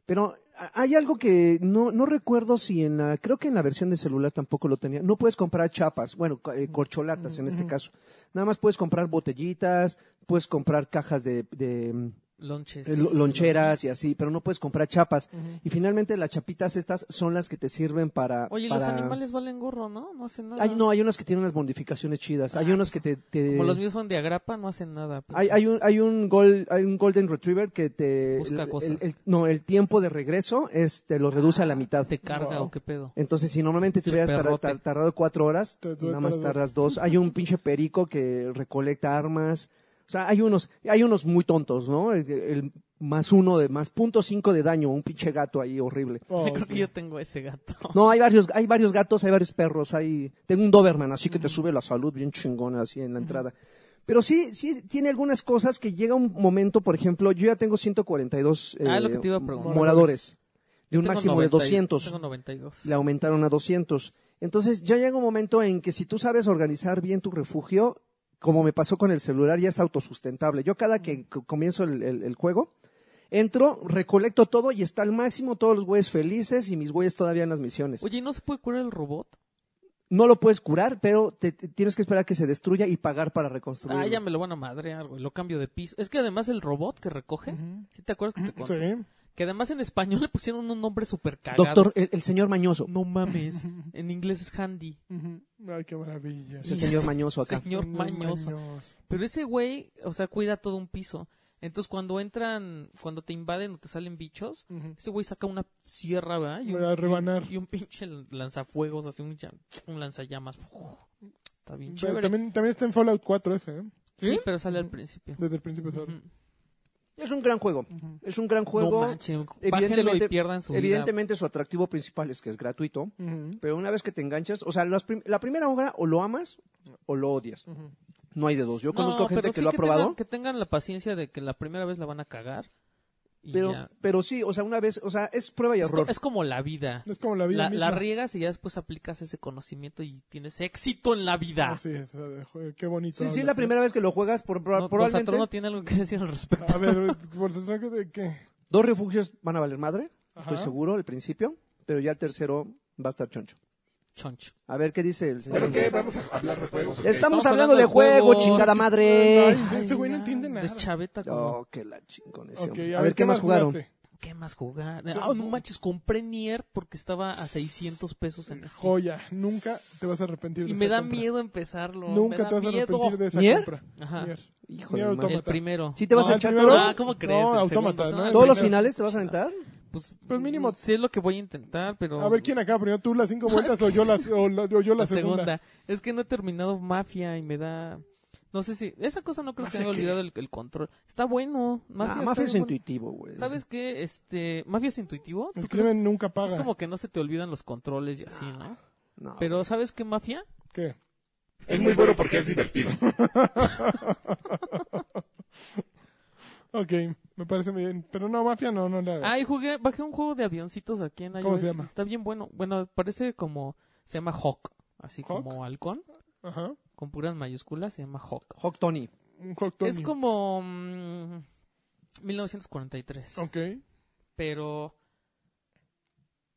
Speaker 1: Pero a- hay algo que no, no recuerdo si en la, creo que en la versión de celular tampoco lo tenía. No puedes comprar chapas, bueno, co- eh, corcholatas en este caso. Nada más puedes comprar botellitas, puedes comprar cajas de- de,
Speaker 2: Lonches.
Speaker 1: Eh, lo- loncheras y así, pero no puedes comprar chapas. Y finalmente las chapitas estas son las que te sirven para...
Speaker 2: Oye, los
Speaker 1: para-
Speaker 2: animales valen gorro, ¿no? No hacen nada.
Speaker 1: Hay, no, hay unos que tienen unas modificaciones chidas. Hay
Speaker 2: Ah,
Speaker 1: unos que te... te-
Speaker 2: Como los míos son de agrapa, no hacen nada. pues.
Speaker 1: Hay, hay un, hay, un gol, hay un Golden Retriever que te...
Speaker 2: Busca
Speaker 1: el-
Speaker 2: cosas. Ah,
Speaker 1: el- el- no, el tiempo de regreso es, te lo reduce a la mitad.
Speaker 2: Te carga
Speaker 3: Wow.
Speaker 2: o qué pedo.
Speaker 1: Entonces, si normalmente te
Speaker 2: Che,
Speaker 1: hubieras tar-
Speaker 2: perrote.
Speaker 1: tar- tardado cuatro horas,
Speaker 3: Te- te
Speaker 1: nada más
Speaker 3: tardas
Speaker 1: tardas dos. Hay un pinche perico que recolecta armas. O sea, hay unos, hay unos muy tontos, ¿no? El, el más uno de más punto cinco de daño, un pinche gato ahí horrible.
Speaker 3: Oh,
Speaker 2: Creo
Speaker 3: sí.
Speaker 2: que yo tengo ese gato.
Speaker 1: No, hay varios, hay varios gatos, hay varios perros, hay, tengo un Doberman, así que te sube la salud bien chingona así en la entrada. Pero sí, sí tiene algunas cosas que llega un momento, por ejemplo, yo ya tengo 142
Speaker 2: Ah,
Speaker 1: eh,
Speaker 2: lo que te iba a preguntar.
Speaker 1: moradores, de un
Speaker 2: Tengo
Speaker 1: máximo
Speaker 2: 90 y-
Speaker 1: de 200
Speaker 2: Tengo 92.
Speaker 1: le aumentaron a 200. Entonces ya llega un momento en que si tú sabes organizar bien tu refugio, como me pasó con el celular, ya es autosustentable. Yo cada que c- comienzo el, el- el juego, Entro, recolecto todo y está al máximo todos los güeyes felices y mis güeyes todavía en las misiones.
Speaker 2: Oye, ¿y no se puede curar el robot?
Speaker 1: No lo puedes curar, pero te, te- tienes que esperar a que se destruya y pagar para reconstruirlo.
Speaker 2: Ah, ya me lo van a madrear, güey. Lo cambio de piso. Es que además el robot que recoge,
Speaker 3: Ujú.
Speaker 2: ¿sí te acuerdas que te conté?
Speaker 3: Sí.
Speaker 2: Que además en español le pusieron un nombre súper cagado.
Speaker 1: Doctor, el, el señor mañoso.
Speaker 2: No mames. En inglés es handy.
Speaker 3: Ujú. Ay, qué maravilla.
Speaker 1: Es el señor mañoso acá.
Speaker 2: Señor
Speaker 3: Mm,
Speaker 2: mañoso. Pero ese güey, o sea, cuida todo un piso. Entonces cuando entran, cuando te invaden o te salen bichos,
Speaker 3: Ujú.
Speaker 2: ese güey saca una sierra, ¿verdad? Y un,
Speaker 3: Para rebanar.
Speaker 2: y un pinche lanzafuegos, así un, llan- un lanzallamas. Uf, Está bien
Speaker 3: Pero
Speaker 2: chévere.
Speaker 3: También, también está en Fallout 4 ese, ¿eh?
Speaker 2: Sí, pero sale al principio.
Speaker 3: Desde el principio. de ahora.
Speaker 2: Ujú.
Speaker 1: Es un gran juego. Es un gran
Speaker 2: No
Speaker 1: juego.
Speaker 2: manchen, bájenlo y
Speaker 1: evidentemente,
Speaker 2: pierdan su vida.
Speaker 1: evidentemente su atractivo principal es que es gratuito.
Speaker 3: Ujú.
Speaker 1: Pero una vez que te enganchas, o sea, las prim- la primera hora o lo amas o lo odias. No hay de dos. Yo conozco
Speaker 2: No,
Speaker 1: gente
Speaker 2: pero
Speaker 1: que
Speaker 2: sí
Speaker 1: lo ha probado,
Speaker 2: Tengan, que tengan la paciencia de que la primera vez la van a cagar. y
Speaker 1: pero,
Speaker 2: ya.
Speaker 1: pero sí, o sea, una vez, o sea, es prueba y
Speaker 2: es, co-
Speaker 1: error.
Speaker 2: es como la vida.
Speaker 3: Es como la vida
Speaker 2: La, la
Speaker 3: misma.
Speaker 2: riegas y ya después aplicas ese conocimiento y tienes éxito en la vida.
Speaker 3: Así Oh, es, a ver, joder, qué bonito.
Speaker 1: Sí, sí,
Speaker 3: hablas,
Speaker 1: la
Speaker 3: ¿eh?
Speaker 1: primera vez que lo juegas, por, por-
Speaker 2: No,
Speaker 1: probablemente
Speaker 2: Don Saturno tiene algo que decir al respecto.
Speaker 3: A ver, ¿por tus trajes de qué?
Speaker 1: dos refugios van a valer madre, estoy
Speaker 3: Ajá.
Speaker 1: seguro, al principio, pero ya el tercero va a estar choncho.
Speaker 2: Choncho.
Speaker 1: A ver qué dice el señor.
Speaker 4: ¿Pero qué? Vamos a hablar de juegos. ok.
Speaker 1: Estamos, hablando, de juego,
Speaker 2: juegos.
Speaker 1: chingada
Speaker 3: Ay,
Speaker 1: madre.
Speaker 3: ese güey no
Speaker 2: Eh, ya,
Speaker 3: entiende nada.
Speaker 2: deschaveta como,
Speaker 1: Oh, qué la chingona ese
Speaker 3: Ok,
Speaker 1: hombre. A, ver, ¿qué más jugaron?
Speaker 3: jugaste?
Speaker 2: ¿Qué más jugar?
Speaker 3: Sí,
Speaker 2: Ah, no
Speaker 3: no.
Speaker 2: manches, compré Nier porque estaba a 600 pesos en Steam.
Speaker 3: Joya, nunca te vas a arrepentir de
Speaker 2: Y me
Speaker 3: esa
Speaker 2: da
Speaker 3: compra.
Speaker 2: miedo empezarlo.
Speaker 3: Nunca
Speaker 2: me da
Speaker 3: te vas a
Speaker 2: miedo.
Speaker 3: arrepentir de esa
Speaker 1: ¿Nier?
Speaker 3: compra.
Speaker 2: Ajá.
Speaker 3: Nier.
Speaker 1: Hijo
Speaker 3: Nier
Speaker 1: de madre.
Speaker 2: El
Speaker 3: Automata.
Speaker 2: primero.
Speaker 1: ¿Sí te vas
Speaker 3: No,
Speaker 1: a
Speaker 3: el
Speaker 1: echar
Speaker 3: primero-
Speaker 1: todos?
Speaker 2: Ah, ¿cómo crees?
Speaker 3: No,
Speaker 2: El
Speaker 3: autómata,
Speaker 2: segundo,
Speaker 3: ¿no?
Speaker 2: el
Speaker 1: ¿Todos los
Speaker 3: primero.
Speaker 1: finales te vas a aventar?
Speaker 2: Pues,
Speaker 3: Pues mínimo-
Speaker 2: Sé lo que voy a intentar, pero.
Speaker 3: A ver, ¿quién acá primero? ¿Tú las cinco vueltas o yo, las, o la, o yo la,
Speaker 2: la segunda.
Speaker 3: segunda?
Speaker 2: Es que no he terminado Mafia y me da. No sé si. Esa cosa no creo que se haya olvidado el, el control. Está bueno. Mafia,
Speaker 1: Ah,
Speaker 2: está
Speaker 1: Mafia es
Speaker 2: bien bueno.
Speaker 1: intuitivo, güey.
Speaker 2: ¿Sabes qué? Este, ¿Mafia es intuitivo? ¿Tú
Speaker 3: El
Speaker 2: crees?
Speaker 3: crimen nunca paga.
Speaker 2: Es como que no se te olvidan los controles y así,
Speaker 1: Ah.
Speaker 2: ¿no?
Speaker 1: No,
Speaker 2: Pero ¿sabes qué, Mafia?
Speaker 3: ¿Qué?
Speaker 4: Es muy bueno porque es divertido.
Speaker 3: Ok, me parece muy bien. Pero no, Mafia no, no la
Speaker 2: Ah, y jugué, bajé un juego de avioncitos aquí en iOS.
Speaker 3: ¿Cómo se llama?
Speaker 2: Está bien bueno. Bueno, parece como, se llama Hawk. Así
Speaker 3: ¿Hawk?
Speaker 2: como halcón,
Speaker 3: Ajá.
Speaker 2: con puras mayúsculas, se llama Hawk.
Speaker 1: Hawk Tony.
Speaker 3: Un hot dog.
Speaker 2: Es como mm, 1943.
Speaker 3: Ok.
Speaker 2: Pero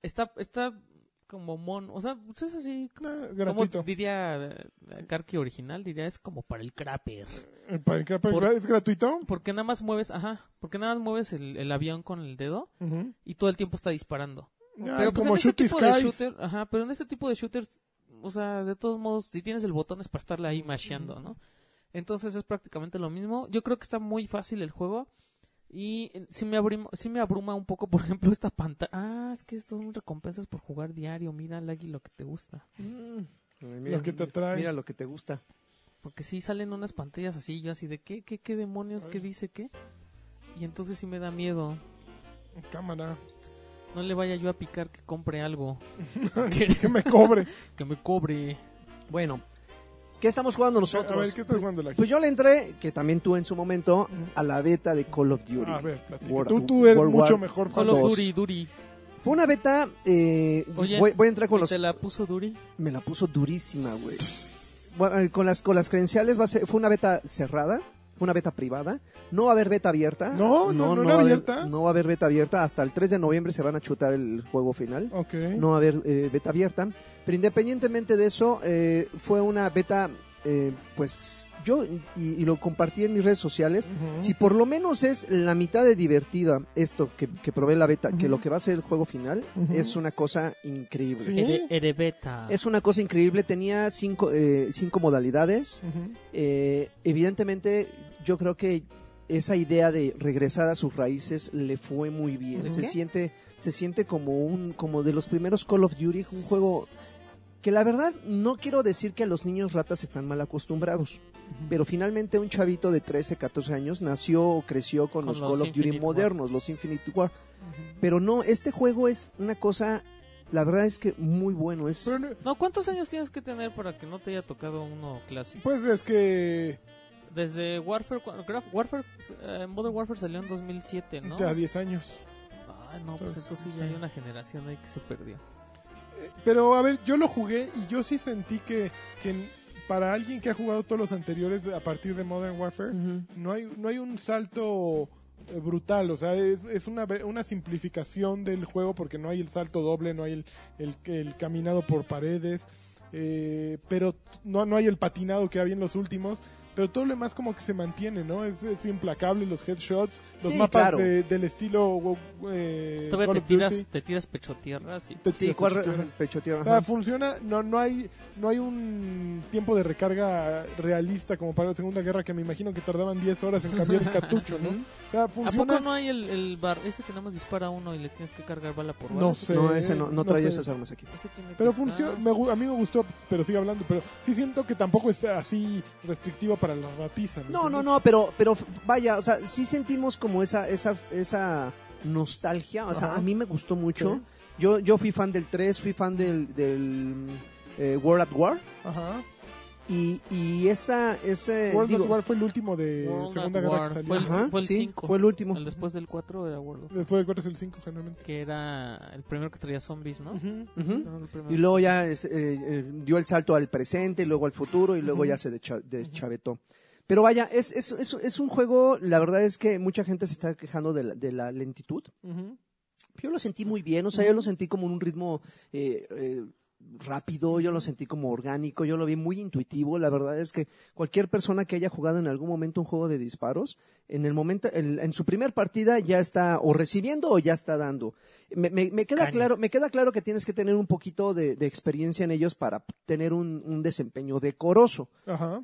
Speaker 2: está, está como mon, o sea, pues es así, como,
Speaker 3: Ah,
Speaker 2: como
Speaker 3: gratuito.
Speaker 2: diría eh, Karki original, diría es como para el crapper.
Speaker 3: Eh, para el crapper,
Speaker 2: Por-
Speaker 3: ¿Es gratuito?
Speaker 2: Porque nada más mueves, ajá, porque nada más mueves el, el avión con el dedo
Speaker 3: Ujú.
Speaker 2: y todo el tiempo está disparando.
Speaker 3: Ah,
Speaker 2: pero pues
Speaker 3: como
Speaker 2: en este
Speaker 3: Shoot
Speaker 2: tipo de
Speaker 3: Skies.
Speaker 2: shooter, ajá, pero en este tipo de shooters, o sea, de todos modos, si tienes el botón es para estarle ahí masheando, ¿no? Entonces es prácticamente lo mismo. Yo creo que está muy fácil el juego. Y eh, sí me, abrim- sí me abruma un poco, por ejemplo, esta pantalla. Ah, es que esto son recompensas por jugar diario. Mira, Laggy, lo que te gusta.
Speaker 1: Mira,
Speaker 3: que te atrae.
Speaker 1: Mira lo que te gusta.
Speaker 2: Porque sí salen unas pantallas así, yo así de qué, qué, qué demonios, qué dice qué. Y entonces sí me da miedo.
Speaker 3: Cámara.
Speaker 2: No le vaya yo a picar que compre algo.
Speaker 3: que me cobre.
Speaker 2: Que me cobre.
Speaker 1: Bueno, ¿qué estamos jugando nosotros?
Speaker 3: A ver, ¿qué estás jugando la
Speaker 1: Pues yo le entré, que también tú en su momento, a la beta de Call of Duty.
Speaker 3: A ver, platica.
Speaker 1: World-
Speaker 3: tú, tú eres
Speaker 1: World
Speaker 3: mucho
Speaker 1: War
Speaker 3: mejor
Speaker 2: Solo
Speaker 1: Dos.
Speaker 2: Duri, Duri.
Speaker 1: Fue una beta, eh,
Speaker 2: Oye,
Speaker 1: voy, voy a entrar con
Speaker 2: ¿Y
Speaker 1: los...
Speaker 2: ¿Te la puso Duri?
Speaker 1: Me la puso durísima, güey. Bueno, eh, con, las, con las credenciales va a ser- fue una beta cerrada, fue una beta privada. No va a haber beta abierta.
Speaker 3: No, no, no
Speaker 1: va
Speaker 3: era
Speaker 1: a haber-
Speaker 3: abierta.
Speaker 1: no va a haber beta abierta. Hasta el 3 de noviembre se van a chutar el juego final.
Speaker 3: Ok.
Speaker 1: no va a haber eh, beta abierta. Pero independientemente de eso, eh, fue una beta, eh, pues yo, y, y lo compartí en mis redes sociales,
Speaker 3: Ujú.
Speaker 1: si por lo menos es la mitad de divertida esto que, que probé la beta, que lo que va a ser el juego final,
Speaker 3: Ujú.
Speaker 1: es una cosa increíble.
Speaker 3: Sí.
Speaker 2: Ere- Erebeta.
Speaker 1: Es una cosa increíble, tenía cinco, eh, cinco modalidades.
Speaker 3: Ujú.
Speaker 1: Eh, evidentemente, yo creo que esa idea de regresar a sus raíces le fue muy bien.
Speaker 3: Ujú.
Speaker 1: Se
Speaker 3: ¿Qué?
Speaker 1: siente, se siente como un, como de los primeros Call of Duty, un juego que la verdad no quiero decir que a los niños ratas están mal acostumbrados. Pero finalmente un chavito de 13, 14 años nació o creció con,
Speaker 2: Con
Speaker 1: los,
Speaker 2: los
Speaker 1: Call of Duty
Speaker 2: Infinite War.
Speaker 1: modernos, los Infinite War. Pero no, este juego es una cosa, la verdad es que muy bueno. Es,
Speaker 3: Pero no-
Speaker 2: No, ¿cuántos años tienes que tener para que no te haya tocado uno clásico?
Speaker 3: pues es que
Speaker 2: Desde Warfare, cu- Graf- Warfare, eh, Modern Warfare salió en 2007, ¿no?
Speaker 3: ya 10 años.
Speaker 2: Ah, no, pues
Speaker 3: Este, Entonces,
Speaker 2: entonces
Speaker 3: sí.
Speaker 2: ya hay una generación ahí que se perdió.
Speaker 3: Eh, Pero a ver, yo lo jugué y yo sí sentí que, que n- para alguien que ha jugado todos los anteriores a partir de Modern Warfare,
Speaker 1: Ujú.
Speaker 3: no hay, no hay un salto eh, brutal. O sea, es, es una, ve- una simplificación del juego porque no hay el salto doble, no hay el, el- el caminado por paredes, eh, pero t- no, no hay el patinado que había en los últimos. Pero todo lo demás como que se mantiene, ¿no? Es, es implacable los headshots, los
Speaker 1: Sí,
Speaker 3: mapas
Speaker 1: claro.
Speaker 3: de- del estilo... Eh,
Speaker 2: Todavía
Speaker 3: Call
Speaker 2: te
Speaker 3: of Duty.
Speaker 2: tiras, te tiras pecho tierra, sí.
Speaker 3: Te
Speaker 1: Sí,
Speaker 3: tiras
Speaker 1: cuál
Speaker 3: cuchillo.
Speaker 1: ajá, pecho tierra,
Speaker 3: O sea,
Speaker 1: ajá.
Speaker 3: funciona, no, no hay no hay un tiempo de recarga realista como para la Segunda Guerra que me imagino que tardaban 10 horas en cambiar el cartucho, ¿no? O sea,
Speaker 2: ¿A poco
Speaker 3: funciona.
Speaker 2: no hay el, el bar ese que nada más dispara uno y le tienes que cargar bala por bala?
Speaker 3: No sé.
Speaker 1: no, ese no, no traía
Speaker 3: sé.
Speaker 1: esas armas aquí.
Speaker 2: Ese tiene que
Speaker 3: Pero
Speaker 2: estar.
Speaker 3: funciona, me gu- a mí me gustó, pero sigue hablando, pero sí siento que tampoco es así restrictiva para la ratiza. ¿me
Speaker 1: No, no,
Speaker 3: entiendes?
Speaker 1: no, pero, pero vaya, o sea, sí sentimos como esa, esa, esa nostalgia. O sea,
Speaker 3: Ajá.
Speaker 1: a mí me gustó mucho.
Speaker 3: Sí.
Speaker 1: Yo, yo fui fan del 3, fui fan del, del eh, World at War.
Speaker 3: Ajá.
Speaker 1: Y, y esa, ese.
Speaker 3: World
Speaker 1: Eh, digo,
Speaker 3: of War fue el último de
Speaker 2: World
Speaker 3: Segunda
Speaker 2: at
Speaker 3: Guerra
Speaker 2: War.
Speaker 3: que salió.
Speaker 2: Fue el,
Speaker 3: Ajá.
Speaker 1: Ajá,
Speaker 2: fue el
Speaker 1: sí,
Speaker 2: cinco.
Speaker 1: fue el último.
Speaker 2: El después del 4 era World of War,
Speaker 3: Después del 4 es el 5, generalmente.
Speaker 2: Que era el primero que traía zombies, ¿no?
Speaker 3: Ujú.
Speaker 1: Ujú.
Speaker 2: Era el primero.
Speaker 1: Y luego ya es- eh, eh, dio el salto al presente, y luego al futuro, y luego
Speaker 3: Ujú.
Speaker 1: ya se decha- deschavetó. Pero vaya, es, es, es, es un juego, la verdad es que mucha gente se está quejando de la, de la lentitud.
Speaker 3: Ujú.
Speaker 1: Yo lo sentí muy bien, o sea, yo lo sentí como un ritmo eh, eh, rápido, yo lo sentí como orgánico, yo lo vi muy intuitivo. La verdad es que cualquier persona que haya jugado en algún momento un juego de disparos, en el momento, en, en su primer partida ya está o recibiendo o ya está dando. Me, me- me queda
Speaker 2: Caña.
Speaker 1: claro, me queda claro que tienes que tener un poquito de, de experiencia en ellos para tener un, un desempeño decoroso.
Speaker 3: Ajá.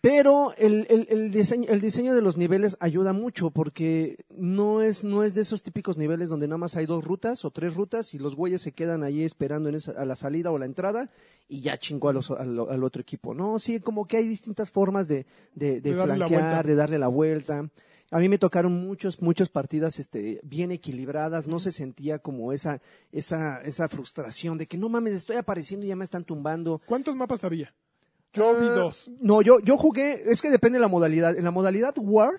Speaker 1: Pero el, el, el diseño, el diseño de los niveles ayuda mucho porque no es, no es de esos típicos niveles donde nada más hay dos rutas o tres rutas y los güeyes se quedan ahí esperando en esa- a la salida o la entrada y ya chingó a los- al, al otro equipo. No, sí, como que hay distintas formas de, de, de
Speaker 3: De darle la vuelta.
Speaker 1: flanquear, de darle la vuelta. A mí me tocaron muchos, muchas partidas este, bien equilibradas, no se sentía como esa, esa, esa frustración de que no mames, estoy apareciendo y ya me están tumbando.
Speaker 3: ¿Cuántos mapas había? Yo vi
Speaker 1: Ah,
Speaker 3: dos.
Speaker 1: No, yo, yo jugué, es que depende de la modalidad. En la modalidad War,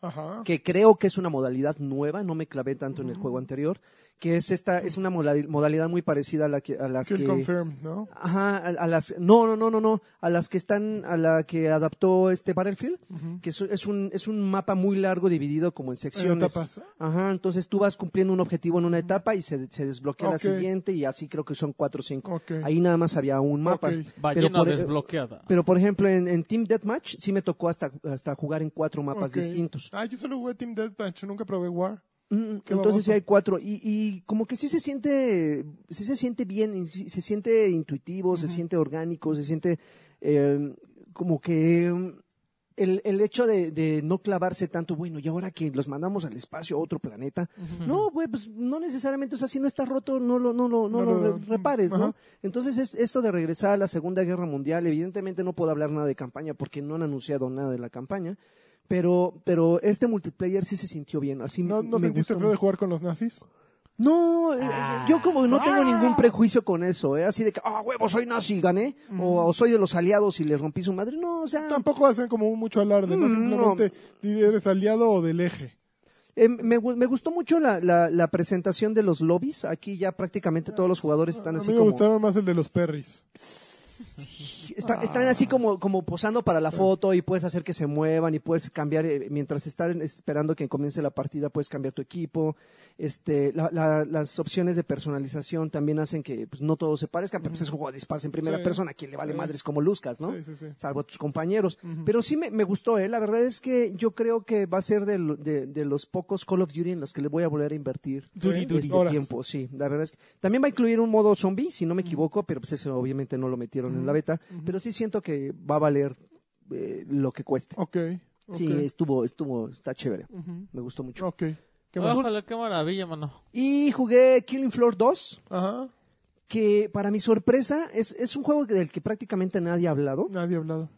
Speaker 3: Ajá.
Speaker 1: que creo que es una modalidad nueva, no me clavé tanto en el juego anterior, que es esta, es una modali- modalidad muy parecida a la que, a las
Speaker 3: Kill
Speaker 1: que.
Speaker 3: Confirmed, ¿no?
Speaker 1: Ajá, a, a las, no, no, no, no, no, a las que están, a la que adaptó este Battlefield,
Speaker 3: Ujú.
Speaker 1: que es, es un, es un mapa muy largo dividido como en
Speaker 3: En
Speaker 1: secciones.
Speaker 3: etapas.
Speaker 1: Ajá, entonces tú vas cumpliendo un objetivo en una etapa y se, se desbloquea
Speaker 3: Ok.
Speaker 1: la siguiente y así creo que son cuatro o cinco.
Speaker 3: Ok.
Speaker 1: Ahí nada más había un mapa.
Speaker 3: Ok.
Speaker 1: Pero
Speaker 2: Ballena
Speaker 1: por- eh,
Speaker 2: desbloqueada.
Speaker 1: Pero por ejemplo, en, en Team Deathmatch sí me tocó hasta, hasta jugar en cuatro mapas
Speaker 3: Ok.
Speaker 1: distintos.
Speaker 3: Ah, yo solo jugué Team Deathmatch, nunca probé War.
Speaker 1: Mm,
Speaker 3: Qué baboso.
Speaker 1: Entonces sí hay cuatro. Y, y como que sí se siente, sí se siente bien, y sí- se siente intuitivo, se siente orgánico, se siente eh, como que mm, el, el hecho de, de no clavarse tanto, bueno, y ahora que los mandamos al espacio a otro planeta, no, güey, pues no necesariamente, o sea, si no está roto, no lo, no lo, no
Speaker 3: No
Speaker 1: lo
Speaker 3: lo-
Speaker 1: re- repares,
Speaker 3: ajá.
Speaker 1: ¿no? Entonces, es, esto de regresar a la Segunda Guerra Mundial, evidentemente no puedo hablar nada de campaña porque no han anunciado nada de la campaña, pero, pero este multiplayer sí se sintió bien, así
Speaker 3: ¿No, no
Speaker 1: me
Speaker 3: sentiste
Speaker 1: gustó
Speaker 3: feo de jugar con los nazis?
Speaker 1: no, eh, yo como que no tengo ningún prejuicio con eso, ¿eh? así de que, ah, huevo, soy nazi, gané, o, o soy de los aliados y les rompí su madre, no, o sea,
Speaker 3: Tampoco hacen como mucho alarde, ¿no?
Speaker 1: Mm,
Speaker 3: Simplemente di- eres aliado o del eje.
Speaker 1: eh, me, gu- me gustó mucho la, la, la presentación de los lobbies, aquí ya prácticamente todos los jugadores
Speaker 3: Ah, A
Speaker 1: están
Speaker 3: mí
Speaker 1: así
Speaker 3: me
Speaker 1: como,
Speaker 3: gustaron más el de los perris.
Speaker 1: están, están
Speaker 3: Ah.
Speaker 1: así como, como posando para la foto y puedes hacer que se muevan y puedes cambiar, eh, mientras están esperando que comience la partida, puedes cambiar tu equipo, este, la- la- las opciones de personalización también hacen que pues, no todos se parezcan, pero pues, es un juego de disparos en primera
Speaker 3: Sí.
Speaker 1: persona, a quien le vale
Speaker 3: Sí.
Speaker 1: madres como Luzcas, ¿no?
Speaker 3: Sí, sí, sí.
Speaker 1: salvo tus compañeros. Pero sí me, me gustó, ¿eh? La verdad es que yo creo que va a ser de, lo- de- de los pocos Call of Duty en los que le voy a volver a invertir
Speaker 3: Duri,
Speaker 1: este
Speaker 3: duri. Horas.
Speaker 1: tiempo. Sí, la verdad es que también va a incluir un modo zombie, si no me equivoco, pero pues ese obviamente no lo metieron en la beta. Pero sí siento que va a valer eh, lo que cueste.
Speaker 3: Ok. ok,
Speaker 1: Sí, estuvo, estuvo, está chévere.
Speaker 3: ujú.
Speaker 1: Me gustó mucho.
Speaker 3: Ok. ¿Qué más?
Speaker 2: Ah, Ojalá, qué maravilla, mano.
Speaker 1: Y jugué Killing Floor 2,
Speaker 3: Ajá.
Speaker 1: que para mi sorpresa es, es un juego del que prácticamente nadie ha hablado.
Speaker 3: Nadie ha hablado.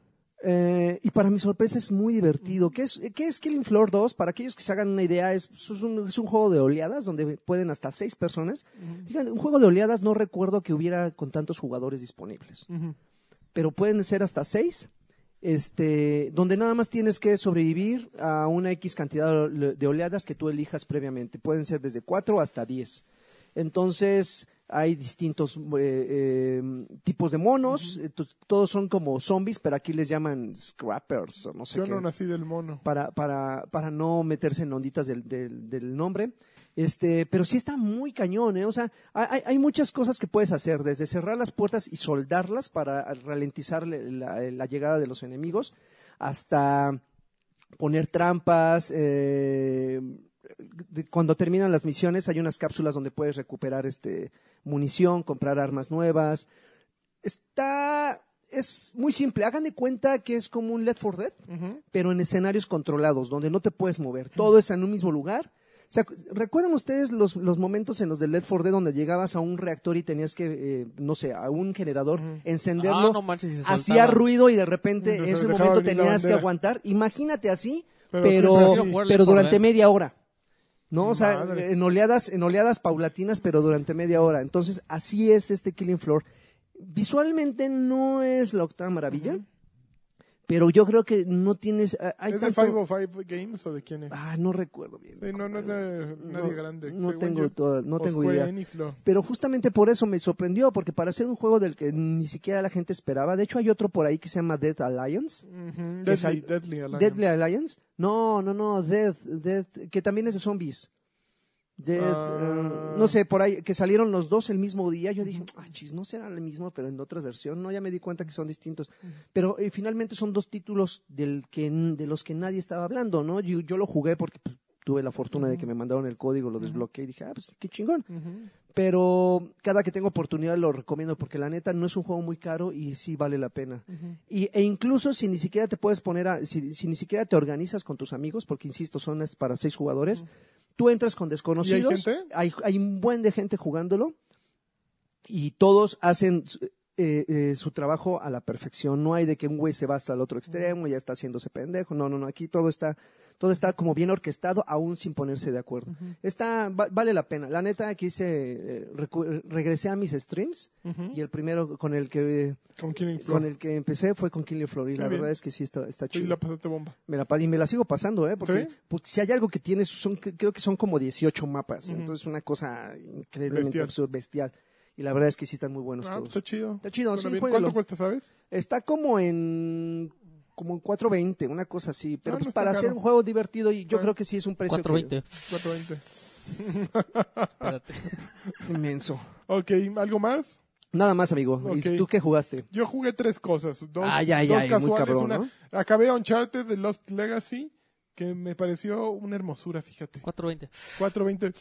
Speaker 1: Eh, y para mi sorpresa es muy divertido. ¿Qué es, qué es Killing Floor 2? Para aquellos que se hagan una idea, es, es un, es un juego de oleadas donde pueden hasta seis personas. Fíjate, un juego de oleadas no recuerdo que hubiera con tantos jugadores disponibles,
Speaker 3: Ujú.
Speaker 1: pero pueden ser hasta seis. Este, donde nada más tienes que sobrevivir a una X cantidad de oleadas que tú elijas previamente. Pueden ser desde cuatro hasta diez. Entonces, hay distintos eh, eh, tipos de monos, eh, to- todos son como zombies, pero aquí les llaman scrappers o no sé
Speaker 3: Yo
Speaker 1: qué
Speaker 3: no nací del mono.
Speaker 1: para, para, para no meterse en onditas del, del, del nombre. Este, pero sí está muy cañón, ¿eh? O sea, hay, hay- hay muchas cosas que puedes hacer, desde cerrar las puertas y soldarlas para ralentizar la, la llegada de los enemigos, hasta poner trampas. eh, de- cuando terminan las misiones hay unas cápsulas donde puedes recuperar este, munición, comprar armas nuevas. Está... Es muy simple. Hagan de cuenta que es como un Left 4 Dead
Speaker 3: Ujú.
Speaker 1: pero en escenarios controlados, donde no te puedes mover. Todo es en un mismo lugar. O sea, ¿Recuerdan ustedes los, los momentos en los del Led 4 Dead donde llegabas a un reactor y tenías que, eh, no sé, a un generador,
Speaker 3: Ujú.
Speaker 1: encenderlo,
Speaker 2: Ah, no manches, y se
Speaker 1: hacía
Speaker 2: soltaba.
Speaker 1: ruido y de
Speaker 3: Y
Speaker 1: repente en
Speaker 3: entonces
Speaker 1: ese
Speaker 3: dejaba
Speaker 1: momento
Speaker 3: venir la
Speaker 1: tenías que
Speaker 3: bandera.
Speaker 1: aguantar? Imagínate así,
Speaker 3: Pero
Speaker 1: pero,
Speaker 3: sí,
Speaker 1: pero,
Speaker 3: sí.
Speaker 2: Jugarle por
Speaker 1: durante
Speaker 2: ver.
Speaker 1: media hora. ¿No? O sea,
Speaker 3: ¿eh? Madre.
Speaker 1: en oleadas, en oleadas paulatinas, pero durante media hora. Entonces, así es este Killing Floor. Visualmente no es la octava maravilla, pero yo creo que no tienes. ah, Hay
Speaker 3: ¿Es de
Speaker 1: tanto-
Speaker 3: 505 Games o de quién es?
Speaker 1: Ah, no recuerdo bien.
Speaker 3: Sí, no, no es de nadie grande.
Speaker 1: No
Speaker 3: Según
Speaker 1: tengo,
Speaker 3: yo,
Speaker 1: toda- no
Speaker 3: o
Speaker 1: tengo
Speaker 3: Square
Speaker 1: idea.
Speaker 3: Enix lo-
Speaker 1: Pero justamente por eso me sorprendió, porque para ser un juego del que ni siquiera la gente esperaba, de hecho hay otro por ahí que se llama Dead Alliance.
Speaker 3: Ujú,
Speaker 1: Que
Speaker 3: Deadly,
Speaker 1: sal-
Speaker 3: Deadly Alliance.
Speaker 1: Deadly Alliance. No, no, no, Dead, Dead, que también es de zombies. Dead,
Speaker 3: Ah.
Speaker 1: eh, no sé, por ahí, que salieron los dos el mismo día. Yo dije, ah, chis, no será el mismo, pero en otra versión. No, ya me di cuenta que son distintos. Pero eh, finalmente son dos títulos del que, n- de los que nadie estaba hablando, ¿no? Yo, yo lo jugué porque pues, tuve la fortuna de que me mandaron el código, lo desbloqueé y dije, ah, pues qué chingón
Speaker 3: Ujú.
Speaker 1: pero cada que tengo oportunidad lo recomiendo porque la neta no es un juego muy caro y sí vale la pena. y, e incluso si ni siquiera te puedes poner a, si, si ni siquiera te organizas con tus amigos, porque insisto, son es- para seis jugadores, tú entras con desconocidos,
Speaker 3: gente?
Speaker 1: hay, hay un buen de gente jugándolo y todos hacen eh, eh, su trabajo a la perfección. No hay de que un güey se va hasta el otro extremo y ya está haciéndose pendejo. No, no, no, aquí todo está todo está como bien orquestado, aún sin ponerse de acuerdo. Está, va- vale la pena. La neta, aquí se, eh, recu- regresé a mis streams
Speaker 3: Ujú.
Speaker 1: y el primero con el que,
Speaker 3: Con Killing Floor.
Speaker 1: con el que empecé fue con Killing Floor y
Speaker 3: Muy
Speaker 1: la
Speaker 3: bien.
Speaker 1: verdad es que sí está, está
Speaker 3: Sí,
Speaker 1: chido.
Speaker 3: la pasaste bomba.
Speaker 1: Me la pas- y me la sigo pasando, ¿eh? Porque,
Speaker 3: ¿Sí?
Speaker 1: porque si hay algo que tienes, son, cre- creo que son como 18 mapas.
Speaker 3: Ujú.
Speaker 1: Entonces, una cosa increíblemente
Speaker 3: Bestial.
Speaker 1: absurda, bestial. Y la verdad es que sí están muy buenos
Speaker 3: Ah,
Speaker 1: todos.
Speaker 3: está chido.
Speaker 1: Está chido,
Speaker 3: Suena
Speaker 1: sí,
Speaker 3: bien.
Speaker 1: juéguelo.
Speaker 3: ¿Cuánto cuesta, sabes?
Speaker 1: Está como en como en 4.20, una cosa así. Pero
Speaker 3: Ah, no
Speaker 1: pues,
Speaker 3: está
Speaker 1: para hacer
Speaker 3: caro.
Speaker 1: un juego divertido, y yo
Speaker 3: Ah.
Speaker 1: creo que sí es un precio que-
Speaker 2: 420.
Speaker 3: 420.
Speaker 2: Espérate.
Speaker 1: inmenso.
Speaker 3: Ok, ¿algo más?
Speaker 1: Nada más, amigo.
Speaker 3: Ok.
Speaker 1: ¿Y tú qué jugaste?
Speaker 3: Yo jugué tres cosas. Dos,
Speaker 1: Ay, ay,
Speaker 3: dos
Speaker 1: ay, muy
Speaker 3: casuales.
Speaker 1: cabrón,
Speaker 3: una...
Speaker 1: ¿no?
Speaker 3: Acabé Uncharted de Lost Legacy, que me pareció una hermosura, fíjate.
Speaker 2: 420.
Speaker 3: 420.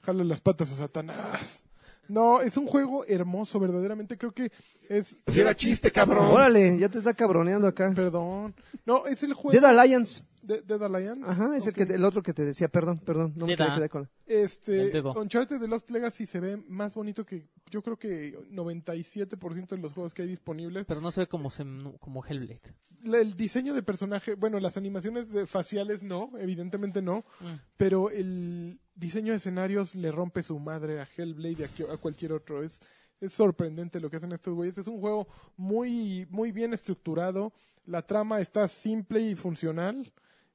Speaker 3: Jala las patas a Satanás. No, es un juego hermoso, verdaderamente. Creo que es.
Speaker 4: Si era chiste, cabrón.
Speaker 1: Órale, ya te está cabroneando acá.
Speaker 3: Perdón. No, es el juego.
Speaker 1: Dead Alliance.
Speaker 3: de Dead Alliance.
Speaker 1: Ajá, es
Speaker 3: Ok.
Speaker 1: el, que te- el otro que te decía, perdón, perdón, no me
Speaker 2: Dead
Speaker 1: quería
Speaker 2: A.
Speaker 1: quedar con...
Speaker 3: Este,
Speaker 2: El dedo.
Speaker 3: Uncharted The Lost Legacy se ve más bonito que yo creo que 97% de los juegos que hay disponibles.
Speaker 2: Pero no se ve como, sem- como Hellblade.
Speaker 3: La- el diseño de personaje, bueno, las animaciones de faciales no, evidentemente no,
Speaker 1: Mm.
Speaker 3: pero el diseño de escenarios le rompe su madre a Hellblade y a, que- a cualquier otro. Es, es sorprendente lo que hacen estos güeyes. Es un juego muy, muy bien estructurado. La trama está simple y funcional.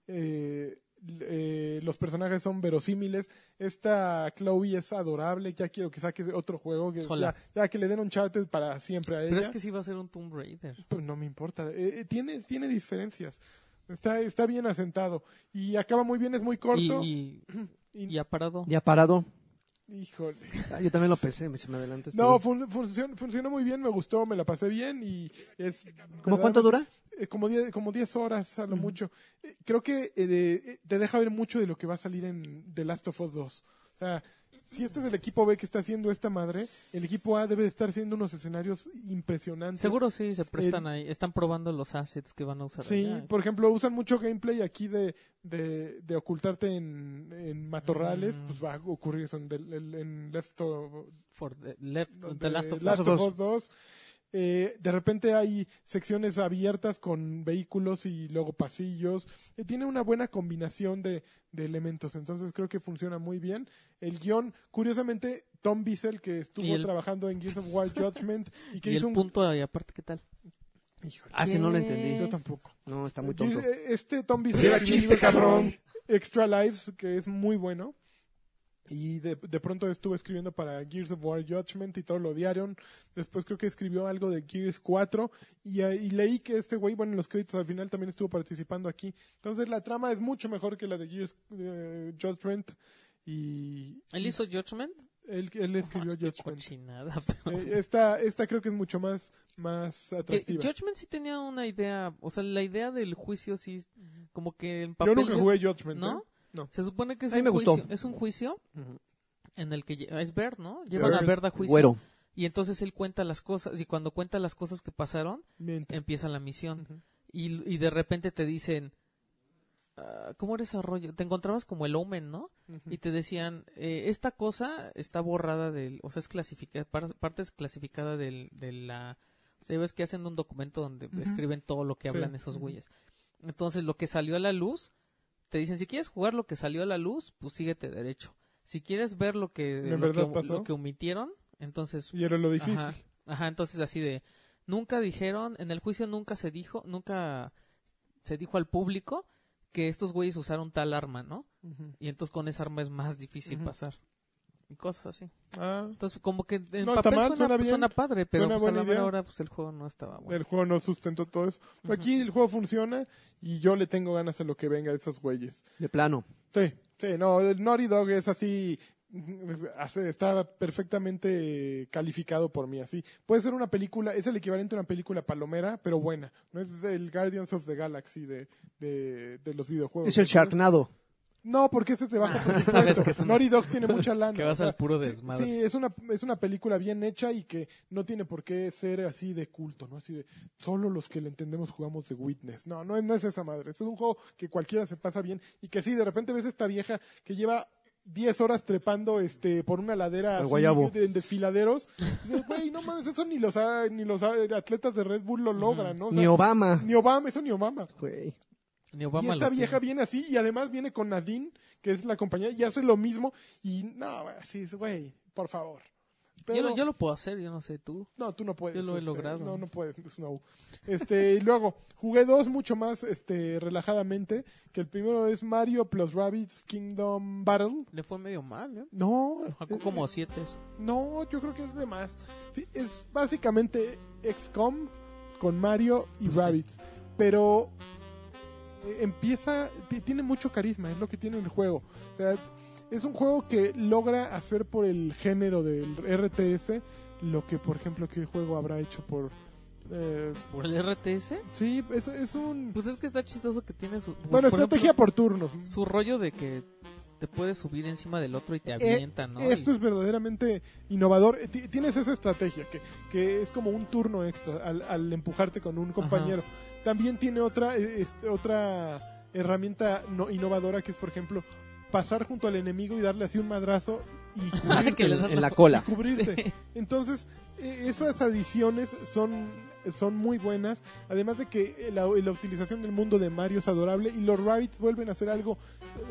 Speaker 3: Eh, eh, los personajes son verosímiles. Esta Chloe es adorable. Ya quiero que saque otro juego. Que,
Speaker 2: Sola.
Speaker 3: ya, ya que le den un charter para siempre a ella.
Speaker 2: Pero es que sí va a ser un Tomb Raider.
Speaker 3: Pues no me importa. Eh, eh, tiene, tiene diferencias. Está, está bien asentado. Y acaba muy bien, es muy corto.
Speaker 2: Y, y,
Speaker 3: Y-
Speaker 2: y ha parado.
Speaker 1: Ya parado.
Speaker 3: Híjole.
Speaker 1: Ah, yo también lo pensé, me, se me adelanto. este
Speaker 3: No,
Speaker 1: güey.
Speaker 3: fun- funcionó, funcionó muy bien, me gustó, me la pasé bien y es...
Speaker 1: ¿Cómo cuánto dura?
Speaker 3: Eh, como 10 como 10 horas a lo mucho. Eh, creo que eh, de- eh, te deja ver mucho de lo que va a salir en The Last of Us 2. O sea, si este es el equipo B que está haciendo esta madre, el equipo A debe de estar haciendo unos escenarios impresionantes.
Speaker 2: Seguro sí, se prestan ahí. Están probando los assets que van a usar.
Speaker 3: Sí, pues,
Speaker 2: allá.
Speaker 3: por ejemplo, usan mucho gameplay aquí de, de, de ocultarte en, en matorrales,
Speaker 1: Mm.
Speaker 3: pues va a ocurrir eso en, del- el- en Left of,
Speaker 2: For the left,
Speaker 3: donde-
Speaker 2: the Last of Us.
Speaker 1: Last of Us.
Speaker 3: 2. Eh, de repente hay secciones abiertas con vehículos y luego pasillos. Eh, tiene una buena combinación de, de elementos, entonces creo que funciona muy bien. El guión, curiosamente, Tom Bissell, que estuvo
Speaker 2: Y el-
Speaker 3: trabajando en Gears of War Judgment y que
Speaker 2: Y el
Speaker 3: hizo un...
Speaker 2: punto ahí aparte, ¿qué tal?
Speaker 3: Híjole,
Speaker 1: Ah, sí, no lo entendí.
Speaker 3: yo tampoco.
Speaker 1: No, está muy tonto.
Speaker 3: Gears- eh, Este Tom
Speaker 4: Si
Speaker 3: Bissell
Speaker 4: era
Speaker 3: escribió
Speaker 4: chiste, cabrón.
Speaker 3: Extra Lives, que es muy bueno. Y de, de pronto estuvo escribiendo para Gears of War Judgment y todo lo odiaron. Después creo que escribió algo de Gears 4 y, eh, y leí que este güey, bueno, en los créditos al final también estuvo participando aquí. Entonces la trama es mucho mejor que la de Gears eh, Judgment y
Speaker 2: ¿Él hizo Judgment?
Speaker 3: él, él escribió
Speaker 2: Ah, qué
Speaker 3: Judgment.
Speaker 2: cochinada, pero-
Speaker 3: Eh, esta, esta creo que es mucho más, más
Speaker 2: Que
Speaker 3: atractiva.
Speaker 2: Judgment sí tenía una idea, o sea, la idea del juicio sí, como que en
Speaker 3: Yo
Speaker 2: papel...
Speaker 3: nunca
Speaker 2: se-
Speaker 3: jugué Judgment.
Speaker 2: ¿No?
Speaker 3: ¿eh? No.
Speaker 2: Se supone que es
Speaker 1: A mí
Speaker 2: un,
Speaker 1: me gustó.
Speaker 2: juicio, es un juicio
Speaker 1: Ujú.
Speaker 2: en el que lle- es Bert, ¿no? Llevan a
Speaker 3: Bert.
Speaker 2: Bert a juicio.
Speaker 1: Güero.
Speaker 2: Y entonces él cuenta las cosas, y cuando cuenta las cosas que pasaron,
Speaker 3: Miente.
Speaker 2: empieza la misión.
Speaker 3: Ujú.
Speaker 2: y, y de repente te dicen, ah, ¿cómo eres arroyo? Te encontrabas como el Omen, ¿no?
Speaker 3: Ujú.
Speaker 2: Y te decían, eh, esta cosa está borrada del, o sea, es clasificada, parte es clasificada del, de la, o sea, ves que hacen un documento donde
Speaker 3: Ujú.
Speaker 2: escriben todo lo que
Speaker 3: Sí.
Speaker 2: hablan esos
Speaker 3: Ujú.
Speaker 2: güeyes. Entonces, lo que salió a la luz, te dicen, si quieres jugar lo que salió a la luz, pues síguete derecho. Si quieres ver lo que,
Speaker 3: ¿De
Speaker 2: lo que,
Speaker 3: verdad
Speaker 2: om-
Speaker 3: pasó?
Speaker 2: lo que omitieron, entonces
Speaker 3: Y era lo difícil.
Speaker 2: Ajá, ajá, entonces así de nunca dijeron, en el juicio nunca se dijo, nunca se dijo al público que estos güeyes usaron tal arma, ¿no?
Speaker 3: Ujú.
Speaker 2: Y entonces con esa arma es más difícil
Speaker 3: Ujú.
Speaker 2: pasar. Y cosas así.
Speaker 3: Ah,
Speaker 2: Entonces como que en
Speaker 3: No, está
Speaker 2: papel
Speaker 3: mal,
Speaker 2: suena,
Speaker 3: suena bien.
Speaker 2: suena padre, pero
Speaker 3: Suena
Speaker 2: pues, a
Speaker 3: buena
Speaker 2: la mera
Speaker 3: idea.
Speaker 2: hora pues el juego no estaba bueno.
Speaker 3: el juego no sustentó todo eso. Pero Aquí el juego funciona y yo le tengo ganas a lo que venga de esos güeyes.
Speaker 1: De plano.
Speaker 3: Sí, sí, no, el Naughty Dog es así, hace- está perfectamente calificado por mí, así. Puede ser una película, es el equivalente a una película palomera, pero buena. No es el Guardians of the Galaxy de, de, de los videojuegos.
Speaker 1: Es el Sharknado.
Speaker 3: No, porque este es de bajo
Speaker 2: Ah, sí sabes
Speaker 3: presupuesto.
Speaker 2: que es una-
Speaker 3: Naughty Dog tiene mucha lana.
Speaker 2: que vas
Speaker 3: o sea,
Speaker 2: al puro
Speaker 3: sí-
Speaker 2: desmadre.
Speaker 3: Sí, es una, es una película bien hecha y que no tiene por qué ser así de culto, ¿no? Así de, solo los que le entendemos jugamos de Witness. No, no es, no es esa madre. Es un juego que cualquiera se pasa bien y que sí, de repente ves esta vieja que lleva 10 horas trepando este por una ladera
Speaker 1: Al
Speaker 3: así
Speaker 1: guayabo.
Speaker 3: de, de desfiladeros. Y dices, Güey, no mames, eso ni los, ah, ni los ah, atletas de Red Bull lo logran, ¿no? O sea,
Speaker 1: Ni Obama.
Speaker 3: ni Obama, eso ni Obama.
Speaker 1: Güey.
Speaker 2: Ni Obama
Speaker 3: Y esta
Speaker 2: lo
Speaker 3: vieja
Speaker 2: tiene.
Speaker 3: viene así y además viene con Nadine, que es la compañía, y hace lo mismo. Y no, así es, güey, por favor. Pero,
Speaker 2: Yo, lo- yo lo puedo hacer, yo no sé tú.
Speaker 3: no, tú no puedes.
Speaker 2: yo lo he
Speaker 3: este,
Speaker 2: logrado.
Speaker 3: No, no puedes, es una U. Este, y luego, jugué dos mucho más este, relajadamente, que el primero es Mario plus Rabbids Kingdom Battle.
Speaker 2: Le fue medio mal, ¿eh?
Speaker 3: No,
Speaker 2: Sacó
Speaker 3: eh,
Speaker 2: como siete.
Speaker 3: no, yo creo que es de más. Sí, Es básicamente XCOM con Mario y
Speaker 2: Pues sí.
Speaker 3: Rabbids. Pero eh, empieza, ti- tiene mucho carisma, es lo que tiene el juego. O sea, es un juego que logra hacer por el género del RTS lo que, por ejemplo, que juego habrá hecho por. eh,
Speaker 2: ¿Por el RTS?
Speaker 3: sí, es, es un.
Speaker 2: Pues es que está chistoso que tiene su...
Speaker 3: Bueno,
Speaker 2: por ejemplo,
Speaker 3: estrategia por turnos.
Speaker 2: su rollo de que te puedes subir encima del otro y te
Speaker 3: Eh,
Speaker 2: avientan, ¿no?
Speaker 3: Esto es verdaderamente innovador. Eh, ti- Tienes esa estrategia que, que es como un turno extra al, al empujarte con un compañero. También tiene otra, eh, este, otra herramienta no, innovadora que es, por ejemplo, pasar junto al enemigo y darle así un madrazo y
Speaker 2: Y-
Speaker 3: cubrirte.
Speaker 2: Ah, que le
Speaker 1: en,
Speaker 2: das
Speaker 1: en
Speaker 2: la-
Speaker 1: la cola.
Speaker 3: y cubrirte.
Speaker 2: Sí.
Speaker 3: Entonces, eh, esas adiciones son son muy buenas, además de que eh, la, la utilización del mundo de Mario es adorable y los rabbits vuelven a ser algo,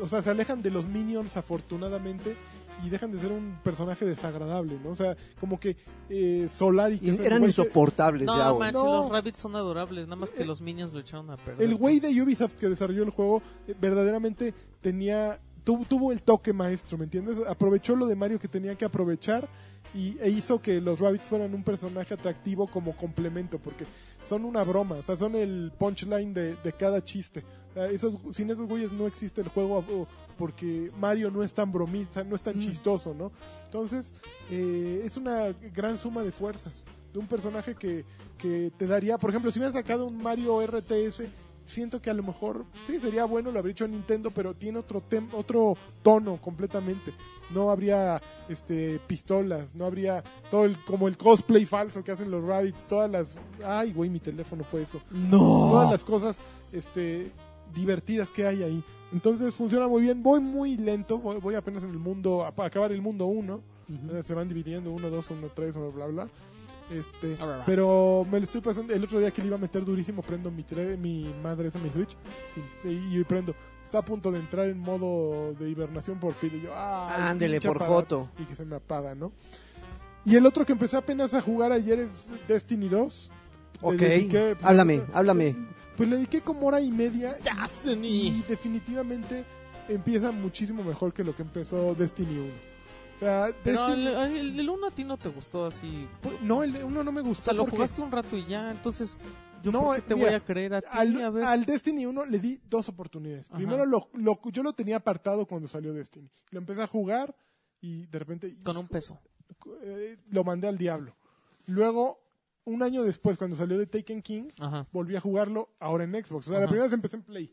Speaker 3: o sea, se alejan de los minions afortunadamente y dejan de ser un personaje desagradable, ¿no? O sea, como que eh, Solari... que
Speaker 1: Y
Speaker 3: es el
Speaker 1: eran
Speaker 3: güey que-
Speaker 1: insoportables
Speaker 2: No,
Speaker 1: ya, güey.
Speaker 2: manches,
Speaker 3: No.
Speaker 2: los rabbits son adorables, nada más que
Speaker 3: Eh,
Speaker 2: los minions lo echaron a perder.
Speaker 3: El güey de Ubisoft que desarrolló el juego eh, verdaderamente tenía tu- tuvo el toque maestro, ¿me entiendes? Aprovechó lo de Mario que tenía que aprovechar y, e hizo que los Rabbits fueran un personaje atractivo como complemento, porque son una broma, o sea, son el punchline de, de cada chiste. O sea, esos, sin esos güeyes no existe el juego o- porque Mario no es tan bromista, no es tan
Speaker 2: Mm.
Speaker 3: chistoso, ¿no? Entonces, eh, es una gran suma de fuerzas de un personaje que, que te daría, por ejemplo, si hubieran sacado un Mario RTS, siento que a lo mejor sí sería bueno lo habría hecho Nintendo, pero tiene otro tem- otro tono completamente. No habría este pistolas, no habría todo el como el cosplay falso que hacen los rabbits, todas las ay güey, mi teléfono fue eso. Todas las cosas este divertidas que hay ahí. Entonces funciona muy bien, voy muy lento, voy, voy apenas en el mundo, a- para acabar el mundo 1, se van dividiendo 1, 2, 1, 3, bla, bla, bla. Este, pero me lo estoy pasando. El otro día que le iba a meter durísimo, prendo mi, tre- mi madre esa, mi Switch. Sí, y, y prendo. Está a punto de entrar en modo de hibernación por pila. Y yo, ah,
Speaker 1: Ándele, por
Speaker 3: foto
Speaker 1: joto.
Speaker 3: Y que se me apaga, ¿no? Y el otro que empecé apenas a jugar ayer es Destiny 2. Le
Speaker 1: Ok.
Speaker 3: dediqué, pues,
Speaker 1: háblame,
Speaker 3: eh,
Speaker 1: háblame.
Speaker 3: Pues le dediqué como hora y media.
Speaker 2: Destiny.
Speaker 3: Y definitivamente empieza muchísimo mejor que lo que empezó Destiny 1. O sea,
Speaker 2: Pero
Speaker 3: Destiny-
Speaker 2: el, el, el uno a ti no te gustó así.
Speaker 3: Pues, No, el 1 no me
Speaker 2: O
Speaker 3: gustó.
Speaker 2: sea, lo
Speaker 3: porque
Speaker 2: jugaste un rato y ya, entonces yo
Speaker 3: No,
Speaker 2: por qué te
Speaker 3: mira,
Speaker 2: voy a creer a ti.
Speaker 3: al,
Speaker 2: a ver.
Speaker 3: al Destiny 1 le di dos oportunidades.
Speaker 2: Ajá.
Speaker 3: Primero, lo, lo- yo lo tenía apartado cuando salió Destiny. Lo empecé a jugar y de repente
Speaker 2: Con un peso.
Speaker 3: eh, lo mandé al diablo. Luego, un año después, cuando salió de Taken King,
Speaker 2: Ajá.
Speaker 3: volví a jugarlo ahora en Xbox. O sea,
Speaker 2: Ajá.
Speaker 3: la primera vez empecé en Play.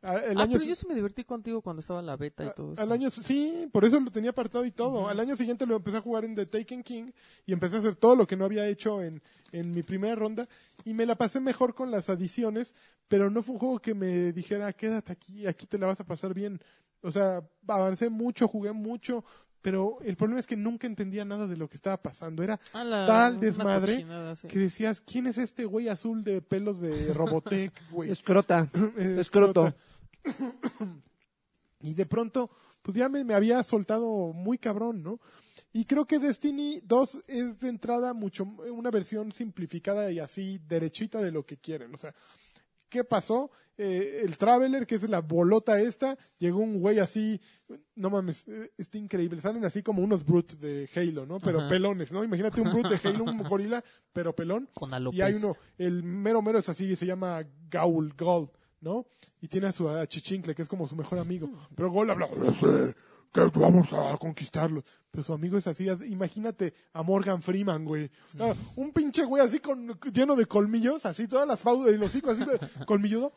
Speaker 3: A- El
Speaker 2: ah,
Speaker 3: año,
Speaker 2: pero
Speaker 3: si-
Speaker 2: yo sí me divertí contigo cuando estaba la beta y
Speaker 3: a-
Speaker 2: todo eso.
Speaker 3: al año sí, por eso lo tenía apartado y todo.
Speaker 2: Ujú.
Speaker 3: Al año siguiente lo empecé a jugar en The Taken King y empecé a hacer todo lo que no había hecho en, en mi primera ronda y me la pasé mejor con las adiciones, pero no fue un juego que me dijera, "Quédate aquí, aquí te la vas a pasar bien." O sea, avancé mucho, jugué mucho, pero el problema es que nunca entendía nada de lo que estaba pasando. Era
Speaker 2: Ah, la-
Speaker 3: tal
Speaker 2: una
Speaker 3: desmadre
Speaker 2: cochinada, sí.
Speaker 3: que decías, "¿Quién es este güey azul de pelos de Robotech, güey?"
Speaker 1: Escrota.
Speaker 2: Ah,
Speaker 3: Eh,
Speaker 1: Escroto.
Speaker 3: escrota. y de pronto, pues ya me, me había soltado muy cabrón, ¿no? Y creo que Destiny 2 es de entrada mucho una versión simplificada y así derechita de lo que quieren. O sea, ¿qué pasó? Eh, el Traveler, que es la bolota esta, llegó un güey así, no mames, eh, está increíble. Salen así como unos brutes de Halo, ¿no? Pero
Speaker 2: Ajá.
Speaker 3: pelones, ¿no? Imagínate un brute de Halo, un gorila, pero pelón.
Speaker 2: Con Alopez.
Speaker 3: Y hay uno, el mero mero es así, se llama Gaul Gold, ¿no? Y tiene a su a Chichincle, que es como su mejor amigo. Pero Gold habla, "No sé, que vamos a conquistarlo. Pero su amigo es así, haz- imagínate a Morgan Freeman, güey. Ah, un pinche güey así con, lleno de colmillos, así todas las faudas y los hocico así colmilludo.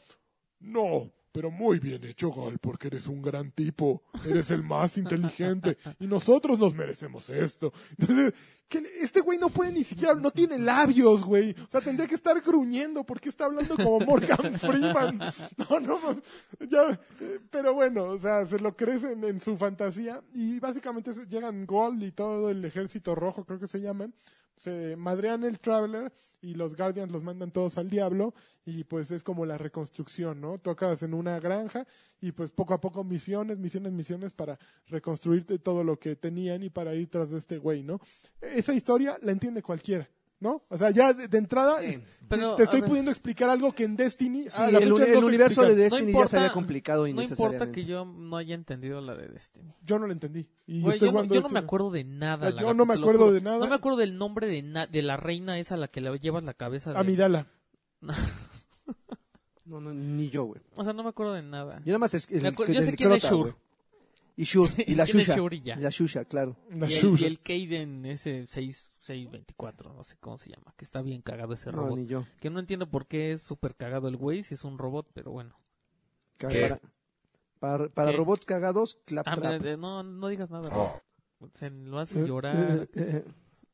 Speaker 3: No, pero muy bien hecho, Gol, porque eres un gran tipo, eres el más inteligente y nosotros nos merecemos esto. Entonces, que este güey no puede ni siquiera, no tiene labios, güey. O sea, tendría que estar gruñendo porque está hablando como Morgan Freeman. No, no, no, ya, eh, pero bueno, o sea, se lo crecen en su fantasía y básicamente se- llegan Gol y todo el ejército rojo, creo que se llaman. Se madrean el Traveler y los Guardians los mandan todos al diablo y pues es como la reconstrucción, ¿no? Tocas en una granja y pues poco a poco misiones, misiones, misiones para reconstruir de todo lo que tenían y para ir tras de este güey, ¿no? Esa historia la entiende cualquiera, ¿no? O sea, ya de, de entrada
Speaker 1: Sí.
Speaker 2: Pero,
Speaker 3: te, te
Speaker 2: a
Speaker 3: estoy
Speaker 2: ver.
Speaker 3: pudiendo explicar algo que en Destiny
Speaker 1: Sí,
Speaker 3: a la
Speaker 1: el,
Speaker 3: fecha
Speaker 1: uni-
Speaker 3: no
Speaker 1: el
Speaker 3: se
Speaker 1: universo
Speaker 3: explica.
Speaker 1: de Destiny ya se
Speaker 2: importa-
Speaker 1: había complicado
Speaker 2: No
Speaker 1: innecesariamente.
Speaker 2: importa que yo no haya entendido la de Destiny.
Speaker 3: Yo no lo entendí. Y
Speaker 2: Güey,
Speaker 3: estoy
Speaker 2: yo, no,
Speaker 3: jugando este
Speaker 2: yo no me
Speaker 3: Destiny.
Speaker 2: acuerdo de nada. la
Speaker 3: Ah, yo
Speaker 2: neta,
Speaker 3: no me
Speaker 2: te lo
Speaker 3: acuerdo
Speaker 2: juro.
Speaker 3: de nada.
Speaker 2: No me acuerdo del nombre de, na- de la reina esa a la que le llevas la cabeza. de-
Speaker 3: Amidala.
Speaker 1: No, no, ni yo, güey.
Speaker 2: O sea, no me acuerdo de nada.
Speaker 1: Yo nada más es el,
Speaker 2: Me acu-
Speaker 1: que-
Speaker 2: yo sé
Speaker 1: el
Speaker 2: quién es
Speaker 1: crota,
Speaker 2: Shur.
Speaker 1: güey. Y Shur, y la
Speaker 2: ¿Quién es
Speaker 1: Shusha.
Speaker 2: Shur y ya?
Speaker 1: La Shusha, claro.
Speaker 3: La
Speaker 2: y, el,
Speaker 3: Shusha.
Speaker 2: y el Kaiden ese 6, 624, no sé cómo se llama, que está bien cagado ese
Speaker 1: No,
Speaker 2: robot.
Speaker 1: ni yo.
Speaker 2: Que no entiendo por qué es súper cagado el güey si es un robot, pero bueno.
Speaker 1: Caga- Para, para, para
Speaker 2: ¿Qué?
Speaker 1: robots cagados, clap
Speaker 2: Ah,
Speaker 1: trap.
Speaker 2: mira, eh, no, no digas nada.
Speaker 4: Oh.
Speaker 2: güey. Se lo haces
Speaker 3: Eh,
Speaker 2: llorar.
Speaker 1: Eh, eh, eh.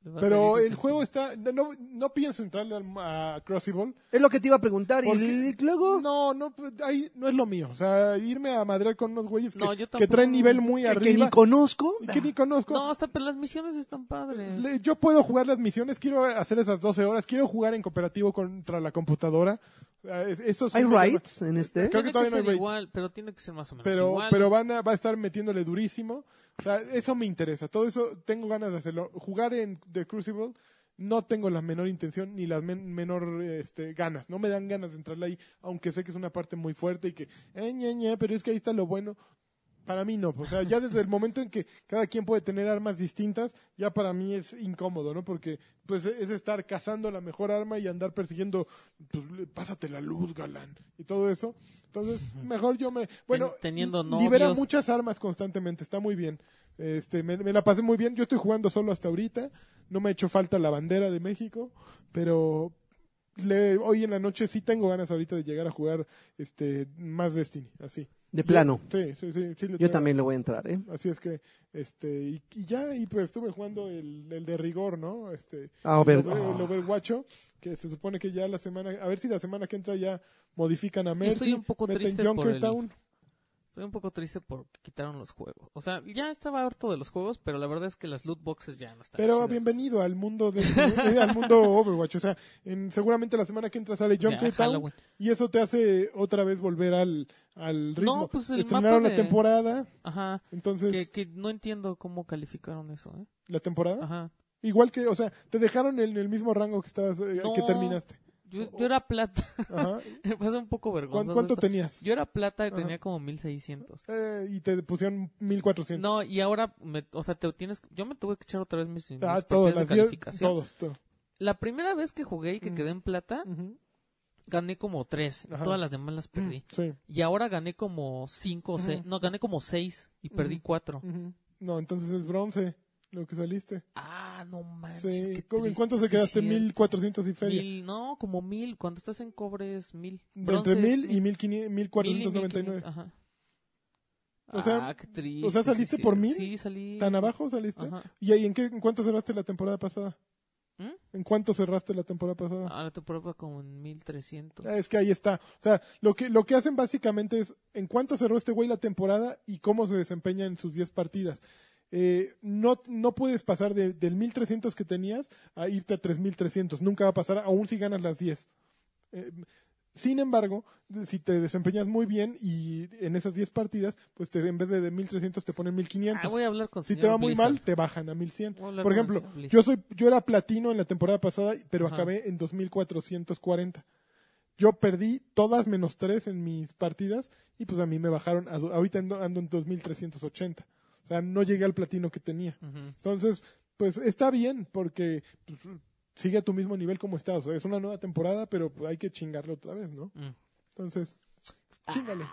Speaker 2: le vas a
Speaker 3: Pero
Speaker 2: decir
Speaker 3: el
Speaker 2: ese-
Speaker 3: juego está... No, no pienso entrarle al- a Crossy Ball.
Speaker 1: Es lo que te iba a preguntar.
Speaker 3: Porque-
Speaker 1: ¿Y luego?
Speaker 3: No, no, pues, ahí no es lo mío. O sea, irme a madrear con unos güeyes que,
Speaker 2: No, yo
Speaker 3: que
Speaker 2: tampoco.
Speaker 3: traen nivel muy
Speaker 1: que, que
Speaker 3: arriba
Speaker 1: ni conozco.
Speaker 3: y que ni conozco.
Speaker 2: No, pues. hasta pero las misiones están padres.
Speaker 3: Le- yo puedo jugar las misiones, quiero hacer esas 12 horas, quiero jugar en cooperativo contra la computadora. Ah, es- Eso sí
Speaker 1: ¿Hay
Speaker 3: me llama-
Speaker 1: rights en este?
Speaker 3: creo que
Speaker 2: Tiene que,
Speaker 3: todavía no hay
Speaker 2: ser
Speaker 3: raids.
Speaker 2: igual, pero tiene que ser más o menos
Speaker 3: Pero,
Speaker 2: igual.
Speaker 3: pero van a, va a estar metiéndole durísimo. O sea, eso me interesa. Todo eso tengo ganas de hacerlo. Jugar en The Crucible no tengo la menor intención ni las men- menor este, ganas. No me dan ganas de entrarle ahí, aunque sé que es una parte muy fuerte y que, eh, ña, ña, pero es que ahí está lo bueno. Para mí no, o sea, ya desde el momento en que cada quien puede tener armas distintas, ya para mí es incómodo, ¿no? Porque pues es estar cazando la mejor arma y andar persiguiendo, pues, le- pásate la luz, galán, y todo eso. Entonces, mejor yo me, bueno,
Speaker 2: teniendo
Speaker 3: li- libera
Speaker 2: novios.
Speaker 3: muchas armas constantemente, está muy bien. Este, me, me la pasé muy bien, yo estoy jugando solo hasta ahorita, no me ha hecho falta la bandera de México, pero le- hoy en la noche sí tengo ganas ahorita de llegar a jugar este más Destiny, así.
Speaker 1: De plano.
Speaker 3: Sí, sí, sí. sí le
Speaker 1: Yo
Speaker 3: tengo-
Speaker 1: también le voy a entrar, ¿eh?
Speaker 3: Así es que, este, y, y ya, y pues estuve jugando el, el de rigor, ¿no? Este,
Speaker 1: Ah, a
Speaker 3: el,
Speaker 1: ver.
Speaker 3: over- el
Speaker 1: oh.
Speaker 3: Overwatcho, que se supone que ya la semana, a ver si la semana que entra ya modifican a Mercy,
Speaker 2: estoy un poco
Speaker 3: meten
Speaker 2: triste por el-
Speaker 3: Junkertown.
Speaker 2: Estoy un poco triste porque quitaron los juegos. O sea, ya estaba harto de los juegos, pero la verdad es que las loot boxes ya no están.
Speaker 3: Pero
Speaker 2: chidas.
Speaker 3: bienvenido al mundo de, eh, al mundo Overwatch, o sea, en, seguramente la semana que entra sale
Speaker 2: Ya,
Speaker 3: Junkertown
Speaker 2: Halloween.
Speaker 3: y eso te hace otra vez volver al, al ritmo.
Speaker 2: No, pues el
Speaker 3: Estrenaron
Speaker 2: mapa
Speaker 3: la
Speaker 2: de-
Speaker 3: temporada,
Speaker 2: Ajá.
Speaker 3: entonces, ¿Ah?
Speaker 2: Que, que no entiendo cómo calificaron eso, ¿eh?
Speaker 3: la temporada,
Speaker 2: Ajá.
Speaker 3: igual que, o sea, te dejaron en el mismo rango que estabas, eh, que
Speaker 2: No.
Speaker 3: terminaste.
Speaker 2: Yo, yo era plata.
Speaker 3: Ajá.
Speaker 2: Me pasa un poco
Speaker 3: Oh, ¿Cuán-
Speaker 2: vergonzoso.
Speaker 3: ¿Cuánto
Speaker 2: esto.
Speaker 3: tenías?
Speaker 2: Yo era plata y
Speaker 3: Ajá.
Speaker 2: tenía como 1600.
Speaker 3: Eh, y te pusieron 1400.
Speaker 2: No, y ahora, me, o sea, te tienes, yo me tuve que echar otra vez mis, mis
Speaker 3: ah,
Speaker 2: partidas
Speaker 3: todos,
Speaker 2: de
Speaker 3: las diez-
Speaker 2: calificación.
Speaker 3: todos. todo.
Speaker 2: La primera vez que jugué y que
Speaker 3: Mm.
Speaker 2: quedé en plata,
Speaker 3: Ujú.
Speaker 2: gané como tres.
Speaker 3: Ajá.
Speaker 2: Todas las demás las perdí.
Speaker 3: Sí.
Speaker 2: Y ahora gané como cinco o
Speaker 3: Ujú.
Speaker 2: seis. No, gané como seis y perdí cuatro.
Speaker 3: Ujú. No, entonces es bronce lo que saliste.
Speaker 2: Ah, no manches.
Speaker 3: Sí.
Speaker 2: qué
Speaker 3: ¿Cómo- ¿En
Speaker 2: triste,
Speaker 3: cuánto
Speaker 2: sí
Speaker 3: te
Speaker 2: es
Speaker 3: quedaste?
Speaker 2: cierto.
Speaker 3: 1400 y feria.
Speaker 2: Mil, no, como mil. Cuando estás en cobre es mil.
Speaker 3: De
Speaker 2: Bronce
Speaker 3: entre
Speaker 2: es
Speaker 3: 1000 y
Speaker 2: mil,
Speaker 3: 1500 1499.
Speaker 2: Ajá.
Speaker 3: O sea,
Speaker 2: ah, qué triste.
Speaker 3: o sea,
Speaker 2: sí es
Speaker 3: ¿saliste
Speaker 2: cierto.
Speaker 3: por mil?
Speaker 2: Sí, salí.
Speaker 3: ¿Tan abajo saliste?
Speaker 2: Ajá.
Speaker 3: ¿Y ahí en, qué, en cuánto cerraste la temporada pasada?
Speaker 2: ¿Mm?
Speaker 3: ¿En cuánto cerraste la temporada pasada?
Speaker 2: Ahora tu prueba como en 1300.
Speaker 3: Ah, Es que ahí está. O sea, lo que, lo que hacen básicamente es en cuánto cerró este güey la temporada y cómo se desempeña en sus 10 partidas. Eh, no, no puedes pasar de- del 1300 que tenías a irte a 3300. Nunca va a pasar, aún si ganas las 10. Eh, sin embargo, si te desempeñas muy bien y en esas 10 partidas, pues te, en vez de, de 1300 te ponen
Speaker 2: Ah,
Speaker 3: 1500.
Speaker 2: voy a hablar con
Speaker 3: si
Speaker 2: señor
Speaker 3: te va muy
Speaker 2: Blizzard.
Speaker 3: mal, te bajan a 1100.
Speaker 2: Voy a hablar
Speaker 3: Por
Speaker 2: con el
Speaker 3: ejemplo,
Speaker 2: señor Blizzard.
Speaker 3: yo soy yo era platino en la temporada pasada, pero
Speaker 2: Ajá.
Speaker 3: acabé en 2440. Yo perdí todas menos tres en mis partidas y pues a mí me bajaron, a do- ahorita ando, ando en 2380. O sea, no llegué al platino que tenía.
Speaker 2: Ujú.
Speaker 3: Entonces, pues está bien porque pues, sigue a tu mismo nivel como estás. O sea, es una nueva temporada, pero pues, hay que chingarle otra vez, ¿no?
Speaker 2: Mm.
Speaker 3: Entonces, chingale.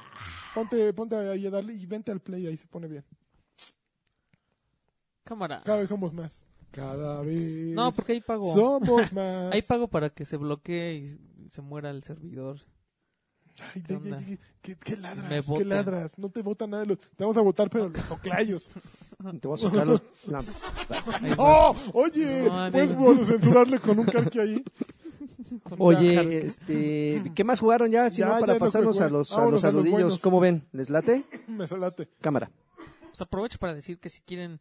Speaker 3: Ponte, ponte ahí a darle y vente al play, ahí se pone bien.
Speaker 2: Cámara.
Speaker 3: Cada vez somos más. Cada vez.
Speaker 2: No, porque ahí pago.
Speaker 3: Somos más.
Speaker 2: Ahí pago para que se bloquee y se muera el servidor. ¿Qué
Speaker 3: Ay, de- de-
Speaker 2: onda?
Speaker 3: de- ¿Qué, qué ladras?
Speaker 2: Me
Speaker 3: ¿Qué
Speaker 2: votan.
Speaker 3: ladras? No te vota nada. de los- te vamos a votar, pero los soclayos.
Speaker 1: Te voy a sacar los... No,
Speaker 2: Ahí va
Speaker 3: ¡Oh! Oye,
Speaker 2: No, no,
Speaker 3: puedes
Speaker 2: no.
Speaker 3: bueno, censurarle con un carque ahí.
Speaker 2: con la jar-
Speaker 1: Oye, este, ¿qué más jugaron ya? Si
Speaker 3: Ya,
Speaker 1: no, para
Speaker 3: ya nos
Speaker 1: pasarnos
Speaker 3: fue,
Speaker 1: a los, a
Speaker 3: vámonos
Speaker 1: los
Speaker 3: a los
Speaker 1: saludillos.
Speaker 3: buenos.
Speaker 1: ¿Cómo ven? ¿Les late?
Speaker 3: Me salate.
Speaker 1: Cámara.
Speaker 2: Pues aprovecho para decir que si quieren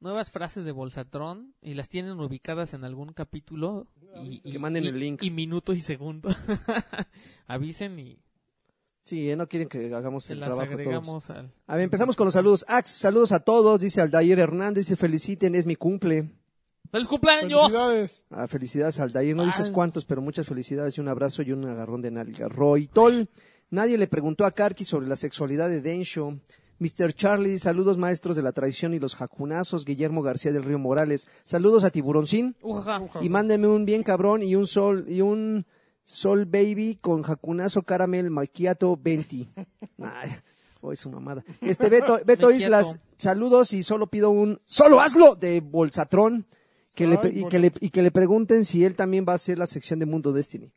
Speaker 2: nuevas frases de Bolsatrón y las tienen ubicadas en algún capítulo y,
Speaker 1: Que
Speaker 2: y-
Speaker 1: manden
Speaker 2: y-
Speaker 1: el link.
Speaker 2: y minuto y segundo, avisen y
Speaker 1: Sí, eh, no quieren que hagamos
Speaker 2: se
Speaker 1: el
Speaker 2: las
Speaker 1: trabajo todos.
Speaker 2: agregamos al...
Speaker 1: A ver, empezamos con los saludos. Ax, saludos a todos. Dice Aldair Hernández, dice feliciten, es mi cumple.
Speaker 2: ¡Feliz cumpleaños!
Speaker 3: ¡Felicidades!
Speaker 1: Ah, felicidades Aldair, no dices
Speaker 2: Ah.
Speaker 1: cuántos, pero muchas felicidades y un abrazo y un agarrón de nalga. Roy Tol, nadie le preguntó a Karki sobre la sexualidad de Densho. Mr. Charlie, saludos maestros de la traición y los jacunazos. Guillermo García del Río Morales, saludos a Tiburoncín.
Speaker 2: Ujaja.
Speaker 1: Y mándeme un bien cabrón y un sol y un sol baby con jacunazo caramel maquiato 20. Ay, hoy su mamada. Este Beto, Beto
Speaker 2: Macchiato.
Speaker 1: Islas, saludos y solo pido un solo hazlo de Bolsatrón. Que le,
Speaker 3: Ay,
Speaker 1: y, que le, y que le pregunten si él también va a hacer la sección de Mundo Destiny.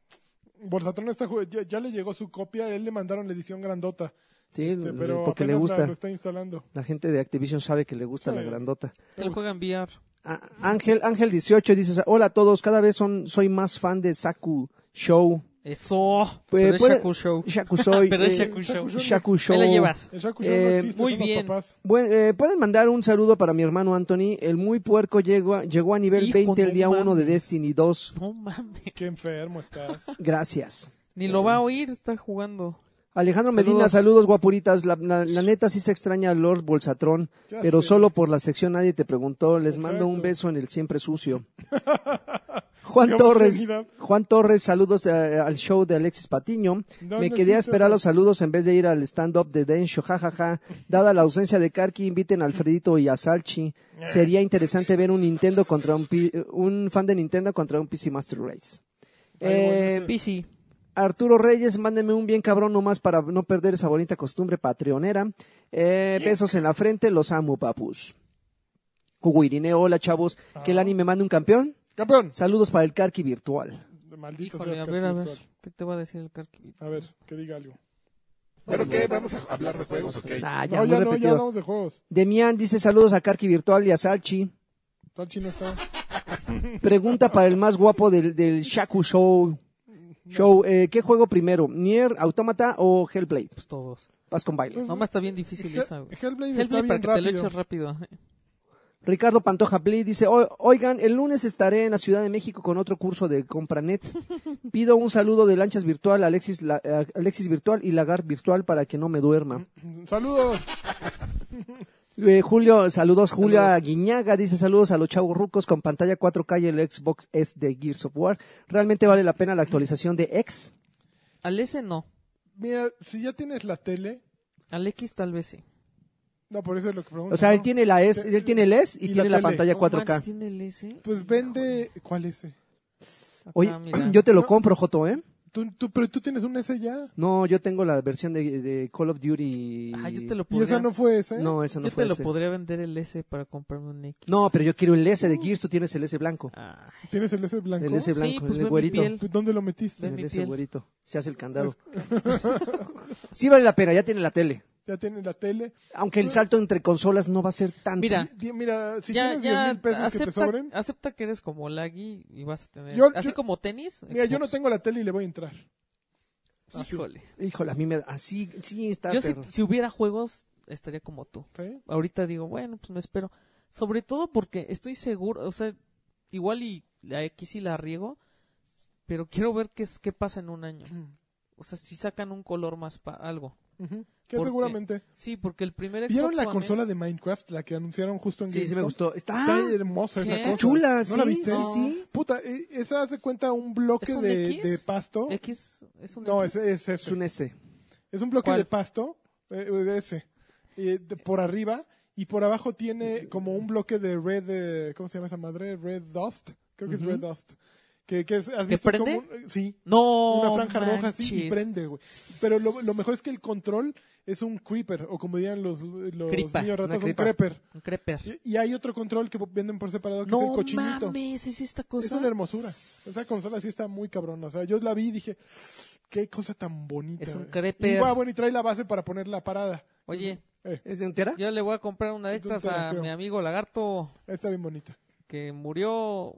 Speaker 3: Bolsatrón está ju- ya, ya le llegó su copia, él le mandaron la edición grandota.
Speaker 1: Sí,
Speaker 3: Este, pero
Speaker 1: porque le
Speaker 3: apenas La,
Speaker 1: gusta.
Speaker 3: lo está instalando.
Speaker 1: La gente de Activision sabe que le gusta
Speaker 3: Sí.
Speaker 1: la grandota.
Speaker 2: Él juega en VR.
Speaker 1: Ah, Ángel, Ángel 18 dice, hola a todos, cada vez son, soy más fan de Saku Show.
Speaker 2: ¡Eso!
Speaker 1: Pues,
Speaker 2: Pero es
Speaker 1: puede-
Speaker 2: Shaku Show.
Speaker 1: Shaku Soy.
Speaker 2: Pero es
Speaker 1: eh,
Speaker 2: Shaku Show.
Speaker 1: Shaku Show.
Speaker 2: Ahí la llevas.
Speaker 3: El Shaku Show no
Speaker 1: Eh,
Speaker 3: existe,
Speaker 2: muy
Speaker 3: son los
Speaker 2: bien.
Speaker 3: papás.
Speaker 1: Bueno, eh, pueden mandar un saludo para mi hermano Anthony. El muy puerco llegó a, llegó a nivel
Speaker 2: Hijo,
Speaker 1: 20 el
Speaker 2: no
Speaker 1: día 1 de
Speaker 2: mames.
Speaker 1: Destiny 2.
Speaker 2: No mames.
Speaker 3: Qué enfermo estás.
Speaker 1: Gracias.
Speaker 2: Ni lo va a oír, está jugando.
Speaker 1: Alejandro
Speaker 2: Saludos.
Speaker 1: Medina, saludos guapuritas. La, la- la neta sí se extraña al Lord Bolsatrón,
Speaker 3: Ya
Speaker 1: pero
Speaker 3: sé.
Speaker 1: solo por la sección nadie te preguntó. Les mando un
Speaker 3: Exacto.
Speaker 1: beso en el siempre sucio. Juan
Speaker 3: Qué
Speaker 1: Torres,
Speaker 3: obscenidad.
Speaker 1: Juan Torres, saludos eh, al show de Alexis Patiño.
Speaker 3: No,
Speaker 1: Me
Speaker 3: no
Speaker 1: quería
Speaker 3: existe
Speaker 1: esperar
Speaker 3: eso.
Speaker 1: los saludos en vez de ir al stand-up de Densho, jajaja. Dada la ausencia de Karki, inviten a Alfredito y a
Speaker 3: Eh.
Speaker 1: Salchi. Sería interesante ver un Nintendo contra un, pi- un fan de Nintendo contra un PC Master Race. Eh,
Speaker 3: bueno,
Speaker 2: PC.
Speaker 1: Arturo Reyes, mándeme un bien cabrón nomás para no perder esa bonita costumbre patreonera. Eh, besos en la frente, los amo, papus. Hugo Irineo, hola chavos, que el
Speaker 3: Ah.
Speaker 1: anime mande un campeón.
Speaker 3: Campeón.
Speaker 1: Saludos para el Karki virtual.
Speaker 3: Maldito
Speaker 2: Híjole, a
Speaker 3: seas,
Speaker 2: ver, a ver.
Speaker 3: Cartoon
Speaker 2: ¿Qué te va a decir el Karki?
Speaker 3: Network. A ver, que diga algo.
Speaker 4: ¿Pero qué? ¿Vamos a hablar de juegos o qué?
Speaker 1: Ah, ya,
Speaker 3: no,
Speaker 1: muy
Speaker 3: ya no, ya
Speaker 1: repetido.
Speaker 3: hablamos de juegos.
Speaker 1: Demian dice saludos a Karki virtual y a Salchi.
Speaker 3: Salchi no está.
Speaker 1: Pregunta para el más guapo del, del Shaku Show. Show, eh, ¿qué juego primero? ¿Nier, Automata o Hellblade?
Speaker 2: Pues todos.
Speaker 1: Vas con baile.
Speaker 2: Nomás está bien difícil
Speaker 3: Hel-
Speaker 2: esa, güey.
Speaker 3: Pues, Hellblade, está
Speaker 2: Hellblade para
Speaker 3: bien
Speaker 2: que
Speaker 3: rápido.
Speaker 2: te lo eches rápido.
Speaker 1: Ricardo Pantoja Blee dice, "O- oigan, el lunes estaré en la Ciudad de México con otro curso de Compranet. Pido un saludo de Lanchas Virtual, Alexis, La- eh, Alexis Virtual y Lagart Virtual para que no me duerma.
Speaker 3: Saludos.
Speaker 1: Eh, Julio, saludos Julio a Guiñaga, dice saludos a los chavos rucos con pantalla 4K y el Xbox S de Gears of War. ¿Realmente vale la pena la actualización de X?
Speaker 2: Al S no.
Speaker 3: Mira, si ya tienes la tele,
Speaker 2: Al X tal vez sí.
Speaker 3: no, por eso es lo que pregunto.
Speaker 1: O sea, él
Speaker 3: ¿no?
Speaker 1: tiene la S, él tiene el S y,
Speaker 3: Y la
Speaker 1: tiene la,
Speaker 3: tele.
Speaker 1: pantalla
Speaker 2: No
Speaker 1: 4K.
Speaker 2: manches, Oh, ¿Tiene el S?
Speaker 3: Pues vende, ¿cuál es? ese?
Speaker 2: Acá,
Speaker 1: Oye,
Speaker 2: Ah, mira.
Speaker 1: yo te lo
Speaker 3: No.
Speaker 1: compro, Joto, ¿eh?
Speaker 3: ¿Tú, tú, pero tú tienes un S ya.
Speaker 1: No, yo tengo la versión de, de Call of Duty.
Speaker 2: Ah, yo te lo
Speaker 3: ¿Y
Speaker 2: podría,
Speaker 3: esa no fue ese?
Speaker 1: No, eso no
Speaker 2: yo
Speaker 1: fue
Speaker 2: te lo
Speaker 1: ese.
Speaker 2: podría vender el S para comprarme un X. Ah.
Speaker 1: No, pero yo quiero el S de Gears, tú tienes el S blanco.
Speaker 2: Ay,
Speaker 3: ¿Tienes el S blanco?
Speaker 1: El S blanco,
Speaker 2: Sí, pues
Speaker 1: el
Speaker 2: ve mi
Speaker 1: güerito.
Speaker 2: piel.
Speaker 3: Pues, ¿Dónde lo metiste?
Speaker 2: Ve
Speaker 1: El
Speaker 2: mi
Speaker 1: S
Speaker 2: piel.
Speaker 1: güerito. Se hace el candado. sí vale la pena, ya tiene la tele.
Speaker 3: Ya tienes la tele.
Speaker 1: Aunque el salto entre consolas no va a ser tan...
Speaker 2: Pues- Mira,
Speaker 3: Di- Mira, si
Speaker 2: ya,
Speaker 3: tienes 10
Speaker 2: ya,
Speaker 3: mil pesos que te
Speaker 2: acepta,
Speaker 3: sobren,
Speaker 2: acepta que eres como Laggy y vas a tener...
Speaker 3: Yo-
Speaker 2: así
Speaker 3: yo-
Speaker 2: como tenis.
Speaker 3: mira, yo no
Speaker 2: Xbox.
Speaker 3: tengo la tele y le voy a entrar.
Speaker 2: Híjole.
Speaker 1: Híjole, a mí me... Así, sí, está...
Speaker 2: Yo si,
Speaker 1: perro.
Speaker 2: si hubiera juegos, estaría como tú.
Speaker 3: ¿Sí?
Speaker 2: Ahorita digo, bueno, pues me espero. Sobre todo porque estoy seguro, o sea, igual y la X y la riego, pero quiero ver qué, es- qué pasa en un año. O sea, si sacan un color más para algo.
Speaker 3: Ujú. Que
Speaker 2: ¿Por qué?
Speaker 3: seguramente.
Speaker 2: Sí, porque el primer Xbox
Speaker 3: ¿Vieron la
Speaker 2: One
Speaker 3: consola
Speaker 2: es-
Speaker 3: de Minecraft, la que anunciaron justo en
Speaker 1: Sí, sí me
Speaker 3: Gamescom?
Speaker 1: gustó. Está...
Speaker 3: Está hermosa esa
Speaker 2: ¿Qué?
Speaker 3: cosa.
Speaker 1: chula,
Speaker 3: ¿No
Speaker 1: sí,
Speaker 3: la viste?
Speaker 1: sí,
Speaker 2: No.
Speaker 1: sí.
Speaker 3: Puta, e- esa hace cuenta un bloque
Speaker 2: ¿Es un
Speaker 3: de,
Speaker 2: X?
Speaker 3: de pasto.
Speaker 2: X es un
Speaker 3: No,
Speaker 2: X.
Speaker 3: es, es
Speaker 1: Es
Speaker 3: ese.
Speaker 1: un S.
Speaker 3: Es un bloque
Speaker 2: ¿Cuál?
Speaker 3: de pasto, eh, de ese, eh, de- por arriba, y por abajo tiene como un bloque de red, eh, ¿cómo se llama esa madre? Red dust, creo que
Speaker 2: Ujú.
Speaker 3: es red dust. Que, que es, ¿has
Speaker 2: ¿Que
Speaker 3: visto? Es como
Speaker 2: prende?
Speaker 3: un- eh, sí,
Speaker 2: No,
Speaker 3: una franja roja así y
Speaker 2: manches.
Speaker 3: prende, güey. Pero lo, lo mejor es que el control es un creeper, o como dirían los, los
Speaker 2: Cripa,
Speaker 3: niños ratas,
Speaker 1: una
Speaker 3: un
Speaker 1: cripa.
Speaker 3: creeper.
Speaker 2: Un creper.
Speaker 3: Y, y hay otro control que venden por separado que es el
Speaker 2: No
Speaker 3: cochinito.
Speaker 2: mames, es esta
Speaker 3: Es
Speaker 2: cosa.
Speaker 3: una hermosura. Esa consola sí está muy cabrona. O sea, yo la vi y dije, qué cosa tan bonita.
Speaker 2: Es un
Speaker 3: güey.
Speaker 2: creeper.
Speaker 3: Y, ah, bueno, y trae la base para poner la parada.
Speaker 2: Oye,
Speaker 3: Eh,
Speaker 1: ¿Es de un tera?
Speaker 2: yo le voy a comprar una de
Speaker 3: Es un
Speaker 2: estas a
Speaker 3: terapeuta.
Speaker 2: mi amigo Lagarto
Speaker 3: está bien bonita.
Speaker 2: que murió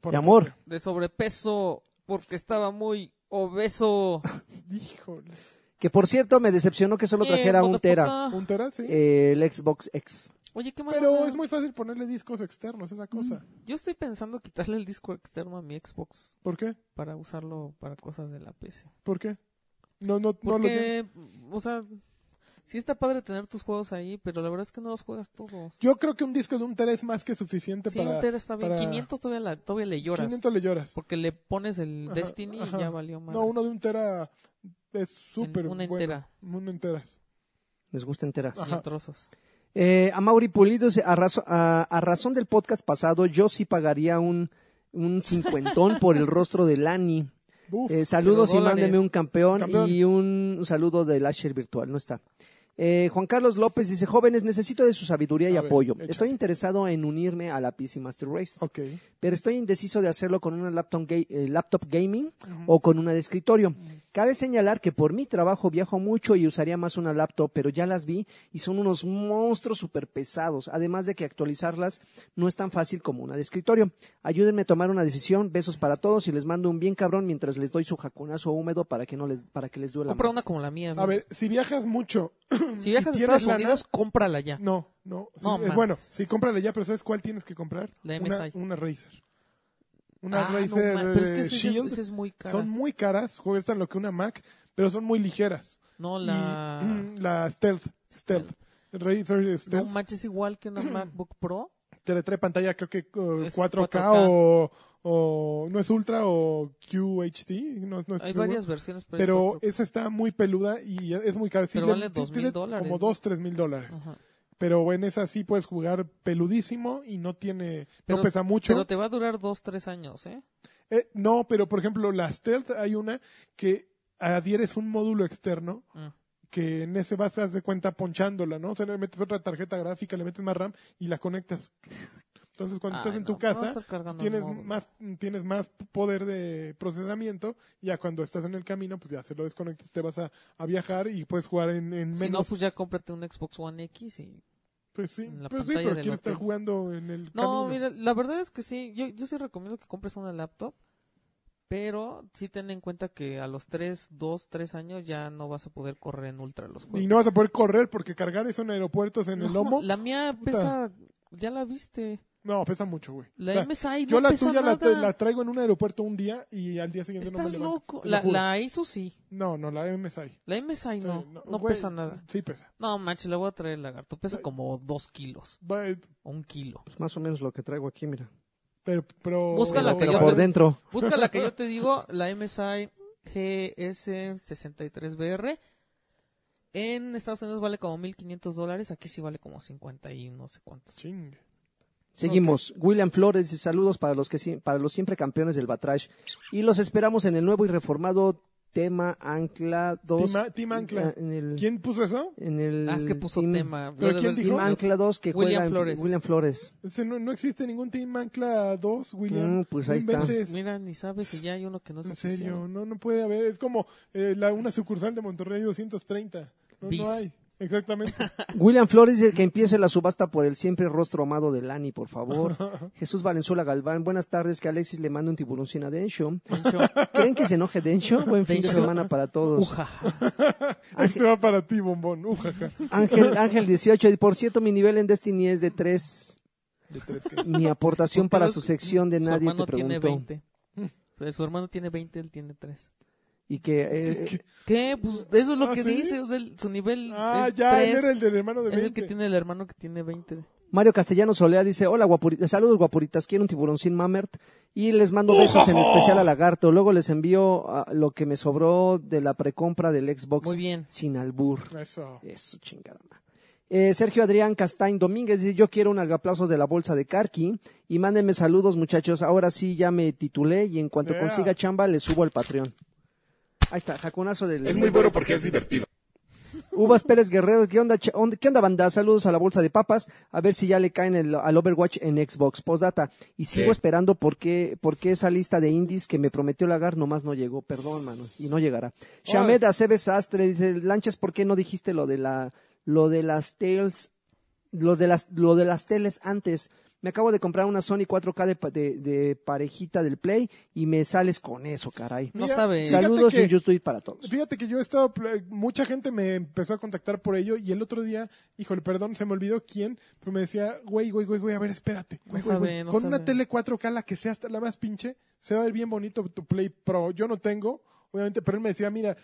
Speaker 3: Por
Speaker 1: De amor.
Speaker 2: de sobrepeso porque estaba muy obeso.
Speaker 3: favor. Híjole.
Speaker 1: Que por cierto, me decepcionó que solo
Speaker 2: Eh,
Speaker 1: trajera un tera.
Speaker 2: motherfucker.
Speaker 3: ¿Un tera? Sí.
Speaker 1: eh, El Xbox X.
Speaker 2: Oye, qué mala
Speaker 3: Pero
Speaker 2: onda.
Speaker 3: es muy fácil ponerle discos externos, esa cosa.
Speaker 2: Yo estoy pensando quitarle el disco externo a mi Xbox
Speaker 3: ¿Por qué?
Speaker 2: para usarlo para cosas de la PC.
Speaker 3: ¿Por qué? No, no, no lo lleno.
Speaker 2: Porque, o sea, sí está padre tener tus juegos ahí, pero la verdad es que no los juegas todos.
Speaker 3: Yo creo que un disco de un tera es más que suficiente
Speaker 2: Sí,
Speaker 3: para...
Speaker 2: un tera está bien.
Speaker 3: para-
Speaker 2: 500 todavía, la- todavía le lloras.
Speaker 3: 500 le lloras.
Speaker 2: Porque le pones el
Speaker 3: Ajá,
Speaker 2: Destiny
Speaker 3: ajá.
Speaker 2: y ya valió más.
Speaker 3: No, uno de un tera es súper
Speaker 2: una
Speaker 3: bueno.
Speaker 2: entera.
Speaker 3: Una enteras.
Speaker 1: Les gusta enteras.
Speaker 3: Ajá.
Speaker 2: trozos.
Speaker 1: Eh, a Mauri Pulido, dice, a, razo- a- a razón del podcast pasado, yo sí pagaría un, un cincuentón por el rostro de Lani.
Speaker 3: Uf.
Speaker 1: Eh, saludos y
Speaker 2: pero dólares.
Speaker 1: mándeme un campeón,
Speaker 3: Campeón.
Speaker 1: y un saludo del Asher Virtual, no está. Eh, Juan Carlos López dice, jóvenes, necesito de su sabiduría y
Speaker 3: A ver,
Speaker 1: apoyo.
Speaker 3: échale.
Speaker 1: Estoy interesado en unirme a la PC Master Race,
Speaker 3: Ok.
Speaker 1: pero estoy indeciso de hacerlo con una laptop, ga- eh, laptop gaming o con una de escritorio. Cabe señalar que por mi trabajo viajo mucho y usaría más una laptop, pero ya las vi y son unos monstruos súper pesados, además de que actualizarlas no es tan fácil como una de escritorio. Ayúdenme a tomar una decisión, besos para todos y les mando un bien cabrón mientras les doy su jaconazo húmedo para que no les para que les duela
Speaker 2: Compra
Speaker 1: más.
Speaker 2: una como la mía.
Speaker 3: A
Speaker 2: ¿no?
Speaker 3: ver, si viajas mucho
Speaker 2: si viajas a
Speaker 3: ¿y tienes
Speaker 2: Estados
Speaker 3: lana?
Speaker 2: Unidos, cómprala ya.
Speaker 3: No, no. sí,
Speaker 2: No,
Speaker 3: es
Speaker 2: mames.
Speaker 3: bueno, sí, cómprale ya, pero ¿sabes cuál tienes que comprar?
Speaker 2: La
Speaker 3: una,
Speaker 2: MSI.
Speaker 3: una Razer. Una
Speaker 2: Ah, no
Speaker 3: Razer
Speaker 2: ma- pero es que
Speaker 3: eh,
Speaker 2: ese- ese-
Speaker 3: Shield.
Speaker 2: ese es muy cara.
Speaker 3: Son muy caras, cuestan lo que una Mac, pero son muy ligeras.
Speaker 2: No,
Speaker 3: Y, mm,
Speaker 2: la...
Speaker 3: la Stealth. Stealth. Razer
Speaker 2: No
Speaker 3: Stealth.
Speaker 2: manches igual que una MacBook Pro.
Speaker 3: Te trae pantalla, creo que eh,
Speaker 2: Es
Speaker 3: 4K,
Speaker 2: 4K.
Speaker 3: O, o. No es Ultra o QHD. Pues No, no estoy
Speaker 2: Hay
Speaker 3: seguro.
Speaker 2: varias versiones. hay
Speaker 3: Pero
Speaker 2: cuatro.
Speaker 3: esa está muy peluda y es muy cara. Sí,
Speaker 2: Pero
Speaker 3: le-
Speaker 2: vale dos mil
Speaker 3: tiene
Speaker 2: dólares,
Speaker 3: Como
Speaker 2: ¿no?
Speaker 3: 2, 3 mil dólares.
Speaker 2: Ajá.
Speaker 3: pero en esa sí puedes jugar peludísimo y no tiene
Speaker 2: Pero-
Speaker 3: no pesa mucho
Speaker 2: Pero te va a durar dos, tres años, ¿eh?
Speaker 3: Eh, no pero por ejemplo la stealth hay una que adhieres un módulo externo
Speaker 2: Ah.
Speaker 3: que en ese vas haz de cuenta ponchándola no o sea le metes otra tarjeta gráfica le metes más ram y la conectas entonces cuando
Speaker 2: Ay,
Speaker 3: estás
Speaker 2: Ah, no,
Speaker 3: en tu
Speaker 2: no vas a
Speaker 3: casa pues
Speaker 2: estar cargando
Speaker 3: tienes
Speaker 2: el módulo.
Speaker 3: más tienes más poder de procesamiento y ya cuando estás en el camino pues ya se lo desconectas te vas a, a viajar y puedes jugar en, en menos
Speaker 2: Si no, pues ya cómprate un Xbox One X y...
Speaker 3: Pues sí
Speaker 2: en la
Speaker 3: pero sí
Speaker 2: pantalla
Speaker 3: pero
Speaker 2: del
Speaker 3: quieres estar
Speaker 2: hotel.
Speaker 3: jugando en el camino
Speaker 2: No, mira, la verdad es que sí. Yo, yo sí recomiendo que compres una laptop. Pero sí ten en cuenta que a los tres, dos, tres años ya no vas a poder correr en ultra los juegos.
Speaker 3: Y no vas a poder correr porque cargar eso en aeropuertos en el
Speaker 2: No,
Speaker 3: lomo.
Speaker 2: La mía
Speaker 3: Puta.
Speaker 2: pesa, ya la viste.
Speaker 3: No, pesa mucho, güey.
Speaker 2: La
Speaker 3: O sea,
Speaker 2: MSI no
Speaker 3: yo la
Speaker 2: pesa
Speaker 3: tuya la,
Speaker 2: nada.
Speaker 3: te- la traigo en un aeropuerto un día y al día siguiente no me
Speaker 2: Estás
Speaker 3: levanto.
Speaker 2: loco.
Speaker 3: te lo
Speaker 2: La,
Speaker 3: juro.
Speaker 2: la ISO sí.
Speaker 3: No, no, la MSI.
Speaker 2: La MSI no.
Speaker 3: Sí,
Speaker 2: no
Speaker 3: güey,
Speaker 2: pesa nada.
Speaker 3: Sí pesa.
Speaker 2: No, manches, la voy a traer, lagarto. Pesa como dos kilos.
Speaker 3: Va, eh,
Speaker 2: O un kilo.
Speaker 1: Pues más o menos lo que traigo aquí, mira.
Speaker 3: Pero, pero...
Speaker 2: Busca
Speaker 1: Pero,
Speaker 2: la que
Speaker 1: pero
Speaker 2: yo
Speaker 1: por
Speaker 2: te-
Speaker 1: dentro.
Speaker 2: Busca la que yo te digo, la MSI GS63BR. En Estados Unidos vale como 1500 dólares, aquí sí vale como 50 y no sé cuántos.
Speaker 3: Chingue.
Speaker 1: Seguimos. William Flores dice saludos para los, que, sie- para los siempre campeones del Batrash. Y los esperamos en el nuevo y reformado tema Ancla 2.
Speaker 3: Team A- Team Ancla.
Speaker 1: En el,
Speaker 3: ¿Quién puso eso?
Speaker 1: En el
Speaker 2: Ah, es que puso
Speaker 1: team-
Speaker 2: tema.
Speaker 3: ¿Pero
Speaker 2: Lo
Speaker 3: quién
Speaker 2: del-
Speaker 3: dijo?
Speaker 1: Team Ancla 2 que
Speaker 2: William
Speaker 1: juega
Speaker 2: Flores.
Speaker 1: William Flores.
Speaker 3: Ese No, no existe ningún Team Ancla 2, William.
Speaker 1: Mm, pues
Speaker 3: No
Speaker 1: ahí está.
Speaker 3: inventes.
Speaker 2: Mira, ni sabes si ya hay uno que no es
Speaker 3: En
Speaker 2: oficial.
Speaker 3: serio, no, no puede haber. Es como eh, la, una sucursal de Monterrey 230. No,
Speaker 2: Bis.
Speaker 3: no hay. Exactamente.
Speaker 1: William Flores dice que empiece la subasta por el siempre rostro amado de Lani, por favor. Jesús Valenzuela Galván, buenas tardes, que Alexis le mande un tiburoncín a Densho.
Speaker 2: Tencho,
Speaker 1: ¿Creen que se enoje Densho? Buen fin de
Speaker 2: Densho.
Speaker 1: semana para todos.
Speaker 2: ujaja.
Speaker 3: este va para ti, bombón. Uh, Ujaja.
Speaker 1: Ángel, Ángel 18, y por cierto, mi nivel en Destiny es de 3.
Speaker 3: De tres que-
Speaker 1: Mi aportación
Speaker 2: Ustedes-
Speaker 1: para su sección de
Speaker 2: su
Speaker 1: nadie te
Speaker 2: hermano tiene
Speaker 1: preguntó.
Speaker 2: 20. Eh, Su hermano tiene 20, él tiene 3.
Speaker 1: Y que eh,
Speaker 2: ¿Qué? Pues eso es lo
Speaker 3: Ah,
Speaker 2: que
Speaker 3: ¿sí?
Speaker 2: dice. o sea, el- su nivel
Speaker 3: Ah,
Speaker 2: es
Speaker 3: ya, él
Speaker 2: tres.
Speaker 3: era el del hermano de
Speaker 2: Es el que
Speaker 3: 20.
Speaker 2: tiene el hermano que tiene 20.
Speaker 1: Mario Castellano Solea dice, hola guapuritas, saludos guapuritas, quiero un tiburoncín mamert y les mando besos en especial a Lagarto. Luego les envío ah, lo que me sobró de la precompra del Xbox
Speaker 2: Muy bien.
Speaker 1: sin albur.
Speaker 3: Eso.
Speaker 1: Eso, chingada. madre. Eh, Sergio Adrián Castañ Domínguez dice, yo quiero un algaplazo de la bolsa de Karki y mándenme saludos muchachos, ahora sí ya me titulé y en cuanto
Speaker 3: Yeah.
Speaker 1: consiga chamba le subo al Patreon. Ahí está, jaconazo del...
Speaker 4: Es muy bueno porque es divertido.
Speaker 1: Uvas Pérez Guerrero, ¿qué onda, cha- on- ¿qué onda banda? Saludos a la bolsa de papas, a ver si ya le caen el- al Overwatch en Xbox Postdata. Y sigo
Speaker 4: Sí.
Speaker 1: esperando porque, porque esa lista de indies que me prometió Lagar nomás no llegó, perdón, mano, y no llegará. Shamed Aceves Sastre dice, Lanchas, ¿por qué no dijiste lo de la, lo de las Tales, lo de las, lo de las teles antes? Me acabo de comprar una Sony 4K de, pa- de- de parejita del Play y me sales con eso, caray.
Speaker 2: No
Speaker 3: Mira,
Speaker 2: sabe.
Speaker 3: fíjate
Speaker 1: Saludos
Speaker 3: que-
Speaker 1: y yo estoy para todos.
Speaker 3: Fíjate que yo he estado, pl- mucha gente me empezó a contactar por ello y el otro día, híjole, perdón, se me olvidó quién, pero me decía, güey, güey, güey, güey, a ver, espérate. Güey, güey,
Speaker 2: sabe,
Speaker 3: güey,
Speaker 2: no
Speaker 3: Con una
Speaker 2: sabe.
Speaker 3: tele 4K, la que sea hasta la más pinche, se va a ver bien bonito tu Play Pro. Yo no tengo, obviamente, pero él me decía, mira,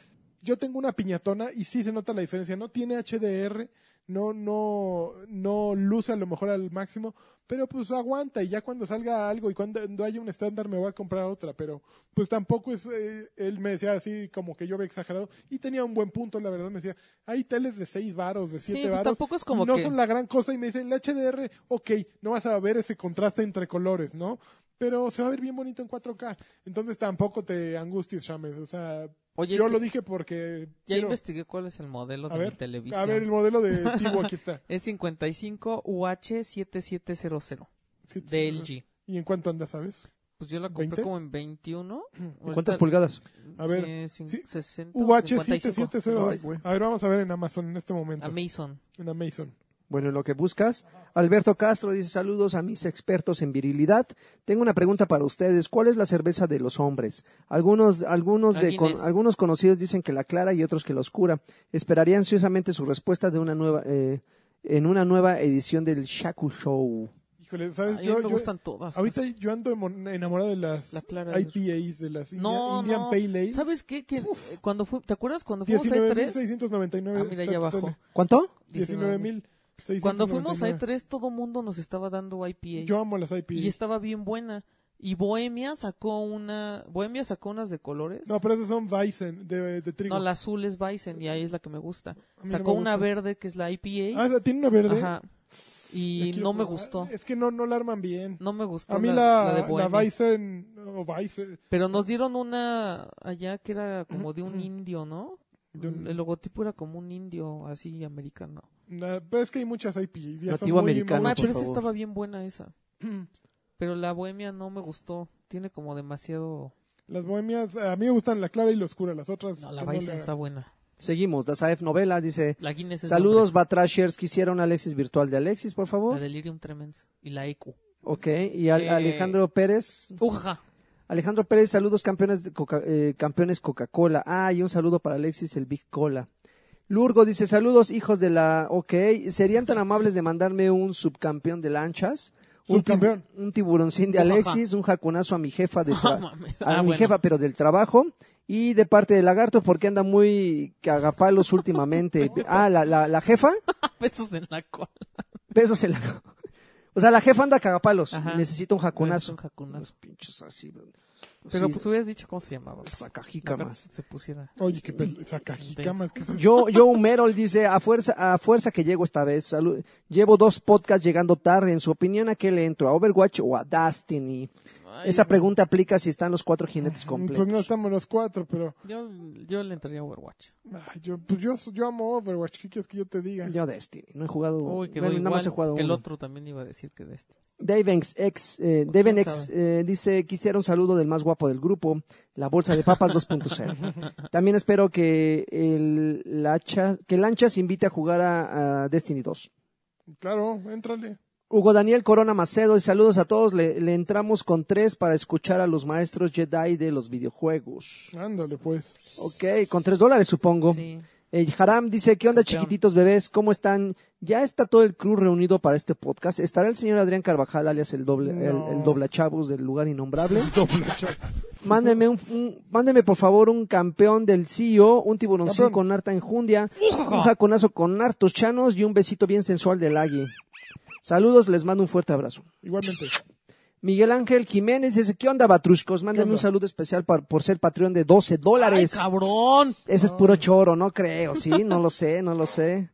Speaker 3: yo tengo una piñatona y sí se nota la diferencia. No tiene HDR, no, no, no luce a lo mejor al máximo, pero pues aguanta y ya cuando salga algo y cuando haya un estándar me voy a comprar otra, pero pues tampoco es, eh, él me decía así como que yo había exagerado y tenía un buen punto, la verdad, me decía, hay teles de 6 varos, de 7
Speaker 2: pues
Speaker 3: varos,
Speaker 2: tampoco es como
Speaker 3: no
Speaker 2: que-
Speaker 3: son la gran cosa y me dice, el HDR, ok, no vas a ver ese contraste entre colores, ¿no? Pero se va a ver bien bonito en 4K, entonces tampoco te angusties, Shamed, o sea,
Speaker 2: Oye,
Speaker 3: yo
Speaker 2: que-
Speaker 3: lo dije porque...
Speaker 2: ya
Speaker 3: quiero-
Speaker 2: investigué cuál es el modelo
Speaker 3: a
Speaker 2: de
Speaker 3: ver,
Speaker 2: mi televisión.
Speaker 3: a ver, el modelo de Tivo aquí está.
Speaker 2: Es 55 UH7700
Speaker 3: Sí,
Speaker 2: de
Speaker 3: sí.
Speaker 2: LG.
Speaker 3: ¿Y en cuánto anda, sabes?
Speaker 2: Pues yo la compré
Speaker 3: ¿Veinte?
Speaker 2: como en 21.
Speaker 1: ¿Cuántas pulgadas?
Speaker 3: A ver,
Speaker 2: Sí, cin-
Speaker 3: sí.
Speaker 2: 60,
Speaker 3: UH770.
Speaker 2: 55.
Speaker 3: A ver, vamos a ver en Amazon en este momento.
Speaker 2: Amazon.
Speaker 3: en Amazon.
Speaker 1: Bueno, en lo que buscas, Alberto Castro dice saludos a mis expertos en virilidad. Tengo una pregunta para ustedes. ¿Cuál es la cerveza de los hombres? Algunos, algunos, de, con-
Speaker 2: Aguines.
Speaker 1: algunos conocidos dicen que la clara y otros que la oscura. Esperaría ansiosamente su respuesta de una nueva, eh, en una nueva edición del Shaku Show.
Speaker 3: Híjole, ¿sabes?
Speaker 2: A mí
Speaker 3: yo,
Speaker 2: me
Speaker 3: yo-
Speaker 2: gustan todas.
Speaker 3: ahorita
Speaker 2: pues.
Speaker 3: yo ando emo- enamorado de las
Speaker 2: La clara es-
Speaker 3: IPAs, de las India-
Speaker 2: no,
Speaker 3: Indian
Speaker 2: no.
Speaker 3: Pale Ale.
Speaker 2: ¿Sabes qué? Que, eh, cuando fu- ¿Te acuerdas cuando fuimos a E3?
Speaker 3: 19.699.
Speaker 2: Ah, mira,
Speaker 3: está
Speaker 2: ya
Speaker 3: tu
Speaker 2: bajó.
Speaker 3: tele.
Speaker 1: ¿Cuánto?
Speaker 3: 19.699.
Speaker 2: Cuando fuimos a E3, todo mundo nos estaba dando IPA.
Speaker 3: Yo amo las IPAs.
Speaker 2: y estaba bien buena. Y Bohemia sacó una. Bohemia sacó unas de colores.
Speaker 3: No, pero esas son Weizen, de, de trigo.
Speaker 2: No, la azul es Bison y ahí es la que me gusta.
Speaker 3: mí no
Speaker 2: Sacó
Speaker 3: me
Speaker 2: una
Speaker 3: gusta.
Speaker 2: verde que es la IPA.
Speaker 3: Ah, esa tiene una verde.
Speaker 2: Ajá.
Speaker 3: La
Speaker 2: Y
Speaker 3: quiero
Speaker 2: no me
Speaker 3: probar.
Speaker 2: gustó.
Speaker 3: Es que no, no la arman bien.
Speaker 2: No me gustó.
Speaker 3: a mí
Speaker 2: la, la
Speaker 3: la,
Speaker 2: de
Speaker 3: la,
Speaker 2: Bohemia.
Speaker 3: Weizen, o Weizen,
Speaker 2: Pero nos dieron una allá que era como de un indio, ¿no?
Speaker 3: De un-
Speaker 2: El logotipo era como un indio así americano.
Speaker 3: na- pues es que hay muchas IPAs. ya son
Speaker 1: Nativo
Speaker 3: muy
Speaker 1: americano,
Speaker 2: Ah,
Speaker 1: por
Speaker 2: pero
Speaker 3: inmaduras.
Speaker 2: esa
Speaker 1: favor.
Speaker 2: estaba bien buena esa. Pero la bohemia no me gustó. Tiene como demasiado.
Speaker 3: Las bohemias, a mí me gustan la clara y la oscura, las otras.
Speaker 2: No, la
Speaker 3: que no
Speaker 2: Bison
Speaker 3: le-
Speaker 2: está buena.
Speaker 1: Seguimos. Dazaef Novela dice
Speaker 2: La Guinness es de
Speaker 1: saludos
Speaker 2: hombres.
Speaker 1: Batrashers. Quisiera un Alexis virtual de Alexis, por
Speaker 2: La
Speaker 1: favor.
Speaker 2: Delirium Tremens y la E EQ.
Speaker 1: Ok. Y al-
Speaker 2: Eh.
Speaker 1: Alejandro Pérez
Speaker 2: Uja.
Speaker 1: Alejandro Pérez, saludos campeones de Coca, eh, campeones Coca-Cola. Ah, y un saludo para Alexis el Big Cola. Lurgo dice, saludos hijos de la... Ok, ¿serían tan amables de mandarme un subcampeón de lanchas? un,
Speaker 3: Subcampeón.
Speaker 1: tibu- un tiburoncín de
Speaker 2: Ajá.
Speaker 1: Alexis, un jaconazo a mi jefa de tra-
Speaker 2: Ah, mames.
Speaker 1: a
Speaker 2: Ah,
Speaker 1: mi
Speaker 2: bueno.
Speaker 1: jefa, pero del trabajo. Y de parte de Lagarto, porque anda muy cagapalos últimamente. Ah, la, la, la jefa,
Speaker 2: Besos en la cola.
Speaker 1: besos en la... O sea, la jefa anda cagapalos.
Speaker 2: Ajá.
Speaker 1: Necesita un jaconazo.
Speaker 2: Un jaconazo.
Speaker 1: Unos pinches así.
Speaker 2: Pero
Speaker 1: así,
Speaker 2: pues hubieras dicho cómo se llamaba.
Speaker 1: sacajica
Speaker 2: Lagarto
Speaker 1: más.
Speaker 2: Se pusiera.
Speaker 3: Oye, qué pel- sacajicamas. ¿qué es eso?
Speaker 1: Yo, Joe Merrill dice, a fuerza, a fuerza que llego esta vez, salu- llevo dos podcasts llegando tarde. En su opinión, ¿a qué le entro? ¿A Overwatch o a Destiny? Esa pregunta aplica si están los cuatro jinetes completos.
Speaker 3: Pues no estamos los cuatro, pero
Speaker 2: Yo, yo le entraría a Overwatch.
Speaker 3: ay, yo, pues yo, yo amo Overwatch. ¿Qué quieres que yo te diga?
Speaker 1: Yo Destiny, no he jugado,
Speaker 3: Oh,
Speaker 2: Uy, quedó
Speaker 1: bueno, nada
Speaker 2: igual
Speaker 1: más he jugado
Speaker 2: que el
Speaker 1: uno.
Speaker 2: otro también iba a decir que de este.
Speaker 1: Davex ex, eh,
Speaker 2: ¿Quién
Speaker 1: Daven ex, eh, dice, quisiera un saludo del más guapo del grupo, la bolsa de papas 2.0. También espero que el Lancha, que Lanchas invite a jugar a- a Destiny 2.
Speaker 3: Claro, éntrale.
Speaker 1: Hugo Daniel Corona Macedo, y saludos a todos. Le, le entramos con tres para escuchar a los maestros Jedi de los videojuegos.
Speaker 3: Ándale, pues.
Speaker 1: Ok, con tres dólares supongo.
Speaker 2: Sí.
Speaker 1: Eh, Haram dice, ¿qué onda
Speaker 2: Campeón.
Speaker 1: chiquititos bebés? ¿Cómo están? Ya está todo el crew reunido para este podcast. ¿Estará el señor Adrián Carvajal, alias el doble,
Speaker 3: No.
Speaker 1: el, el doblachavos del lugar innombrable?
Speaker 3: Doble chat.
Speaker 1: Mándeme, un, un- mándeme por favor un campeón del CEO, un tiburoncín
Speaker 3: Campeón.
Speaker 1: con harta enjundia, un jaconazo con hartos chanos y un besito bien sensual del águila. Saludos, les mando un fuerte abrazo.
Speaker 3: Igualmente.
Speaker 2: Ah.
Speaker 1: Miguel Ángel Jiménez dice, ¿qué onda, Batruscos?
Speaker 3: ¿Qué
Speaker 1: Mándenme
Speaker 3: onda?
Speaker 1: un saludo especial par- por ser Patreon de 12 dólares.
Speaker 2: ¡Ay, cabrón!
Speaker 1: Ese es puro choro, no creo, sí, no lo sé, no lo sé.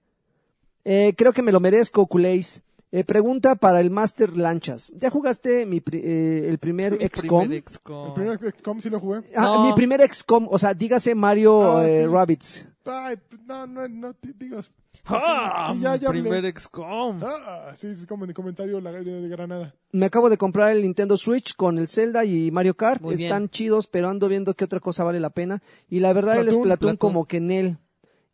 Speaker 1: Eh, creo que me lo merezco, culéis. Eh, pregunta para el Master Lanchas. ¿Ya jugaste mi pri- eh, el primer
Speaker 2: Mi
Speaker 1: XCOM?
Speaker 2: primer XCOM.
Speaker 3: El primer XCOM sí lo jugué.
Speaker 1: Ah,
Speaker 2: No.
Speaker 1: Mi primer XCOM, o sea, dígase Mario
Speaker 3: Ah,
Speaker 1: eh,
Speaker 3: sí.
Speaker 1: Rabbids.
Speaker 3: Ay, pues, no, no, no, te digo.
Speaker 2: ¡Ah!
Speaker 3: Sí, ya, ya hablé.
Speaker 2: primer XCOM.
Speaker 3: Ah, sí, sí, como en el comentario la- de, de Granada.
Speaker 1: Me acabo de comprar el Nintendo Switch con el Zelda y Mario Kart.
Speaker 2: Muy bien.
Speaker 1: Están chidos, pero ando viendo qué otra cosa vale la pena. Y la verdad, el
Speaker 3: Splatoon,
Speaker 1: Splatoon
Speaker 2: Splatoon.
Speaker 1: como que en él.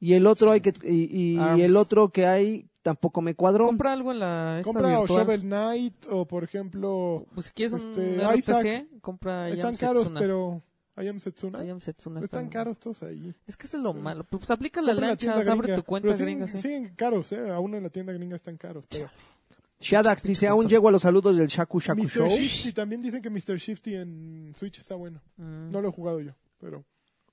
Speaker 1: Y el otro hay que y, y-
Speaker 2: Arms.
Speaker 1: y el otro que hay tampoco me cuadró.
Speaker 2: Compra algo en la esta
Speaker 3: Compra o
Speaker 2: virtual.
Speaker 3: Shovel Knight o, por ejemplo,
Speaker 2: Pues si quieres un
Speaker 3: Este,
Speaker 2: RPG,
Speaker 3: Isaac.
Speaker 2: compra I Am
Speaker 3: están caros,
Speaker 2: Setsuna.
Speaker 3: pero... I am Setsuna.
Speaker 2: I Am Setsuna está
Speaker 3: están
Speaker 2: muy-
Speaker 3: caros todos ahí.
Speaker 2: Es que eso es lo malo. Pues aplica la
Speaker 3: Compra en
Speaker 2: lancha,
Speaker 3: tienda
Speaker 2: abre
Speaker 3: gringa.
Speaker 2: tu cuenta
Speaker 3: Pero siguen,
Speaker 2: gringa. sí.
Speaker 3: siguen caros, ¿eh? Aún en la tienda gringa están caros. Pero...
Speaker 1: Shadax dice, aún llego a los saludos del Shaku Shaku
Speaker 3: Mr.
Speaker 1: Show.
Speaker 3: Shifty, también dicen que Mr. Shifty en Switch está bueno.
Speaker 2: Mm,
Speaker 3: No lo he jugado yo, pero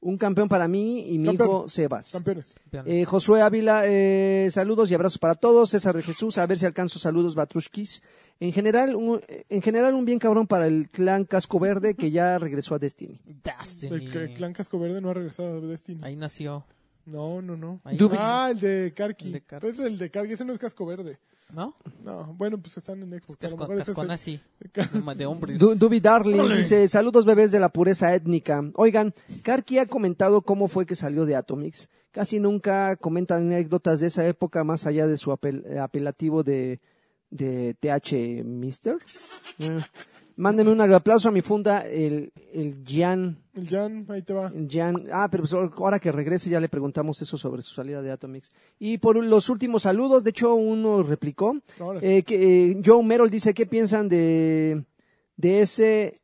Speaker 1: Un campeón para mí y mi
Speaker 3: Campeón.
Speaker 1: hijo Sebas.
Speaker 3: campeones.
Speaker 2: vean.
Speaker 1: Eh, Josué Ávila, eh, saludos y abrazos para todos. César de Jesús, a ver si alcanzo saludos, Batrushkis. En general, un, en general, un bien cabrón para el clan Casco Verde que ya regresó a Destiny.
Speaker 2: Destiny.
Speaker 3: El, el clan Casco Verde no ha regresado a Destiny.
Speaker 2: Ahí nació.
Speaker 3: No, no, no.
Speaker 2: Ahí
Speaker 1: Dubi.
Speaker 2: nació,
Speaker 3: Ah, el de Karki.
Speaker 2: El
Speaker 3: El
Speaker 2: de
Speaker 3: de
Speaker 2: Karki.
Speaker 3: Pues el de Karki, ese no es Casco Verde.
Speaker 2: ¿No?
Speaker 3: No, bueno, pues están en Xbox. a lo
Speaker 2: Casco-
Speaker 3: mejor ese es el-
Speaker 2: Cascona así. De hombres.
Speaker 1: Du- Dubi Darling
Speaker 2: Órale.
Speaker 1: dice, saludos bebés de la pureza étnica. Oigan, Karki ha comentado cómo fue que salió de Atomix. Casi nunca comentan anécdotas de esa época más allá de su apel- eh, apelativo de, de TH Mister. Eh, Mándeme un aplauso a mi funda, el, el Gian.
Speaker 3: El Jan, ahí te
Speaker 2: Eh,
Speaker 3: va.
Speaker 1: el Gian. Ah, pero pues ahora que regrese ya le preguntamos eso sobre su salida de Atomix. Y por los últimos saludos, de hecho uno replicó.
Speaker 3: Ahora.
Speaker 1: Eh, que, eh, Joe Merrill dice, ¿qué piensan de, de ese...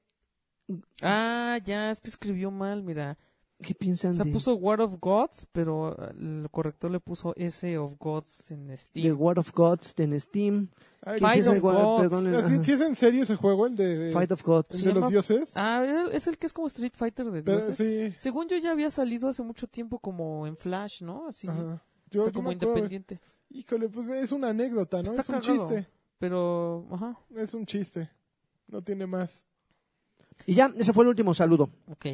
Speaker 2: Ah, ya, es que escribió mal, mira.
Speaker 1: ¿Qué piensan
Speaker 2: O sea,
Speaker 1: de,
Speaker 2: puso War of Gods, pero eh, el corrector le puso S of Gods en
Speaker 1: de
Speaker 2: Steam.
Speaker 1: World of Gods en Steam?
Speaker 3: Ay,
Speaker 1: ¿Qué
Speaker 2: Fight
Speaker 1: piensan
Speaker 2: of
Speaker 1: de War-
Speaker 2: Gods.
Speaker 1: perdón,
Speaker 3: Ah, ¿sí,
Speaker 1: ajá.
Speaker 3: sí es en serio ese juego, el de,
Speaker 1: Fight of
Speaker 3: el
Speaker 1: Gods.
Speaker 3: de los
Speaker 2: llama-
Speaker 3: dioses.
Speaker 2: Ah, era- es el que es como Street Fighter de
Speaker 3: Pero
Speaker 2: dioses.
Speaker 3: sí.
Speaker 2: Según yo ya había salido hace mucho tiempo como en Flash, ¿no? Así, o
Speaker 3: Ajá.
Speaker 2: sea,
Speaker 3: Yo, yo
Speaker 2: como
Speaker 3: me acuerdo-
Speaker 2: independiente.
Speaker 3: Híjole, pues es una anécdota, ¿no?
Speaker 2: Pues Está
Speaker 3: es un
Speaker 2: cagado.
Speaker 3: chiste.
Speaker 2: Pero, ajá,
Speaker 3: Es un chiste. No tiene más.
Speaker 1: Y ya, ese fue el último saludo.
Speaker 2: ok.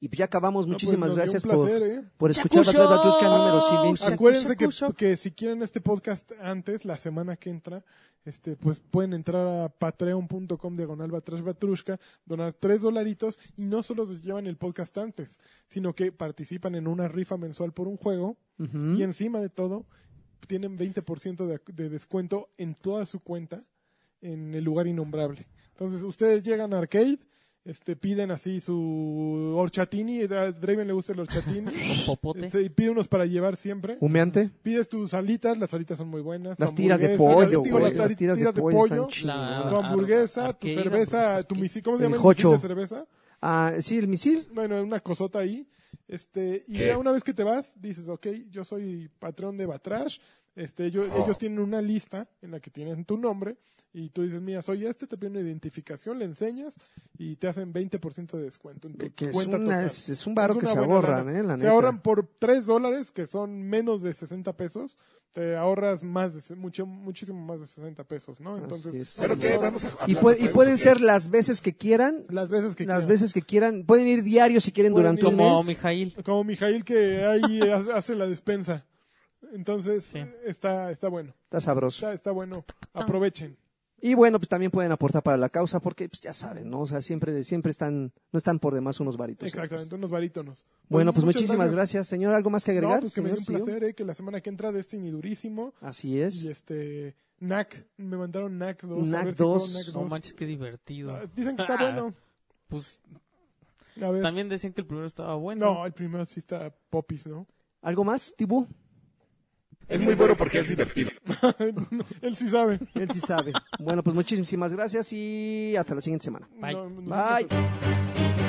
Speaker 1: Y pues ya acabamos.
Speaker 3: No,
Speaker 1: Muchísimas
Speaker 3: pues, nos dio
Speaker 1: gracias
Speaker 3: un
Speaker 1: por,
Speaker 3: placer, ¿eh?
Speaker 1: por escuchar la
Speaker 2: ¡Chacucho!
Speaker 1: Batrusca número 100.
Speaker 2: Chacu-
Speaker 3: Acuérdense que,
Speaker 2: chacu.
Speaker 3: que si quieren este podcast antes, la semana que entra, este, pues pueden entrar a patreon.com diagonal batrash batrushka, donar tres dolaritos y no solo se llevan el podcast antes, sino que participan en una rifa mensual por un juego
Speaker 1: Ujú.
Speaker 3: y encima de todo tienen 20% de, de descuento en toda su cuenta en el lugar innombrable. Entonces ustedes llegan a Arcade, este, piden así su horchatini, eh, a Draven le gusta el horchatini,
Speaker 2: Un popote.
Speaker 3: este, y pide unos para llevar siempre.
Speaker 1: ¿Humeante?
Speaker 3: Pides tus alitas, las alitas son muy buenas.
Speaker 1: Las
Speaker 3: tu
Speaker 1: tiras de
Speaker 3: hamburguesa,
Speaker 1: pollo,
Speaker 3: digo,
Speaker 1: güey.
Speaker 3: las
Speaker 1: Las tiras de pollo están chingonas.
Speaker 3: tu hamburguesa, tu
Speaker 2: Arcade,
Speaker 3: cerveza,
Speaker 2: hamburguesa,
Speaker 3: tu
Speaker 2: arcade.
Speaker 3: misil, ¿cómo se
Speaker 1: El
Speaker 3: llama el misil de
Speaker 1: jocho.
Speaker 3: cerveza?
Speaker 1: Ah, sí, el misil.
Speaker 3: Bueno, una cosota ahí. Este, y
Speaker 4: ¿Qué?
Speaker 3: ya una vez que te vas, dices, ok, yo soy patrón de Batrash, Este, ellos,
Speaker 4: Ah.
Speaker 3: ellos tienen una lista en la que tienen tu nombre y tú dices, mira, soy este, te piden una identificación, le enseñas y te hacen 20% de descuento en tu
Speaker 1: Que es,
Speaker 3: cuenta
Speaker 1: una-
Speaker 3: total.
Speaker 1: es, es un barro
Speaker 3: Es
Speaker 1: que
Speaker 3: una
Speaker 1: se
Speaker 3: buena
Speaker 1: ahorran,
Speaker 3: lana.
Speaker 1: ¿eh? La
Speaker 3: se
Speaker 1: neta.
Speaker 3: ahorran por 3 dólares, que son menos de 60 pesos, te ahorras más de, se- mucho, muchísimo más de 60 pesos, ¿no?
Speaker 1: Así
Speaker 3: Entonces,
Speaker 1: es.
Speaker 4: ¿Pero qué? Vamos a hablar
Speaker 1: Y,
Speaker 4: de
Speaker 1: pue- y
Speaker 4: juegos, ¿o
Speaker 1: pueden
Speaker 4: qué?
Speaker 1: ser las veces que quieran,
Speaker 3: las veces que
Speaker 1: las
Speaker 3: quieras.
Speaker 1: veces que quieran. Pueden ir diario si quieren
Speaker 3: Pueden
Speaker 1: durante
Speaker 3: ir
Speaker 1: un
Speaker 2: Como
Speaker 1: mes.
Speaker 2: Mijail.
Speaker 3: Como Mijail que ahí ha- hace la despensa. Entonces,
Speaker 2: Sí.
Speaker 3: eh, está, está bueno.
Speaker 1: Está sabroso.
Speaker 3: Está, está bueno. Aprovechen.
Speaker 1: Y bueno, pues también pueden aportar para la causa porque pues, ya saben, ¿no? O sea, siempre, siempre están, no están por demás unos varitos. extras.
Speaker 3: Exactamente, unos barítonos.
Speaker 1: Bueno, pues
Speaker 3: muchas
Speaker 1: muchísimas gracias. señor. ¿Algo más que agregar?
Speaker 3: No, pues que me
Speaker 1: señor
Speaker 3: dio un
Speaker 1: Sion?
Speaker 3: placer, eh, que la semana que entra Destiny durísimo.
Speaker 1: Así es.
Speaker 3: Y este, NAC, me mandaron NAC 2.
Speaker 1: NAC
Speaker 3: a ver si puedo
Speaker 1: 2,
Speaker 3: NAC
Speaker 2: No
Speaker 3: 2.
Speaker 2: manches, qué divertido.
Speaker 3: Ah, Dicen que está
Speaker 2: Ah.
Speaker 3: bueno.
Speaker 2: Pues
Speaker 3: A ver.
Speaker 2: también decían que el primero estaba bueno.
Speaker 3: Eh. No, el primero sí está popis, ¿no?
Speaker 1: ¿Algo más, Tibú?
Speaker 4: Es muy bueno porque es divertido.
Speaker 3: Él sí sabe.
Speaker 1: Él sí sabe. bueno, pues muchísimas gracias y hasta la siguiente semana.
Speaker 2: Bye.
Speaker 3: No, no-
Speaker 1: Bye.